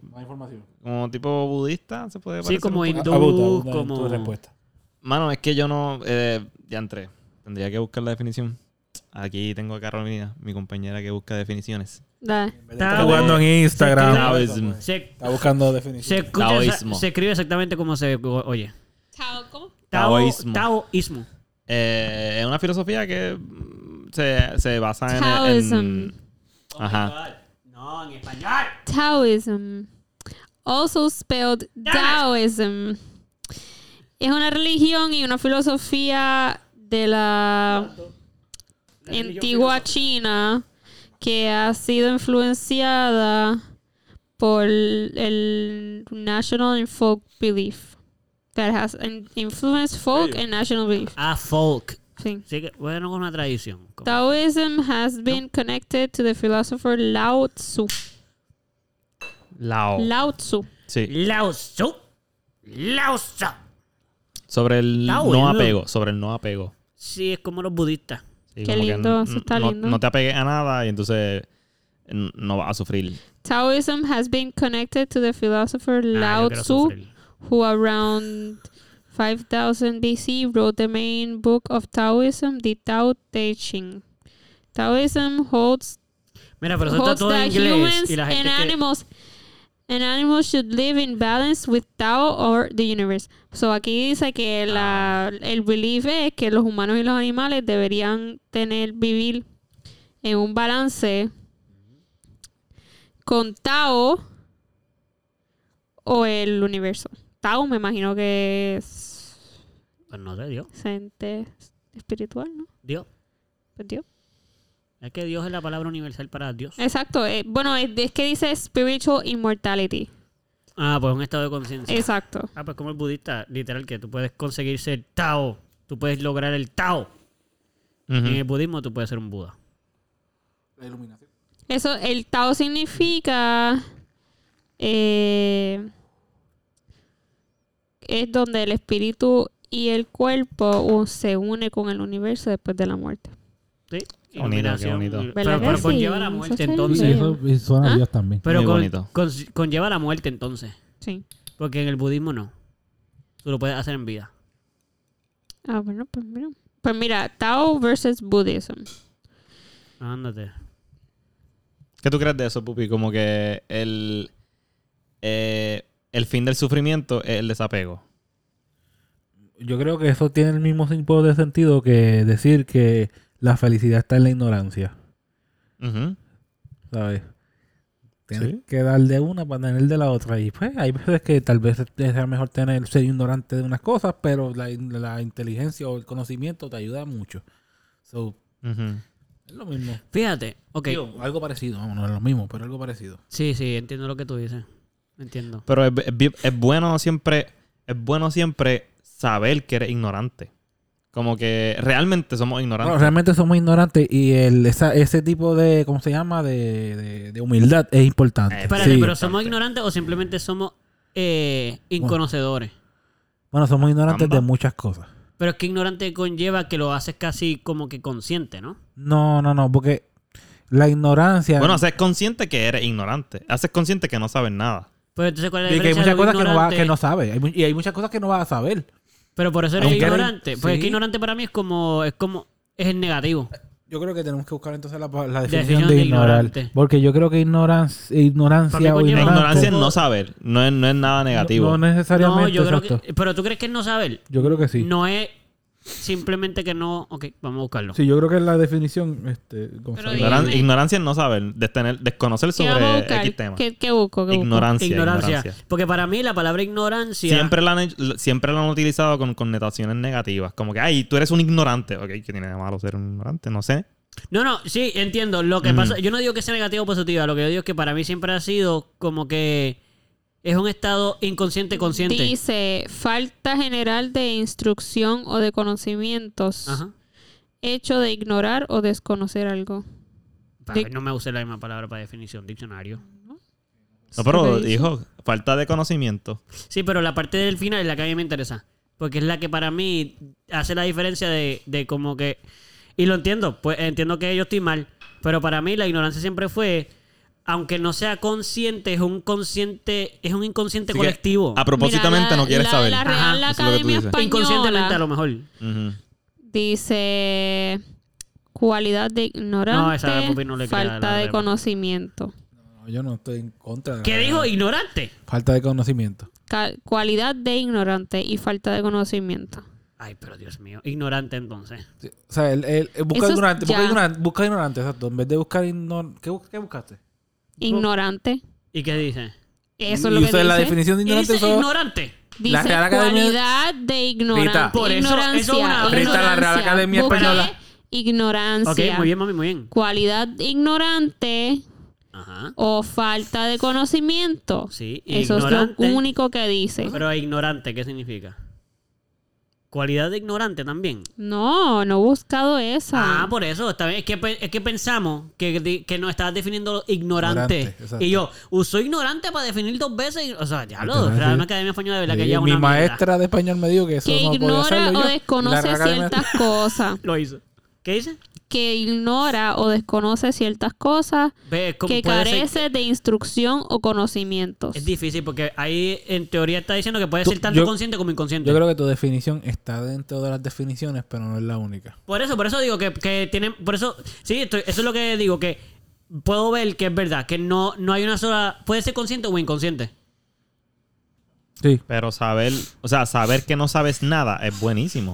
Como tipo budista, se puede
Sí,
parecer
como
un poco.
hindú,
Abuta, abuta en tu
como...
respuesta.
Mano, es que yo no. Eh, ya entré. Tendría que buscar la definición. Aquí tengo a Carolina, mi compañera que busca definiciones.
Da.
Está jugando en Instagram.
Taoism.
Se,
Está buscando
se,
definición.
escucha-
Taoísmo.
se escribe exactamente como se o- oye.
Chao, ¿cómo?
Tao-
Taoísmo.
Taoísmo.
Eh, es una filosofía que mm, se, se basa en.
Taoism.
en- Ajá.
No, en español.
Taoism, also spelled Taoism, es una religión y una filosofía de la antigua China que ha sido influenciada por el national and folk belief that has an- influenced folk and national belief.
Ah, folk.
Sí.
Sí, que, bueno, con una tradición. como-
Taoism has been connected to the philosopher Lao Tzu.
Lao.
Lao Tzu.
Sí.
Lao Tzu. Lao Tzu.
Sobre el
Taoísmo.
no apego. Sobre el no apego.
Sí, es como los budistas. Ah,
Sí,
Qué
como que
lindo,
n-
eso está
no,
lindo.
No te apegues a nada y entonces n- no vas a sufrir.
Taoism has been connected to the philosopher
Ah, yo
Lao
quiero
Tzu,
sufrir.
who around 5000 BC wrote the main book of Taoism, the Tao Te Ching. Taoism holds,
Mira, pero eso está
holds
todo en
that
inglés.
humans
Y la
and
gente que-
animals An animal should live in balance with Tao or the universe. So aquí dice que la,
Ah.
el belief es que los humanos y los animales deberían tener, vivir en un balance con Tao o el universo. Tao me imagino que es
Pues no sé, Dios.
ente espiritual, ¿no?
Dios.
Pues Dios.
Es que Dios es la palabra universal para Dios.
Exacto. eh, bueno, es, es que dice spiritual immortality.
Ah, pues un estado de conciencia.
Exacto.
Ah, pues como el budista, literal, que tú puedes conseguirse el Tao. Tú puedes lograr el Tao. En el budismo tú puedes ser un Buda.
La iluminación.
Eso, el Tao significa. eh, es donde el espíritu y el cuerpo uh, se une con el universo después de la muerte.
Sí.
Qué bonito, qué
Iluminación.
bonito.
Pero,
¿Verdad que
pero
sí?
conlleva la
Eso
muerte
está
entonces.
Sí.
Y eso y suena
¿Ah?
a Dios también.
Pero
Muy
con-
bonito.
con- conlleva la muerte entonces.
Sí.
Porque en el budismo no. Tú lo puedes hacer en vida.
Ah, bueno, pues mira. Pues mira, Tao versus Buddhism.
Ándate.
¿Qué tú crees de eso, Pupi? Como que el, eh, el fin del sufrimiento es el desapego.
Yo creo que eso tiene el mismo tipo de sentido que decir que la felicidad está en la ignorancia,
Ujú.
¿sabes? Tienes que dar de una para tener de la otra. Y pues hay veces que tal vez sea mejor tener ser ignorante de unas cosas, pero la, la inteligencia o el conocimiento te ayuda mucho. So,
Ujú.
es lo mismo.
Fíjate. Ok.
Digo, algo parecido, vamos, no es lo mismo, pero algo parecido.
Sí, sí, entiendo lo que tú dices. Entiendo.
Pero es, es bien- es bueno siempre, es bueno siempre saber que eres ignorante. Como que realmente somos
Bueno,
ignorantes.
realmente somos ignorantes y el, esa- ese tipo de, ¿cómo se llama? De, de- de humildad es importante.
Espérate,
Sí.
pero ¿somos ignorantes o simplemente somos eh, inconocedores?
Bueno, somos ignorantes
Ambas.
de muchas cosas.
Pero es que ignorante conlleva que lo haces casi como que consciente, ¿no?
No, no, no, porque la ignorancia...
Bueno, haces consciente que eres ignorante. Haces consciente que no sabes nada.
Pero Pues entonces, ¿cuál es la
y que hay
diferencia
muchas
de un
cosas que no, va-
ignorante?
que no sabe. Hay mu- y hay muchas cosas que no vas a saber.
Pero por eso eres
Aunque-
ignorante. Pues es que
sí.
ignorante para mí es como, es como, es el negativo.
Yo creo que tenemos que buscar entonces la,
Definición
la definición
de
de ignorar.
ignorante.
Porque yo creo que ignorancia,
Para mí
ignorancia o
conlleva
La
ignorante...
ignorancia es no saber. No es, no es nada negativo.
No, no necesariamente,
No, yo creo
exacto.
que. Pero tú crees que es no saber.
Yo creo que sí.
No es simplemente que no. Ok, vamos a buscarlo.
Sí, yo creo que es la definición... Este, como
Pero
sabe.
diga-
Ignoran-
Dígame.
ignorancia es no saber. Destener- desconocer
¿Qué vamos a
sobre
buscar?
X tema.
¿Qué, qué busco? ¿Qué busco?
Ignorancia,
ignorancia.
ignorancia.
Porque para mí la palabra ignorancia.
Siempre la, han, hecho- siempre la han utilizado con connotaciones negativas. Como que, ay, tú eres un ignorante. Ok, ¿qué tiene de malo ser un ignorante? No sé.
No, no, sí, entiendo. Lo que
Ujú.
pasa. Yo no digo que sea negativo o positivo. Lo que yo digo es que para mí siempre ha sido como que. Es un estado inconsciente consciente.
Dice, falta general de instrucción o de conocimientos.
Ajá.
Hecho de ignorar o desconocer algo.
Para
Dic-
mí no me usé la misma palabra para definición, diccionario.
No, pero
Sí, sí.
dijo, falta de conocimiento.
Sí, pero la parte del final es la que a mí me interesa. Porque es la que para mí hace la diferencia de, de como que... Y lo entiendo, pues entiendo que yo estoy mal. Pero para mí la ignorancia siempre fue, aunque no sea consciente, es un consciente, es un inconsciente
Así que,
colectivo.
A propósito
Mira, la-
no quieres
la,
saber.
La
Ajá,
Real
eso es lo que tú
Academia
dices.
Inconscientemente a
Española
lo mejor.
Ujú.
dice cualidad de ignorante,
No, esa a Pupi no le crea
falta
la
de
rema.
conocimiento.
No, yo no estoy en contra. de
¿Qué
la-
dijo? Ignorante.
Falta de conocimiento.
Ca- cualidad de ignorante y falta de conocimiento.
Ay, pero Dios mío. Ignorante entonces.
Sí, O sea, el, el- el- busca,
Eso es
ignorante, busca
ya.
ignorante, busca ignorante, exacto. En vez de buscar ignorante, ¿qué, bus- qué buscaste?
Ignorante.
¿Y qué dice?
Eso es
Y
lo que
ustedes
dice.
la definición de
Y
ignorante
dice
son...
ignorante.
Dice
La Real Academia-
cualidad de ignorante.
Rita.
Por eso-
ignorancia.
eso es una-
ignorancia.
Rita, la Real Academia
Busqué
Española.
Ignorancia.
Ok, muy bien, mami, muy bien.
Cualidad de ignorante
Ajá.
o falta de conocimiento.
Sí,
Eso
ignorante.
es lo único que dice.
Pero ignorante, ¿qué significa? Cualidad de ignorante también.
No, no he buscado esa.
Ah, por eso, está bien. Es que, pe- es que pensamos que, di- que nos estabas definiendo ignorante.
Ignorante, exacto.
y yo, usó ignorante para definir dos veces. y- O sea, ya lo,
Ignorante.
Real Academia Española de la que
Sí,
ya
mi
una mierda.
maestra de español me dijo que eso
que
no podía
ignora
hacerlo
o
yo. La
desconoce
Real Academia-
ciertas cosas.
Lo hizo. ¿Qué dice?
Que ignora o desconoce ciertas cosas.
Ve, ¿cómo
Que
puede ser?
carece de instrucción o conocimientos.
Es difícil porque ahí en teoría está diciendo que puede
Tú-
ser tanto
yo-
consciente como inconsciente.
Yo creo que tu definición está dentro de las definiciones, pero no es la única.
Por eso, por eso digo que, que tienen. Por eso, sí, estoy- eso es lo que digo, que puedo ver que es verdad, que no, no hay una sola. Puede ser consciente o inconsciente.
Sí.
Pero saber, o sea, saber que no sabes nada es buenísimo.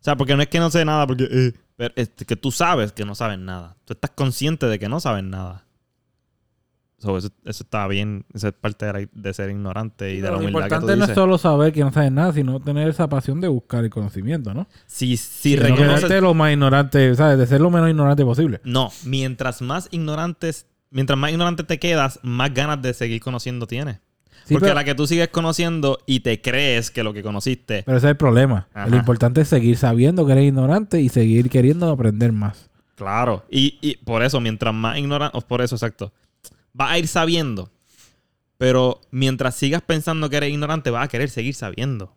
O sea, porque no es que no sé nada, porque eh, pero es que tú sabes que no sabes nada. Tú estás consciente de que no sabes nada. So, eso, eso está bien, esa es parte de, la- de ser ignorante y de la
Lo
humildad que tú
importante no es
dices.
solo saber que no sabes nada, sino tener esa pasión de buscar el conocimiento, ¿no?
Si, si
Y no
reconoces-
quedarte lo más ignorante, ¿sabes? De ser lo menos ignorante posible.
No, mientras más ignorantes, mientras más ignorante te quedas, más ganas de seguir conociendo tienes.
Sí,
Porque
pero-
a la que tú sigues conociendo y te crees que lo que conociste.
Pero ese es el problema.
Ajá.
Lo importante es seguir sabiendo que eres ignorante y seguir queriendo aprender más.
Claro. Y, y por eso, mientras más ignorante, por eso, exacto. Vas a ir sabiendo. Pero mientras sigas pensando que eres ignorante, vas a querer seguir sabiendo.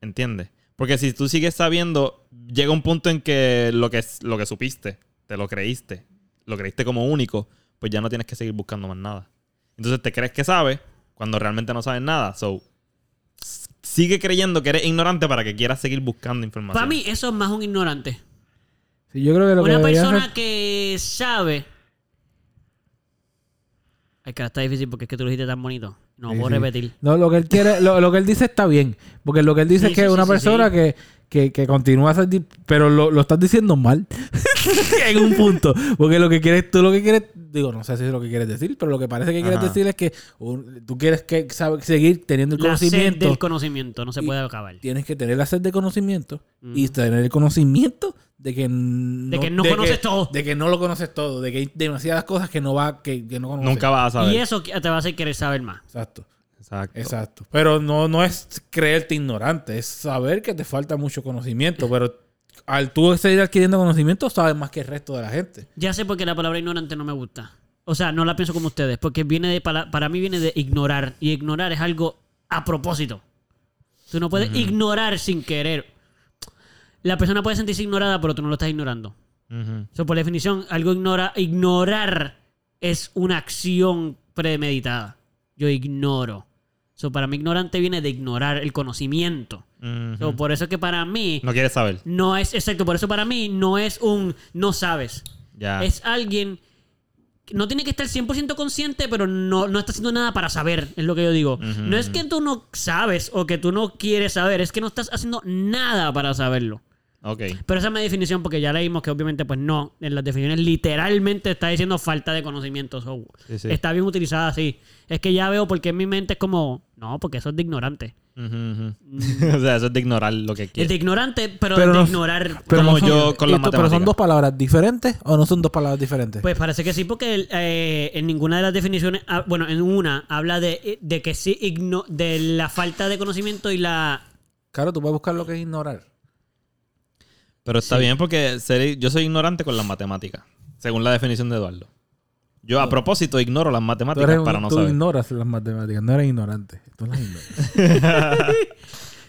¿Entiendes? Porque si tú sigues sabiendo, llega un punto en que lo que, lo que supiste, te lo creíste, lo creíste como único, pues ya no tienes que seguir buscando más nada. Entonces te crees que sabes cuando realmente no sabes nada. So, s- sigue creyendo que eres ignorante para que quieras seguir buscando información.
Para mí, eso es más un ignorante.
Sí, yo creo que lo que
Una
debería
persona
hacer-
que sabe. Ay, cara, está difícil porque es que tú lo dijiste tan bonito. No
Sí,
puedo
sí.
repetir.
No, lo que él quiere, lo, lo que él dice está bien. Porque lo que él dice
Sí,
es que
sí,
es una
sí, sí,
persona
sí.
Que, que, que continúa esa di- pero lo, lo estás diciendo mal. en un punto. Porque lo que quieres, tú lo que quieres, digo, no sé si es lo que quieres decir, pero lo que parece que quieres
Ajá.
decir es que un- tú quieres que sabe- seguir teniendo el
La sed
conocimiento.
del conocimiento no se
Y-
puede acabar.
Tienes que tener la sed de conocimiento y tener el conocimiento de que
De que no conoces todo.
De que no lo conoces todo, de que hay demasiadas cosas que no va, que, que no conoces.
Nunca vas a saber.
Y eso te va a hacer querer saber más.
Exacto.
Exacto.
Exacto. Pero no, no es creerte ignorante, es saber que te falta mucho conocimiento. Pero al tú seguir adquiriendo conocimiento, sabes más que el resto de la gente.
Ya sé por qué la palabra ignorante no me gusta. O sea, no la pienso como ustedes, porque viene de para, para mí viene de ignorar y ignorar es algo a propósito. Tú no puedes ignorar sin querer. La persona puede sentirse ignorada, pero tú no lo estás ignorando.
Ujú.
So, por definición, algo ignora, ignorar es una acción premeditada. Yo ignoro. So, para mí ignorante viene de ignorar el conocimiento.
Ujú.
So, por eso es que para mí
No quieres saber.
no es exacto, por eso para mí no es un no sabes.
Ah.
Ya.
Es alguien que no tiene que estar 100% consciente, pero no, no está haciendo nada para saber, es lo que yo digo. No es que tú no sabes o que tú no quieres saber, es que no estás haciendo nada para saberlo.
Ok.
Pero esa es mi definición, porque ya leímos que obviamente, pues no. En las definiciones literalmente está diciendo falta de conocimiento. So,
Sí, sí.
Está bien utilizada así. Es que ya veo porque en mi mente es como, no, porque eso es de ignorante.
Ujú, ujú. o sea, eso es de ignorar lo que
Mm. Es de
quieres.
ignorante, pero,
Pero
de
no-
ignorar.
Como
no son-
yo con la
esto- Pero son
matemática.
dos palabras diferentes o no son dos palabras diferentes.
Pues parece que sí, porque eh, en ninguna de las definiciones, ah, bueno, en una habla de, eh, de que sí, igno- de la falta de conocimiento y la...
claro, tú puedes buscar lo que es ignorar.
Pero está bien porque ser- yo soy ignorante con las matemáticas, según la definición de Eduardo. Yo
Oh.
a propósito ignoro las
Tú,
matemáticas
eres un-
para no
tú
saber.
ignoras las matemáticas, no eres ignorante. Tú las ignoras.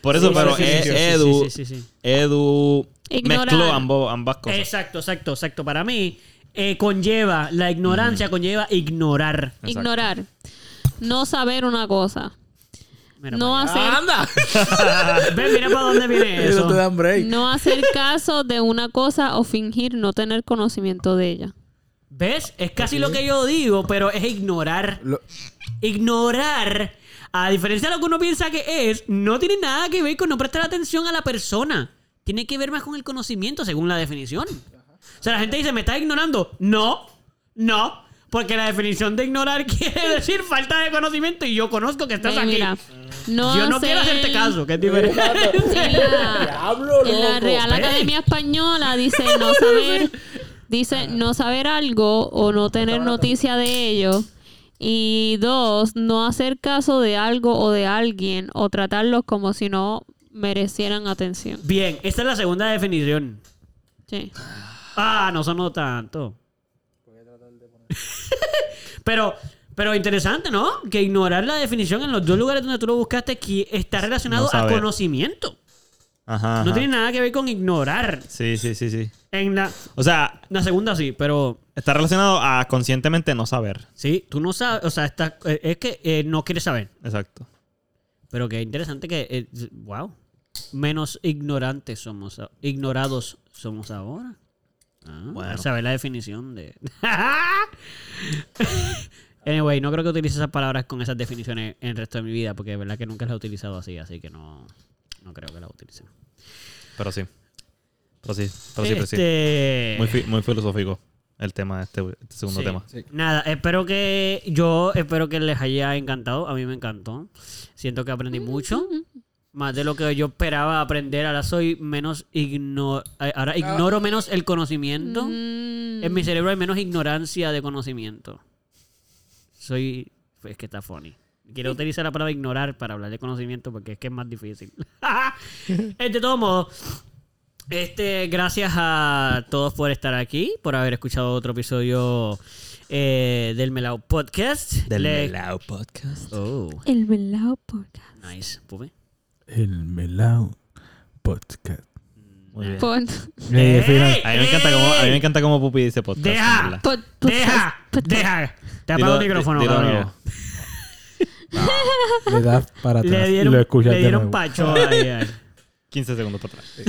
Por eso,
Sí,
pero
sí, sí,
eh,
sí, sí,
Edu,
sí, sí, sí, sí.
Edu
Ignorar.
mezcló ambos, ambas cosas.
Exacto, exacto, exacto. Para mí, eh, conlleva, la
Mm.
ignorancia conlleva ignorar.
Exacto.
Ignorar. No saber una cosa.
Mira,
no hacer
para- Ven, mira para dónde viene
Eso te
eso.
dan break.
No hacer caso de una cosa o fingir no tener conocimiento de ella.
¿Ves? Es casi lo que yo digo, pero es ignorar.
Lo-
Ignorar, a diferencia de lo que uno piensa que es, no tiene nada que ver con no prestar atención a la persona. Tiene que ver más con el conocimiento, según la definición. O sea, la gente dice, ¿me estás ignorando? No, no. Porque la definición de ignorar quiere decir falta de conocimiento y yo conozco que estás
Ve,
aquí.
mira, no
yo no
hacer-
quiero hacerte caso, que es diferente.
En la, en la Real Academia Española dice no saber,
Ah.
dice no saber algo o no tener noticia de ello. Y dos, no hacer caso de algo o de alguien o tratarlos como si no merecieran atención.
Bien, esta es la segunda definición.
Sí.
Ah, no sonó tanto. pero, pero interesante, ¿no? Que ignorar la definición en los dos lugares donde tú lo buscaste que está relacionado
No
a
saber.
conocimiento.
Ajá,
No
ajá.
tiene nada que ver con ignorar.
Sí, sí, sí, sí.
En la,
O sea,
la segunda sí, pero
está relacionado a conscientemente no saber.
sí, tú no sabes, o sea, está, eh, es que eh, no quieres saber.
Exacto.
Pero que interesante que, eh, wow, menos ignorantes somos, a- ignorados somos ahora. Ah,
Bueno.
Para saber la definición de. anyway, no creo que utilice esas palabras con esas definiciones en el resto de mi vida, porque de verdad que nunca las he utilizado así, así que no, no creo que las utilice.
Pero sí. Pero sí, pero sí, pero sí.
Este,
Muy, fi- muy filosófico el tema, este, este segundo
Sí.
tema.
Nada, espero que yo espero que les haya encantado. A mí me encantó. Siento que aprendí mucho. Más de lo que yo esperaba aprender. Ahora soy menos igno- eh, Ahora ignoro menos el conocimiento.
Mm.
En mi cerebro hay menos ignorancia de conocimiento. Soy. pues, Es que está funny. Quiero utilizar la palabra ignorar para hablar de conocimiento porque es que es más difícil. Eh, de todos modos, este, gracias a todos por estar aquí, por haber escuchado otro episodio eh, del Melao Podcast.
Del
Le-
Melao Podcast.
Oh,
El velado podcast.
nice, Pupi.
El Melao Podcast.
Muy bien.
Pod-
¡Ey!
A mí me encanta cómo, a mí me
¡Ey!
encanta cómo Pupi dice podcast.
Deja.
en verdad.
pod- podcast.
Deja, deja. Te apago el
Dilo-
micrófono,
dilo de
cabrón.
nuevo.
Le das para atrás
Le
y lo
dieron,
escuchas
le
de
dieron
nuevo.
pacho ahí, ahí.
15 segundos para atrás.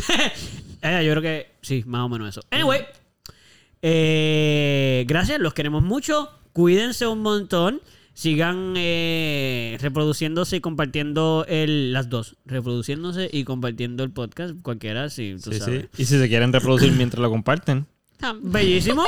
Eh, yo creo que sí, más o menos eso. Anyway, eh, gracias, los queremos mucho. Cuídense un montón. Sigan eh, reproduciéndose y compartiendo el, las dos. Reproduciéndose y compartiendo el podcast, cualquiera, si tú
Sí,
sabes.
sí. Y si se quieren reproducir mientras lo comparten,
Tam-
Bellísimo,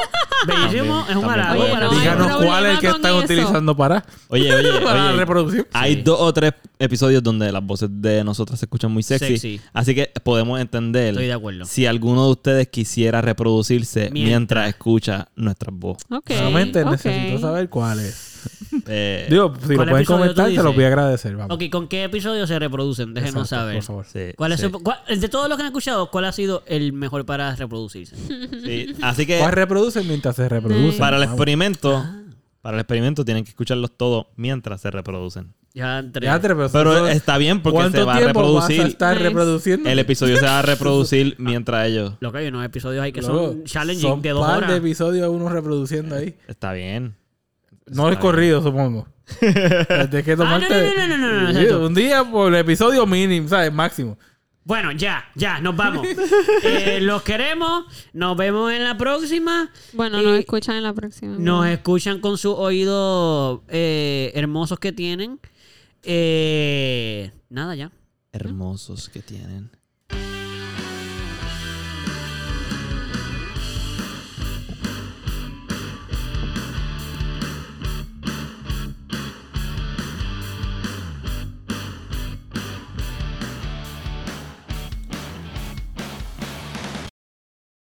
bellísimo.
También,
es un
también
halago
puede
para
ser.
uno.
Díganos
Díganos
Problema
cuál es el que
con
están
eso.
utilizando para,
Oye, oye,
para la
oye.
reproducción.
Hay
Sí.
dos o tres episodios donde las voces de nosotras se escuchan muy sexy.
Sexy.
Así que podemos entender
Estoy de acuerdo.
si alguno de ustedes quisiera reproducirse mientras,
Mientras.
escucha nuestras voces.
Ok.
Realmente
ok.
necesito saber cuál es.
Eh,
Digo, si
¿cuál
lo pueden
episodio
comentar,
tú
te lo
dices?
voy a agradecer. Vamos.
Ok, ¿con qué episodio se reproducen? Déjenos
Exacto,
saber.
Por favor.
sí,
¿Cuál es
sí.
su- cuál- de todos los que han escuchado, ¿cuál ha sido el mejor para reproducirse?
Sí, Así que
¿Cuál Pues Ah. reproducen mientras se reproducen?
para el
Vamos.
experimento, para el experimento tienen que escucharlos todos mientras se reproducen.
Ya entre.
Ya, pero
Pero
eso-
está bien porque
¿Cuánto
se va a
tiempo vas a
reproducir.
estar
Nice.
reproduciendo?
El episodio se va a reproducir mientras ellos.
Lo que hay unos episodios ahí que
Luego,
son challenging
son
de dos
par de
horas.
episodios uno reproduciendo ahí.
Está bien.
No es corrido, supongo. Tienes que tomarte...
Ah, no, no, no, no, no, no,
Sí,
exacto.
un día por episodio mínimo, ¿sabes? Máximo.
Bueno, ya, ya, nos vamos. Eh, los queremos. Nos vemos en la próxima.
Bueno,
Y
Eh,
nos escuchan en la próxima.
Nos escuchan con sus oídos eh, hermosos que tienen. Eh, nada, ya.
Hermosos que tienen.